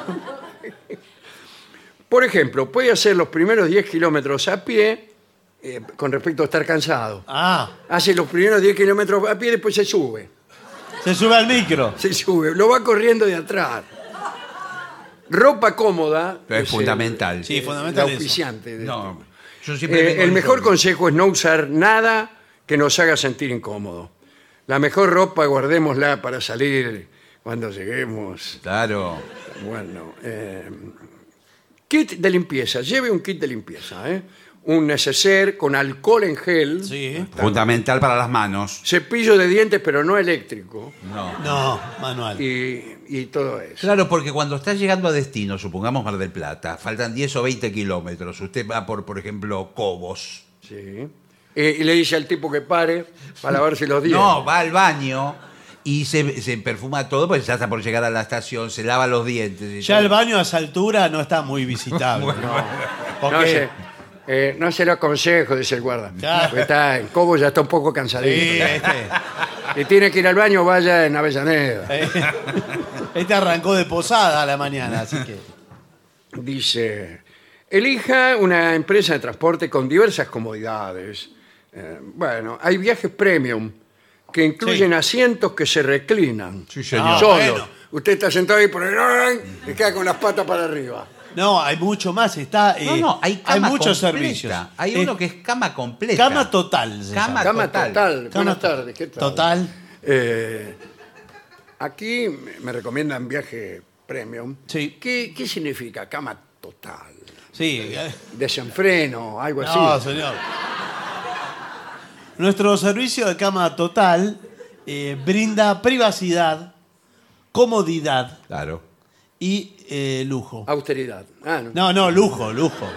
[SPEAKER 4] Por ejemplo, puede hacer los primeros 10 kilómetros a pie eh, con respecto a estar cansado.
[SPEAKER 2] Ah,
[SPEAKER 4] Hace los primeros 10 kilómetros a pie y después se sube.
[SPEAKER 2] se sube al micro.
[SPEAKER 4] Se sube, lo va corriendo de atrás. Ropa cómoda.
[SPEAKER 3] Es
[SPEAKER 4] el-
[SPEAKER 3] fundamental.
[SPEAKER 2] Sí,
[SPEAKER 4] el
[SPEAKER 2] fundamental eso.
[SPEAKER 4] auspiciante de esto.
[SPEAKER 3] No, yo siempre
[SPEAKER 4] Eh,
[SPEAKER 3] vengo
[SPEAKER 4] el
[SPEAKER 3] de
[SPEAKER 4] mejor
[SPEAKER 3] Tolstoy.
[SPEAKER 4] consejo es no usar nada que nos haga sentir incómodo. La mejor ropa guardémosla para salir cuando lleguemos.
[SPEAKER 3] Claro.
[SPEAKER 4] Bueno, eh, kit de limpieza. Lleve un kit de limpieza. ¿eh? Un neceser con alcohol en gel,
[SPEAKER 2] Sí.
[SPEAKER 3] Fundamental para las manos.
[SPEAKER 4] cepillo de dientes pero no eléctrico
[SPEAKER 3] No.
[SPEAKER 2] No, manual.
[SPEAKER 4] y, y todo eso.
[SPEAKER 3] Claro, porque cuando está llegando a destino, supongamos Mar del Plata, faltan 10 o 20 kilómetros. Usted va por, por ejemplo, Cobos.
[SPEAKER 4] Sí. Eh, y le dice al tipo que pare para lavarse los dientes.
[SPEAKER 3] No, va al baño y se, se perfuma todo, pues ya está por llegar a la estación, se lava los dientes. y
[SPEAKER 2] Ya
[SPEAKER 3] todo.
[SPEAKER 2] el baño a esa altura no está muy visitable. ¿no?
[SPEAKER 4] No
[SPEAKER 2] Porque
[SPEAKER 4] se, eh, no se lo aconsejo, dice el guarda.
[SPEAKER 2] Claro.
[SPEAKER 4] Porque está en Cobo, ya está un poco
[SPEAKER 2] Sí,
[SPEAKER 4] cansadito.
[SPEAKER 2] este,
[SPEAKER 4] Si tiene que ir al baño, vaya en Avellaneda.
[SPEAKER 2] eh, este arrancó de posada a la mañana, así que.
[SPEAKER 4] Dice, elija una empresa de transporte con diversas comodidades. Eh, bueno, hay viajes premium que incluyen
[SPEAKER 2] Sí.
[SPEAKER 4] asientos que se reclinan.
[SPEAKER 3] Sí,
[SPEAKER 2] Ah,
[SPEAKER 3] señor.
[SPEAKER 4] solos.
[SPEAKER 2] bueno.
[SPEAKER 4] Usted está sentado ahí por el... Y queda con las patas para arriba.
[SPEAKER 2] No, hay mucho más. Está, eh,
[SPEAKER 3] No, no, hay cama
[SPEAKER 2] muchos
[SPEAKER 3] completa.
[SPEAKER 2] servicios.
[SPEAKER 3] Hay
[SPEAKER 2] Eh,
[SPEAKER 3] uno que es cama completa.
[SPEAKER 2] Cama total. se
[SPEAKER 3] Cama
[SPEAKER 2] llama.
[SPEAKER 4] Cama
[SPEAKER 3] total.
[SPEAKER 4] total. Buenas
[SPEAKER 2] Cama
[SPEAKER 4] tardes. ¿Qué tal?
[SPEAKER 2] Total.
[SPEAKER 4] Eh, aquí me me recomiendan viaje premium.
[SPEAKER 2] Sí.
[SPEAKER 4] ¿Qué, qué significa cama total?
[SPEAKER 2] Sí. eh,
[SPEAKER 4] Desenfreno, algo
[SPEAKER 2] No,
[SPEAKER 4] así.
[SPEAKER 2] señor. Nuestro servicio de cama total eh, brinda privacidad, comodidad
[SPEAKER 3] Claro.
[SPEAKER 2] y eh, lujo.
[SPEAKER 4] Austeridad. Ah, no.
[SPEAKER 2] No, no, lujo, lujo.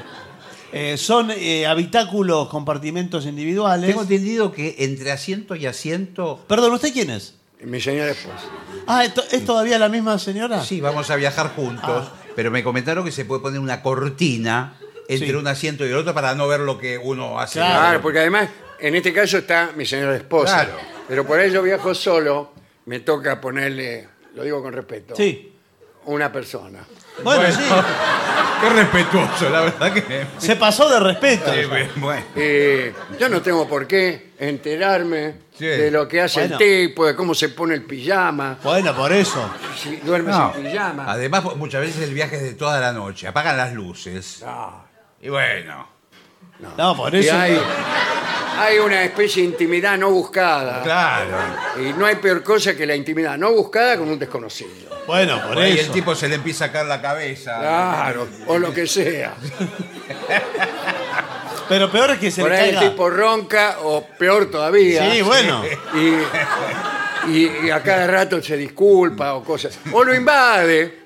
[SPEAKER 2] Eh, son eh, habitáculos, compartimentos individuales.
[SPEAKER 3] Tengo entendido que entre asiento y asiento.
[SPEAKER 2] Perdón, ¿usted quién es?
[SPEAKER 4] Mi señora esposa.
[SPEAKER 2] Ah, ¿es to- ¿es todavía la misma señora?
[SPEAKER 3] Sí, vamos a viajar juntos,
[SPEAKER 2] Ah.
[SPEAKER 3] pero me comentaron que se puede poner una cortina entre
[SPEAKER 2] Sí.
[SPEAKER 3] un asiento y el otro para no ver lo que uno hace.
[SPEAKER 2] Claro.
[SPEAKER 4] Claro, porque además, en este caso está mi señora esposa.
[SPEAKER 3] Claro.
[SPEAKER 4] Pero por ello viajo solo, me toca ponerle, lo digo con respeto,
[SPEAKER 2] Sí.
[SPEAKER 4] una persona.
[SPEAKER 2] Bueno,
[SPEAKER 3] Bueno.
[SPEAKER 2] sí.
[SPEAKER 3] Qué respetuoso, la verdad que.
[SPEAKER 2] Se pasó de respeto.
[SPEAKER 3] Sí, bueno.
[SPEAKER 4] Eh, yo no tengo por qué enterarme
[SPEAKER 3] Sí.
[SPEAKER 4] de lo que hace
[SPEAKER 2] Bueno.
[SPEAKER 4] el tipo, de cómo se pone el pijama,
[SPEAKER 2] Bueno, por eso.
[SPEAKER 4] si duerme
[SPEAKER 3] No.
[SPEAKER 4] sin pijama.
[SPEAKER 3] Además, muchas veces el viaje es de toda la noche. Apagan las luces.
[SPEAKER 4] No.
[SPEAKER 3] Y bueno.
[SPEAKER 2] No, por
[SPEAKER 4] Y
[SPEAKER 2] eso.
[SPEAKER 4] hay, hay una especie de intimidad no buscada.
[SPEAKER 3] Claro.
[SPEAKER 4] Y no hay peor cosa que la intimidad no buscada con un desconocido.
[SPEAKER 2] Bueno, por
[SPEAKER 3] Ahí el
[SPEAKER 2] eso.
[SPEAKER 3] tipo se le empieza a sacar la cabeza.
[SPEAKER 4] Claro, o lo que sea.
[SPEAKER 2] Pero peor es que se
[SPEAKER 4] Por
[SPEAKER 2] le
[SPEAKER 4] ahí el
[SPEAKER 2] caiga.
[SPEAKER 4] tipo ronca o peor todavía.
[SPEAKER 2] Sí, bueno.
[SPEAKER 4] Y, y- y a cada rato se disculpa o cosas. O lo invade.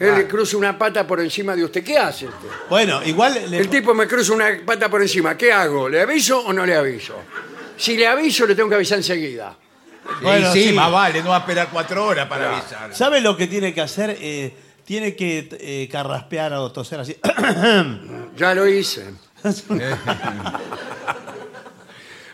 [SPEAKER 4] Él le cruza una pata por encima de usted. ¿Qué hace usted?
[SPEAKER 2] Bueno, igual le-
[SPEAKER 4] El tipo me cruza una pata por encima. ¿Qué hago? ¿Le aviso o no le aviso? Si le aviso, le tengo que avisar enseguida.
[SPEAKER 3] Y
[SPEAKER 2] Bueno,
[SPEAKER 3] sí, eh.
[SPEAKER 2] sí.
[SPEAKER 3] más vale, no va a esperar cuatro horas para avisar.
[SPEAKER 2] ¿Sabe lo que tiene que hacer? Eh, tiene que eh, carraspear o toser así.
[SPEAKER 4] Ya lo hice.
[SPEAKER 3] Eh,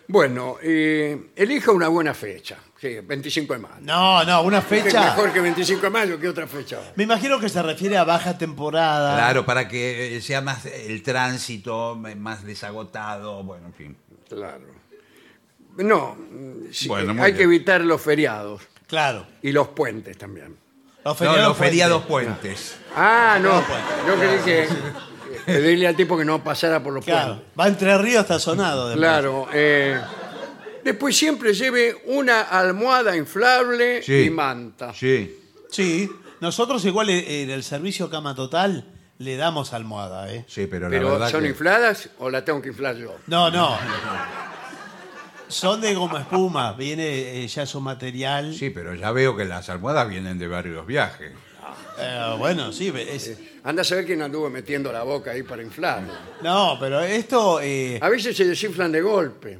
[SPEAKER 4] Bueno, eh, elija una buena fecha. Sí, 25 de mayo.
[SPEAKER 2] no, no, una
[SPEAKER 4] Es
[SPEAKER 2] fecha.
[SPEAKER 4] Mejor que 25 de mayo que otra fecha.
[SPEAKER 2] Me imagino que se refiere a baja temporada.
[SPEAKER 3] Claro, para que eh, sea más el tránsito, eh, más desagotado, bueno, en fin.
[SPEAKER 4] Claro. No, mm, sí,
[SPEAKER 3] Bueno, muy
[SPEAKER 4] hay
[SPEAKER 3] bien.
[SPEAKER 4] que evitar los feriados
[SPEAKER 2] Claro.
[SPEAKER 4] y los puentes también.
[SPEAKER 2] Los
[SPEAKER 3] No,
[SPEAKER 2] feriados.
[SPEAKER 3] los
[SPEAKER 2] pueden-
[SPEAKER 3] feriados puentes.
[SPEAKER 4] Ah, no.
[SPEAKER 2] Los puentes.
[SPEAKER 4] Yo creí que pedirle al tipo que no pasara por los
[SPEAKER 2] Claro.
[SPEAKER 4] puentes.
[SPEAKER 2] Va entre ríos, está sonado. después.
[SPEAKER 4] Claro. eh, después siempre lleve una almohada inflable
[SPEAKER 3] Sí.
[SPEAKER 4] y manta.
[SPEAKER 3] Sí.
[SPEAKER 2] Sí. Nosotros igual eh, en el servicio cama total le damos almohada, ¿eh?
[SPEAKER 3] Sí, pero, la
[SPEAKER 4] Pero
[SPEAKER 3] verdad
[SPEAKER 4] ¿son
[SPEAKER 3] que-
[SPEAKER 4] infladas o la tengo que inflar yo?
[SPEAKER 2] No, no. Son de goma espuma, viene eh, ya su material.
[SPEAKER 3] Sí, pero ya veo que las almohadas vienen de varios viajes.
[SPEAKER 2] Eh, bueno, sí. es-
[SPEAKER 4] Anda a saber quién anduvo metiendo la boca ahí para inflarlo.
[SPEAKER 2] no, pero esto. eh,
[SPEAKER 4] A veces se desinflan de golpe.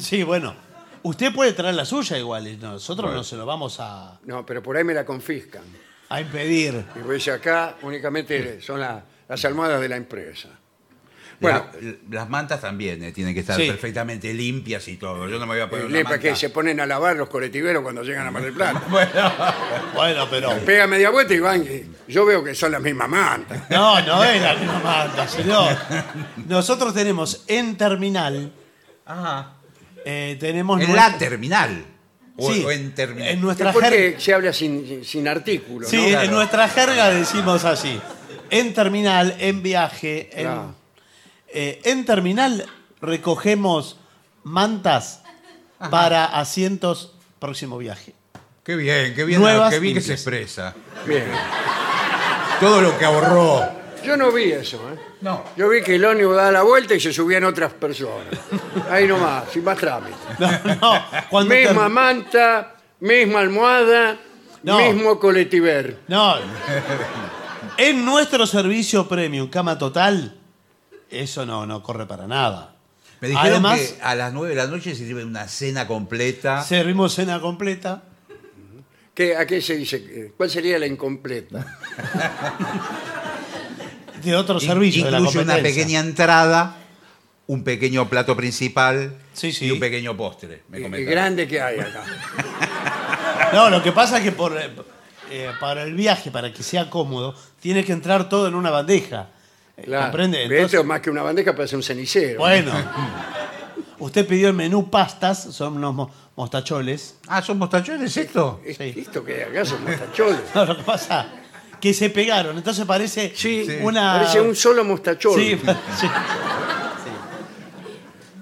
[SPEAKER 2] sí, bueno. Usted puede traer la suya igual. y Nosotros no se lo vamos a,
[SPEAKER 4] No, pero por ahí me la confiscan.
[SPEAKER 2] a impedir.
[SPEAKER 4] Y pues acá únicamente son la- las almohadas de la empresa. Bueno,
[SPEAKER 3] La- las mantas también eh, tienen que estar
[SPEAKER 2] Sí.
[SPEAKER 3] perfectamente limpias y todo. Yo no me voy a poner una
[SPEAKER 4] lepa
[SPEAKER 3] manta.
[SPEAKER 4] Eh, que se ponen a lavar los colectiveros cuando llegan a Mar del Plata.
[SPEAKER 2] Bueno, pero.
[SPEAKER 4] Pega media vuelta y van. y Yo veo que son las mismas mantas.
[SPEAKER 2] No, no es la misma manta, señor. Nosotros tenemos en terminal.
[SPEAKER 3] Ajá.
[SPEAKER 2] eh, tenemos.
[SPEAKER 3] En
[SPEAKER 2] nuestra-
[SPEAKER 3] la terminal. O,
[SPEAKER 2] Sí,
[SPEAKER 3] o en terminal.
[SPEAKER 2] en nuestra
[SPEAKER 4] ¿Por
[SPEAKER 2] jerga.
[SPEAKER 4] qué se habla sin, sin artículo?
[SPEAKER 2] Sí,
[SPEAKER 4] no?
[SPEAKER 3] Claro.
[SPEAKER 2] en nuestra jerga decimos así. En terminal, en viaje, en.
[SPEAKER 4] Claro.
[SPEAKER 2] eh, en terminal recogemos mantas para asientos próximo viaje.
[SPEAKER 3] Qué bien, qué bien,
[SPEAKER 2] Nuevas
[SPEAKER 3] qué bien que se
[SPEAKER 2] limpias.
[SPEAKER 3] expresa.
[SPEAKER 4] Bien.
[SPEAKER 3] Todo lo que ahorró.
[SPEAKER 4] Yo no vi eso, ¿eh?
[SPEAKER 3] No.
[SPEAKER 4] Yo vi que el ónibus daba la vuelta y se subían otras personas. Ahí nomás, sin más trámite.
[SPEAKER 2] No, no, cuando ter-
[SPEAKER 4] Misma manta, misma almohada,
[SPEAKER 2] No.
[SPEAKER 4] mismo coletiver.
[SPEAKER 2] No. En nuestro servicio premium, cama total, eso no, no corre para nada.
[SPEAKER 3] Me dijeron
[SPEAKER 2] Además,
[SPEAKER 3] que a las 9 de la noche se sirve una cena completa.
[SPEAKER 2] servimos cena completa.
[SPEAKER 4] ¿Qué, ¿A qué se dice? Eh, ¿Cuál sería la incompleta?
[SPEAKER 2] De otro
[SPEAKER 3] In-
[SPEAKER 2] servicio de la
[SPEAKER 3] incluye una
[SPEAKER 2] competencia.
[SPEAKER 3] pequeña entrada, un pequeño plato principal
[SPEAKER 2] Sí, sí.
[SPEAKER 3] y un pequeño postre. Me
[SPEAKER 4] Eh, El
[SPEAKER 3] comentaron.
[SPEAKER 4] grande que hay acá.
[SPEAKER 2] No, lo que pasa es que por, eh, eh, para el viaje, para que sea cómodo, tiene que entrar todo en una bandeja. Eh,
[SPEAKER 4] Claro.
[SPEAKER 2] ¿Comprende?
[SPEAKER 4] Pero
[SPEAKER 2] Entonces,
[SPEAKER 4] Esto es más que una bandeja, parece un cenicero.
[SPEAKER 2] bueno. Usted pidió el menú pastas, son unos mo- mostacholes.
[SPEAKER 3] Ah, ¿son mostachones esto?
[SPEAKER 4] ¿Es-
[SPEAKER 2] sí.
[SPEAKER 4] ¿Esto que acá son mostacholes?
[SPEAKER 2] No, lo que pasa que se pegaron, entonces parece
[SPEAKER 4] Sí, sí.
[SPEAKER 2] una...
[SPEAKER 4] Parece un solo mostachol.
[SPEAKER 2] Ah. Sí,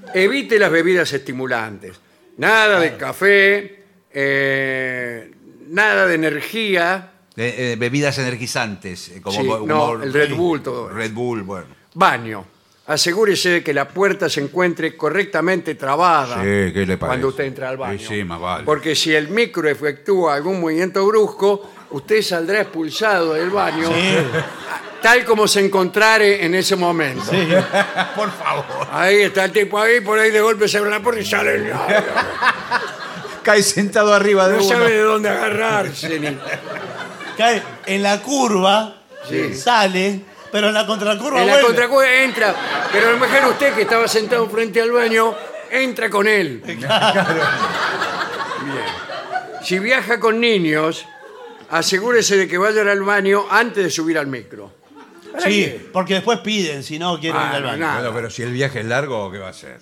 [SPEAKER 2] parece-
[SPEAKER 4] Evite las bebidas estimulantes. Nada de café, eh, nada de energía.
[SPEAKER 3] Eh, eh, bebidas energizantes, eh, como
[SPEAKER 4] Sí,
[SPEAKER 3] bo-
[SPEAKER 4] no,
[SPEAKER 3] como-
[SPEAKER 4] el Red Bull, todo eso.
[SPEAKER 3] Red Bull, bueno.
[SPEAKER 4] Baño. Asegúrese de que la puerta se encuentre correctamente trabada
[SPEAKER 3] Sí, ¿qué le parece?
[SPEAKER 4] Ah, cuando usted entra al baño.
[SPEAKER 3] Sí, sí, más vale.
[SPEAKER 4] Porque si el micro efectúa algún movimiento brusco, usted saldrá expulsado del baño
[SPEAKER 2] Sí.
[SPEAKER 4] tal como se encontrare en ese momento.
[SPEAKER 2] sí.
[SPEAKER 3] Por favor.
[SPEAKER 4] Ahí está el tipo ahí, por ahí de golpe se abre la puerta y sale el
[SPEAKER 3] Cae sentado arriba de
[SPEAKER 4] No
[SPEAKER 3] uno.
[SPEAKER 4] sabe de dónde agarrarse. ni-
[SPEAKER 2] Cae en la curva,
[SPEAKER 4] Sí.
[SPEAKER 2] sale, pero en la contracurva
[SPEAKER 4] En la
[SPEAKER 2] vuelve.
[SPEAKER 4] contracue entra, pero a lo mejor usted que estaba sentado frente al baño, entra con él. Bien. Si viaja con niños, asegúrese de que vayan al baño antes de subir al micro.
[SPEAKER 2] Sí, porque después piden, si no quieren ir
[SPEAKER 4] Ah,
[SPEAKER 2] al baño.
[SPEAKER 4] nada.
[SPEAKER 3] Bueno, pero si el viaje es largo, ¿qué va a ser?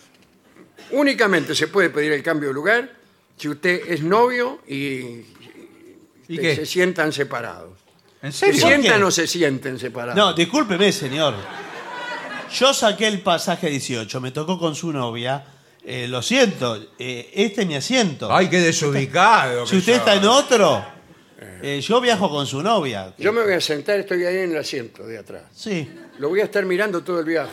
[SPEAKER 4] Únicamente se puede pedir el cambio de lugar si usted es novio y,
[SPEAKER 3] ¿Y
[SPEAKER 4] que
[SPEAKER 3] qué?
[SPEAKER 4] se sientan separados.
[SPEAKER 3] ¿En
[SPEAKER 4] ¿Se
[SPEAKER 3] serio?
[SPEAKER 2] ¿Por qué?
[SPEAKER 4] sientan o se sienten separados?
[SPEAKER 2] No, discúlpeme, señor. Yo saqué el pasaje 18, me tocó con su novia. Eh, lo siento, eh, este es mi asiento.
[SPEAKER 3] Ay, qué desubicado.
[SPEAKER 2] si
[SPEAKER 3] que
[SPEAKER 2] usted
[SPEAKER 3] sos.
[SPEAKER 2] está en otro, eh, yo viajo con su novia.
[SPEAKER 4] Yo me voy a sentar, estoy ahí en el asiento de atrás.
[SPEAKER 2] Sí.
[SPEAKER 4] Lo voy a estar mirando todo el viaje.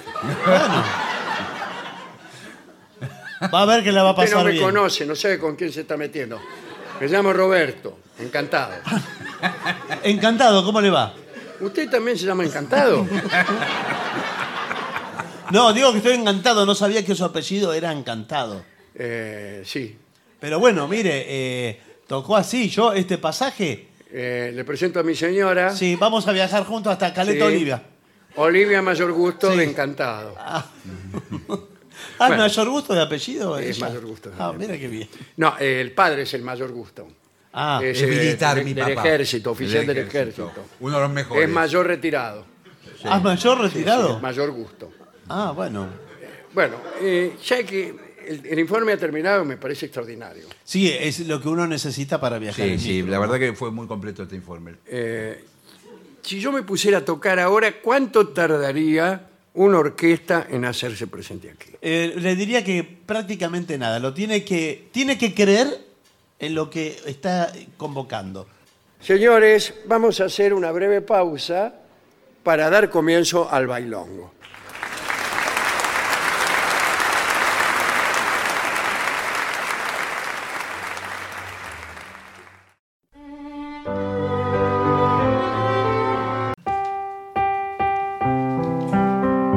[SPEAKER 2] Va a ver que la va a
[SPEAKER 4] Usted
[SPEAKER 2] pasar
[SPEAKER 4] no me
[SPEAKER 2] bien.
[SPEAKER 4] conoce, no sabe con quién se está metiendo. Me llamo Roberto, encantado.
[SPEAKER 2] Encantado, ¿cómo le va?
[SPEAKER 4] ¿Usted también se llama encantado?
[SPEAKER 2] No, digo que estoy encantado, no sabía que su apellido era encantado.
[SPEAKER 4] Eh, sí.
[SPEAKER 2] Pero bueno, mire, eh, tocó así. Yo, este pasaje,
[SPEAKER 4] Eh, le presento a mi señora.
[SPEAKER 2] sí, vamos a viajar juntos hasta Caleta
[SPEAKER 4] Ah. Sí.
[SPEAKER 2] Olivia.
[SPEAKER 4] Olivia Mayor Gusto
[SPEAKER 2] Sí.
[SPEAKER 4] de Encantado.
[SPEAKER 2] Ah,
[SPEAKER 4] Bueno.
[SPEAKER 2] mayor gusto de apellido.
[SPEAKER 4] Es
[SPEAKER 2] ella?
[SPEAKER 4] mayor gusto.
[SPEAKER 2] Ah, mira qué bien.
[SPEAKER 4] No, eh, el padre es el Mayor Gusto.
[SPEAKER 2] Ah,
[SPEAKER 4] es
[SPEAKER 3] Es
[SPEAKER 4] eh,
[SPEAKER 3] militar,
[SPEAKER 4] del-
[SPEAKER 3] mi
[SPEAKER 4] del
[SPEAKER 3] papá.
[SPEAKER 4] ejército, oficial del
[SPEAKER 3] Del
[SPEAKER 4] ejército.
[SPEAKER 3] ejército. Uno de los mejores.
[SPEAKER 4] Es mayor retirado.
[SPEAKER 2] ah, mayor retirado.
[SPEAKER 4] Mayor Gusto.
[SPEAKER 2] ah, bueno.
[SPEAKER 4] Bueno, eh, ya que el, el informe ha terminado, me parece extraordinario.
[SPEAKER 2] Sí, es lo que uno necesita para viajar.
[SPEAKER 3] Sí,
[SPEAKER 2] en
[SPEAKER 3] sí,
[SPEAKER 2] micro.
[SPEAKER 3] la verdad que fue muy completo este informe.
[SPEAKER 4] Eh, si yo me pusiera a tocar ahora, ¿cuánto tardaría una orquesta en hacerse presente aquí?
[SPEAKER 2] Eh, le diría que prácticamente nada. Lo tiene que, tiene que creer en lo que está convocando.
[SPEAKER 4] Señores, vamos a hacer una breve pausa para dar comienzo al bailongo.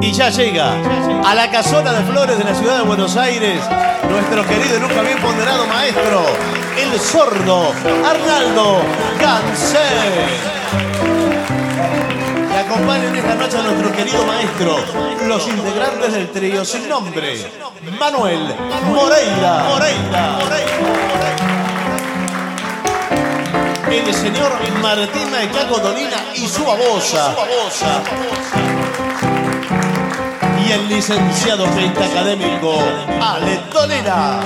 [SPEAKER 2] Y ya llega a la casona de flores de la ciudad de Buenos Aires nuestro querido y nunca bien ponderado maestro, el sordo Arnaldo Gansé. Y acompañen esta noche a nuestro querido maestro, los integrantes del trío sin nombre, Manuel Moreira. Moreira. El señor Martín Maecaco Donina y su babosa. Y el licenciado frente académico, Ale Tolera.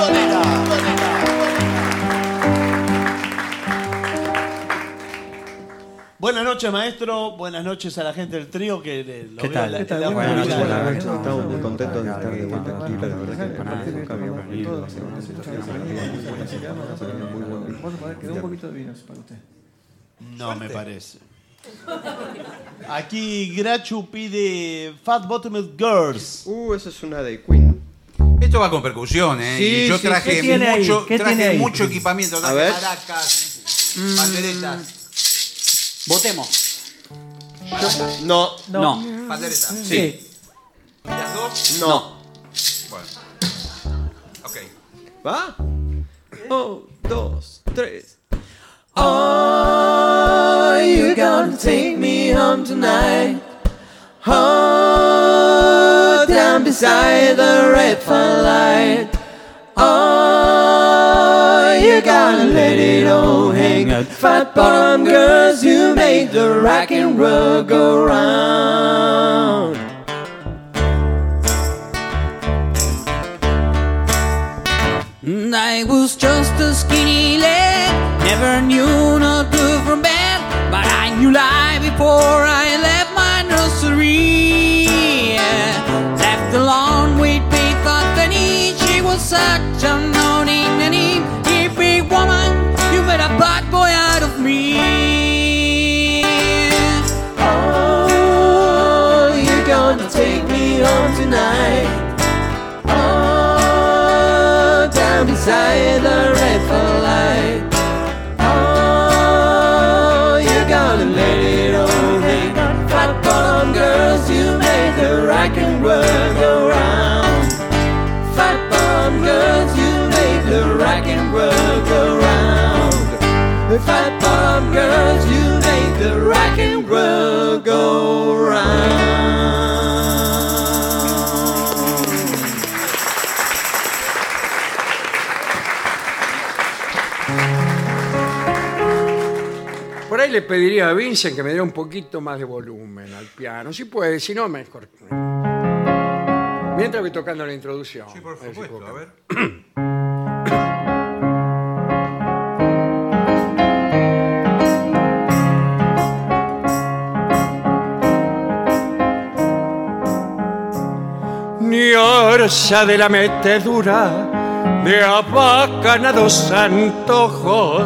[SPEAKER 2] Buenas noches, maestro. Buenas noches a la gente del trío que le- lo
[SPEAKER 5] ¿Qué
[SPEAKER 2] veo
[SPEAKER 5] tal?
[SPEAKER 2] en la-
[SPEAKER 5] ¿Qué tal?
[SPEAKER 2] en la
[SPEAKER 5] Buenas noches,
[SPEAKER 2] pública.
[SPEAKER 5] buenas noches.
[SPEAKER 6] Estamos muy contentos de estar de vuelta aquí. La verdad que parece que nunca habíamos venido. Hace una situación muy buena, situación muy buena. Vamos a poner que dé un poquito de vino para usted.
[SPEAKER 2] No me parece. Aquí Grachu pide Fat Bottomed Girls.
[SPEAKER 6] Uh, esa es una de Queen.
[SPEAKER 3] Esto va con percusión, ¿eh?
[SPEAKER 6] Sí,
[SPEAKER 3] y yo
[SPEAKER 6] sí,
[SPEAKER 3] traje
[SPEAKER 5] ¿qué tiene ahí?
[SPEAKER 3] mucho,
[SPEAKER 5] ¿Qué
[SPEAKER 3] traje
[SPEAKER 5] tiene ahí? Mm.
[SPEAKER 3] mucho equipamiento, traje
[SPEAKER 6] ver.
[SPEAKER 3] maracas, panderetas,
[SPEAKER 5] Votemos.
[SPEAKER 6] No,
[SPEAKER 5] No.
[SPEAKER 3] panderetas.
[SPEAKER 5] Sí.
[SPEAKER 3] ¿Y las dos?
[SPEAKER 6] no.
[SPEAKER 3] Bueno. Ok.
[SPEAKER 6] ¿Va? Un, dos, tres.
[SPEAKER 7] Are you gonna take me home tonight? Oh, down beside the red fun light. Oh, you gotta let it all hang out. Fat bottom girls, you make the rock and roll go round. And I was just a skinny lad, never knew not good from bad, but I knew life before I left my nursery. Yeah. Left alone with Pete Anthony, she was such a naughty nanny. Hey, big woman, you made a bad boy out of me. Oh, you're gonna take me home tonight. Oh, down beside the red flag light. Oh, you're gonna let it all hang. Fat bottom girls, you make the rock and roll go round. Fat bottom girls, you make the rock and roll go round. Fat bottom girls, you make the rock and roll go round.
[SPEAKER 4] Por ahí le pediría a Vincent que me diera un poquito más de volumen al piano, si puede, si no, mejor. Mientras voy tocando la introducción.
[SPEAKER 3] Sí, por
[SPEAKER 4] A ver si
[SPEAKER 3] supuesto,
[SPEAKER 4] puedo
[SPEAKER 3] a
[SPEAKER 4] cantar.
[SPEAKER 3] ver.
[SPEAKER 4] ni orsa de la metedura de abacanados antojos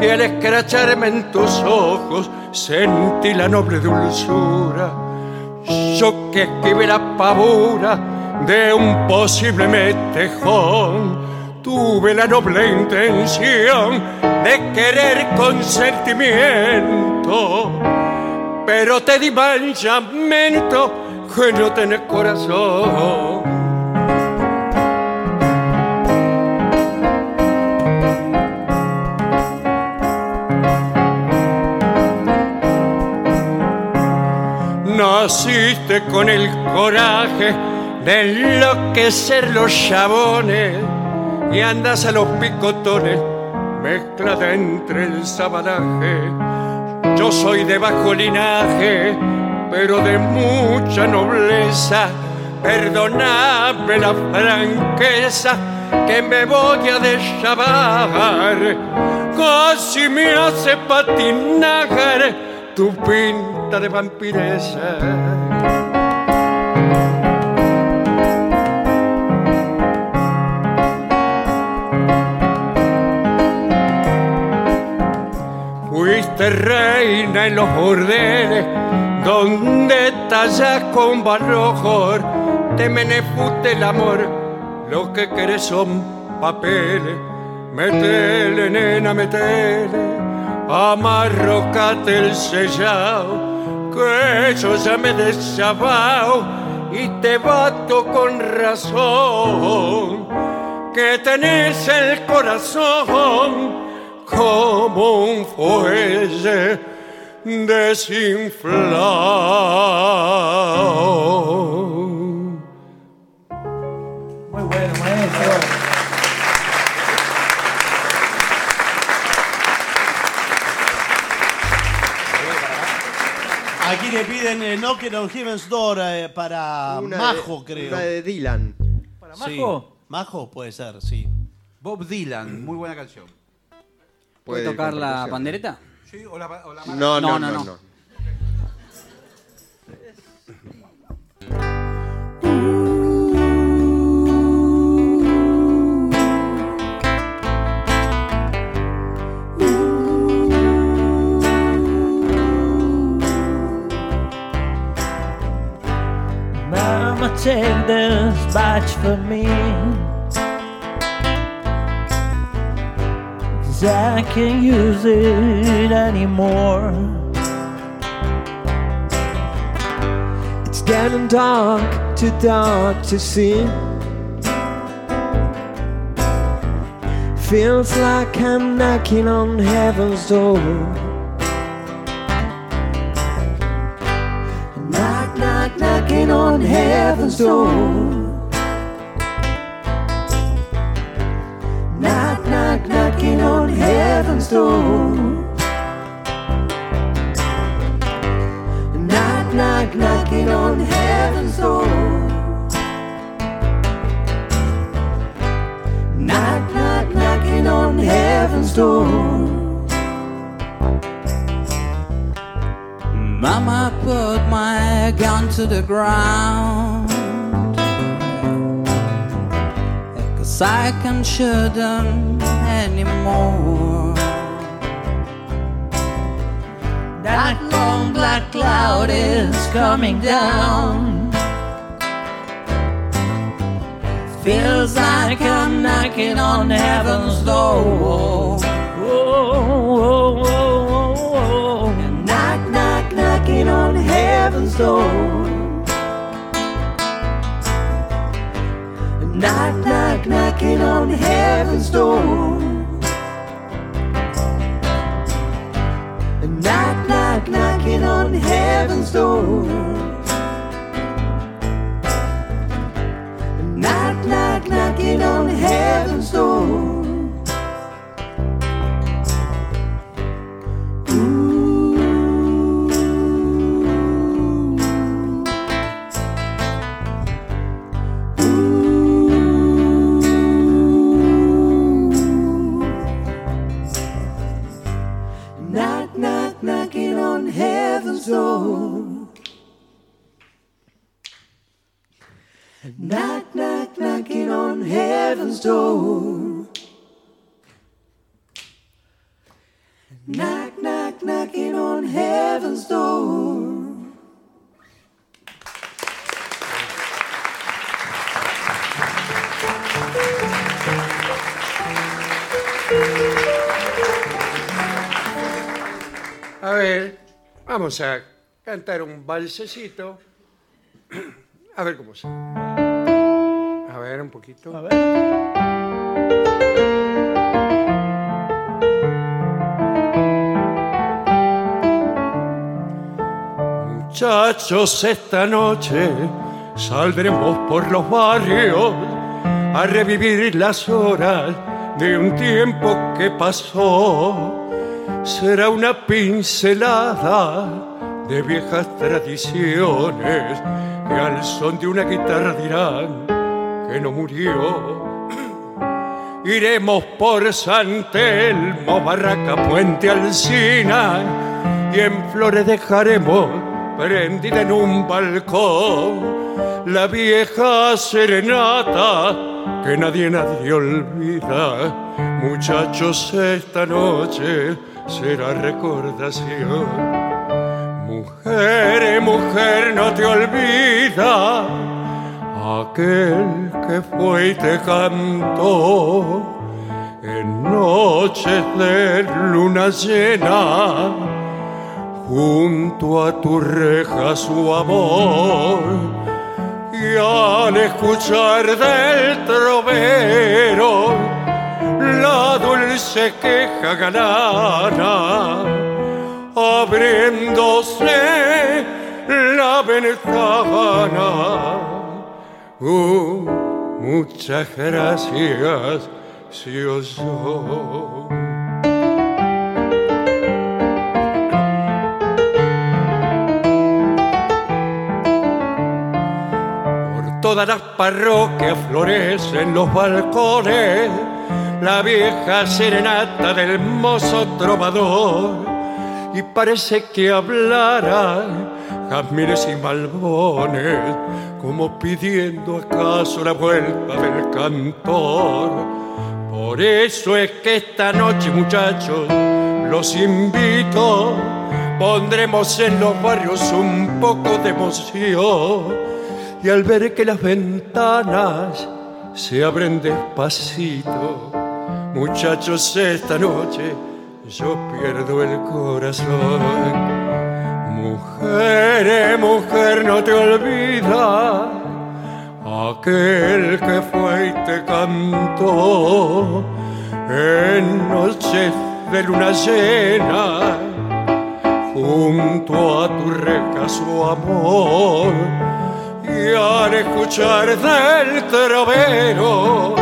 [SPEAKER 4] que al escracharme en tus ojos sentí la noble dulzura yo que esquivé la pavura de un posible metejón tuve la noble intención de querer con sentimiento pero te di mal llamento que no tenés corazón. Naciste con el coraje de enloquecer los chabones y andas a los picotones mezclada entre el sabanaje. Yo soy de bajo linaje, pero de mucha nobleza. Perdonadme la franqueza que me voy a deschavar. Casi me hace patinar tu pinta de vampiresa. Fuiste reina en los burdeles donde tallas con valor, te menefute el amor, lo que querés son papeles. Metele, nena, metele, amarrocate el sellao, que yo ya me he deshabao
[SPEAKER 1] y te bato con razón, que tenés el corazón como un fuelle desinflado.
[SPEAKER 8] Muy bueno, maestro.
[SPEAKER 2] Aquí le piden eh, Knocking on Heaven's Door eh, para
[SPEAKER 9] Una de-
[SPEAKER 2] Majo, creo.
[SPEAKER 9] Una de Dylan.
[SPEAKER 10] ¿Para
[SPEAKER 2] Sí.
[SPEAKER 10] Majo?
[SPEAKER 2] Majo puede ser, sí.
[SPEAKER 3] Bob Dylan, muy buena canción.
[SPEAKER 9] Puede
[SPEAKER 10] ¿Puede
[SPEAKER 9] ir
[SPEAKER 10] tocar
[SPEAKER 9] con
[SPEAKER 10] la
[SPEAKER 9] percusión.
[SPEAKER 10] pandereta?
[SPEAKER 3] Sí, o la, o la-
[SPEAKER 9] No, no,
[SPEAKER 10] No,
[SPEAKER 9] no.
[SPEAKER 10] no,
[SPEAKER 9] no,
[SPEAKER 10] no.
[SPEAKER 11] Mama, take this batch for me. 'Cause I can't use it anymore.
[SPEAKER 12] It's getting dark, too dark to see. Feels like I'm knocking on heaven's door. Knock, knock, knocking on heaven's door. Knock, knock, knocking on heaven's door. Knock, knock, knocking on heaven's door. Knock, knock, knocking on heaven's door.
[SPEAKER 7] Mama put my gun to the ground. Cause I can't shoot them anymore. That long black cloud is coming down. Feels like I'm knocking on heaven's door.
[SPEAKER 11] Oh, oh, oh, oh.
[SPEAKER 12] Knock, knock, knocking on heaven's door. Knock, knock, knocking on heaven's door. Knock, knock, knocking on heaven's door. Knock, knock, knocking on heaven's door. Knock, knock, knocking on heaven's door. Knock, knock, knocking on heaven's door. Knock, knock, knocking on heaven's door.
[SPEAKER 1] A ver, vamos a cantar un balsecito. A ver cómo sale. A ver, un poquito.
[SPEAKER 11] A ver.
[SPEAKER 1] Muchachos, esta noche saldremos por los barrios a revivir las horas de un tiempo que pasó. Será una pincelada de viejas tradiciones que al son de una guitarra dirán que no murió. Iremos por San Telmo, Barraca, Puente Alsina y en flores dejaremos prendida en un balcón la vieja serenata que nadie, nadie olvida. Muchachos, esta noche será recordación. Mujer, eh, mujer, no te olvida aquel que fue y te cantó en noches de luna llena junto a tu reja su amor. Y al escuchar del trovero la dulce queja galana, abriéndose la ventana. Oh, muchas gracias, si os doy. todas las parroquias florecen los balcones, la vieja serenata del mozo trovador, y parece que hablaran jazmines y malbones, como pidiendo acaso la vuelta del cantor. Por eso es que esta noche, muchachos, los invito, pondremos en los barrios un poco de emoción y al ver que las ventanas se abren despacito, muchachos, esta noche yo pierdo el corazón. Mujer, eh, mujer, no te olvidas aquel que fue y te cantó en noches de luna llena. Junto a tu reca su amor, y al escuchar del trovero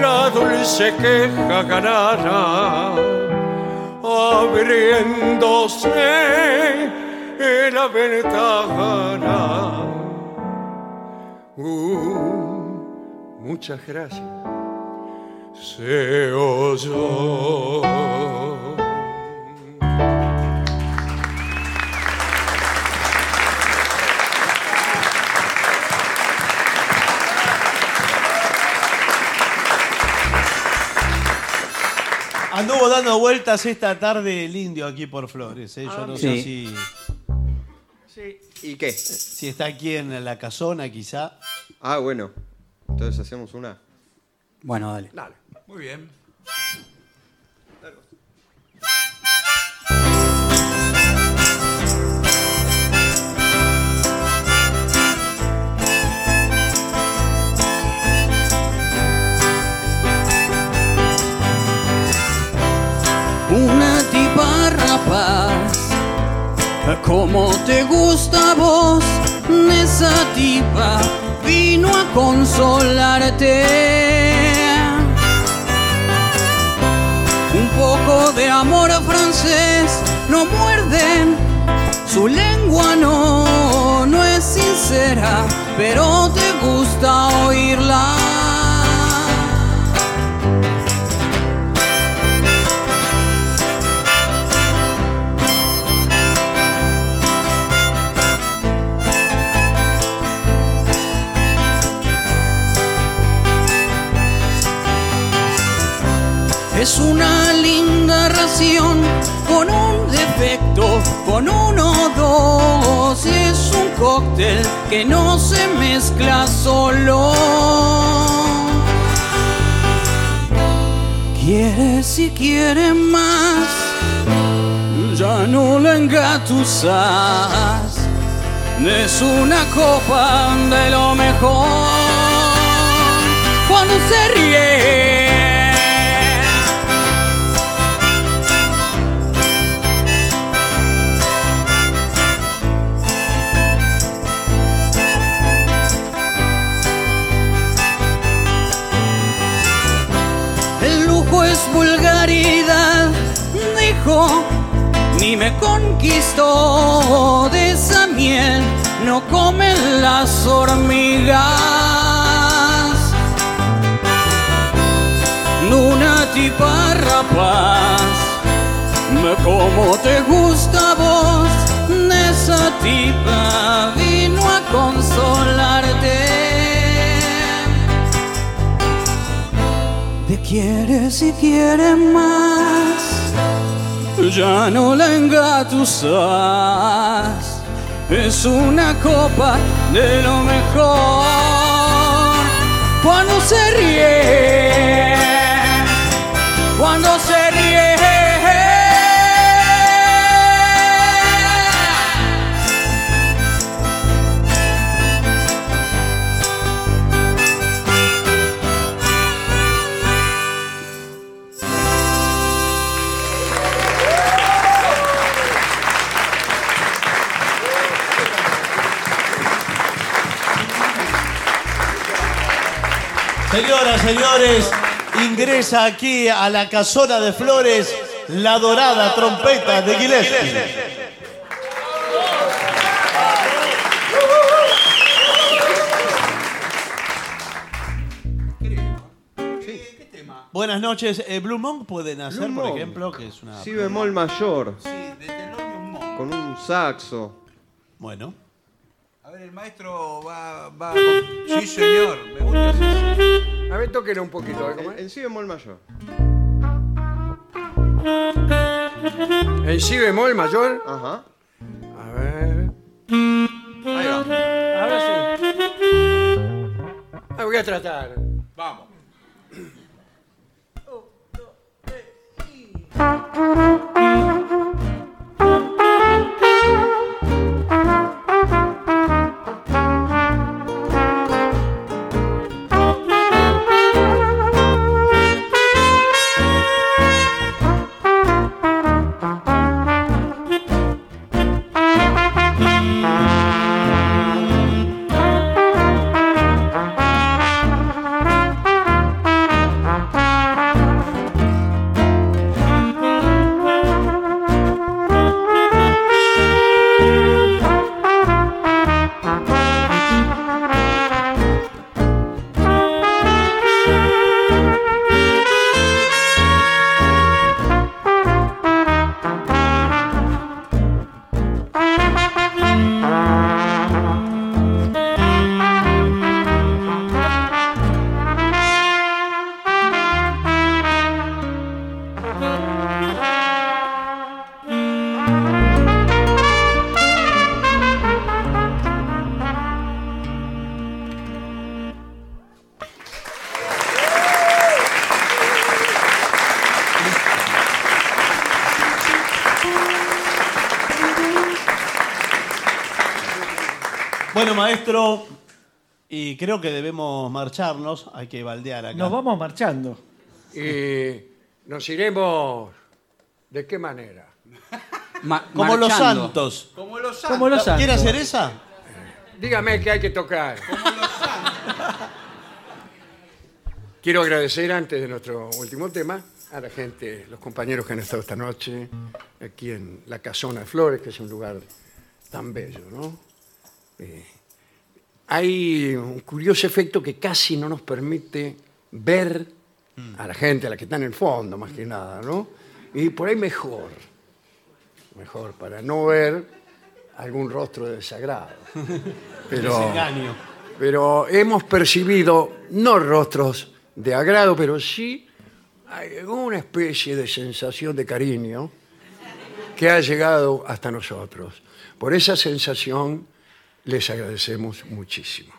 [SPEAKER 1] la dulce queja ganará abriéndose en la ventana. Uh, muchas gracias. Se oyó.
[SPEAKER 2] Anduvo dando vueltas esta tarde el indio aquí por Flores. ¿eh? Yo no sé
[SPEAKER 5] Sí.
[SPEAKER 2] si.
[SPEAKER 9] ¿Y qué?
[SPEAKER 2] Si está aquí en la casona, quizá.
[SPEAKER 9] Ah, bueno. Entonces hacemos una.
[SPEAKER 5] Bueno, dale.
[SPEAKER 13] Muy bien.
[SPEAKER 7] Una tipa rapaz, como te gusta a vos, esa tipa vino a consolarte. Un poco de amor francés no muerde, su lengua no, no es sincera, pero te gusta oírla. Es una linda ración con un defecto, con uno o dos. Es un cóctel que no se mezcla solo. Quiere si quiere más, ya no la engatusas. Es una copa de lo mejor cuando se ríe. El lujo es vulgaridad, dijo, ni me conquistó de esa miel, no comen las hormigas. Una tipa rapaz, me como te gusta a vos, esa tipa vino a consolarte. Te quiere si quiere más. Ya no la engatusas. Es una copa de lo mejor. Cuando se ríe. Cuando se ríe.
[SPEAKER 2] Señoras, señores, ingresa aquí a la casona de flores la dorada trompeta de Gillespie. Buenas noches. Eh, Blue Monk pueden hacer,
[SPEAKER 9] Blue
[SPEAKER 2] por
[SPEAKER 9] Monk.
[SPEAKER 2] ejemplo, que es una...
[SPEAKER 9] Si bemol mayor. Ah, Sí, de Con un saxo.
[SPEAKER 2] Bueno.
[SPEAKER 3] A ver, el maestro va. va con- Sí, señor. Me gusta ese-
[SPEAKER 4] A ver, toquen un poquito. ¿eh? ¿Cómo es?
[SPEAKER 9] En si bemol mayor.
[SPEAKER 4] En si bemol mayor.
[SPEAKER 9] Ajá.
[SPEAKER 4] A ver. Ahí va. Ahora sí. Ah, voy a tratar.
[SPEAKER 3] Vamos.
[SPEAKER 2] Bueno, maestro, y creo que debemos marcharnos. Hay que baldear acá.
[SPEAKER 14] Nos vamos marchando.
[SPEAKER 4] Y nos iremos. ¿De qué manera?
[SPEAKER 2] Como los santos.
[SPEAKER 3] Como los santos.
[SPEAKER 14] Como los santos.
[SPEAKER 2] ¿Quiere hacer esa?
[SPEAKER 4] Dígame qué hay que tocar. Quiero agradecer antes de nuestro último tema a la gente, los compañeros que han estado esta noche aquí en la Casona de Flores, que es un lugar tan bello, ¿no? Eh, hay un curioso efecto que casi no nos permite ver a la gente, a la que está en el fondo, más que nada, ¿no? Y por ahí mejor, mejor, para no ver algún rostro de desagrado. Pero,
[SPEAKER 2] Desengaño.
[SPEAKER 4] pero hemos percibido, no rostros de agrado, pero sí alguna especie de sensación de cariño que ha llegado hasta nosotros. Por esa sensación les agradecemos muchísimo.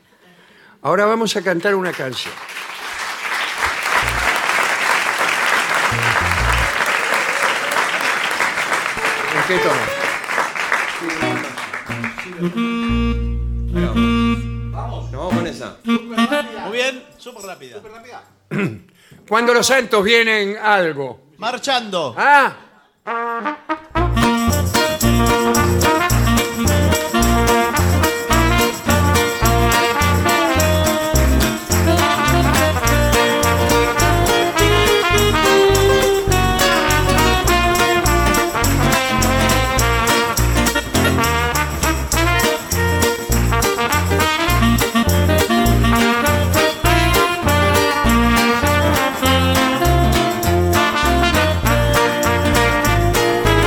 [SPEAKER 4] Ahora vamos a cantar una canción. ¿En qué tono?
[SPEAKER 9] Nos vamos con esa.
[SPEAKER 2] Muy bien, súper rápida.
[SPEAKER 4] Cuando los santos vienen algo.
[SPEAKER 2] Marchando.
[SPEAKER 4] Ah,
[SPEAKER 12] Thank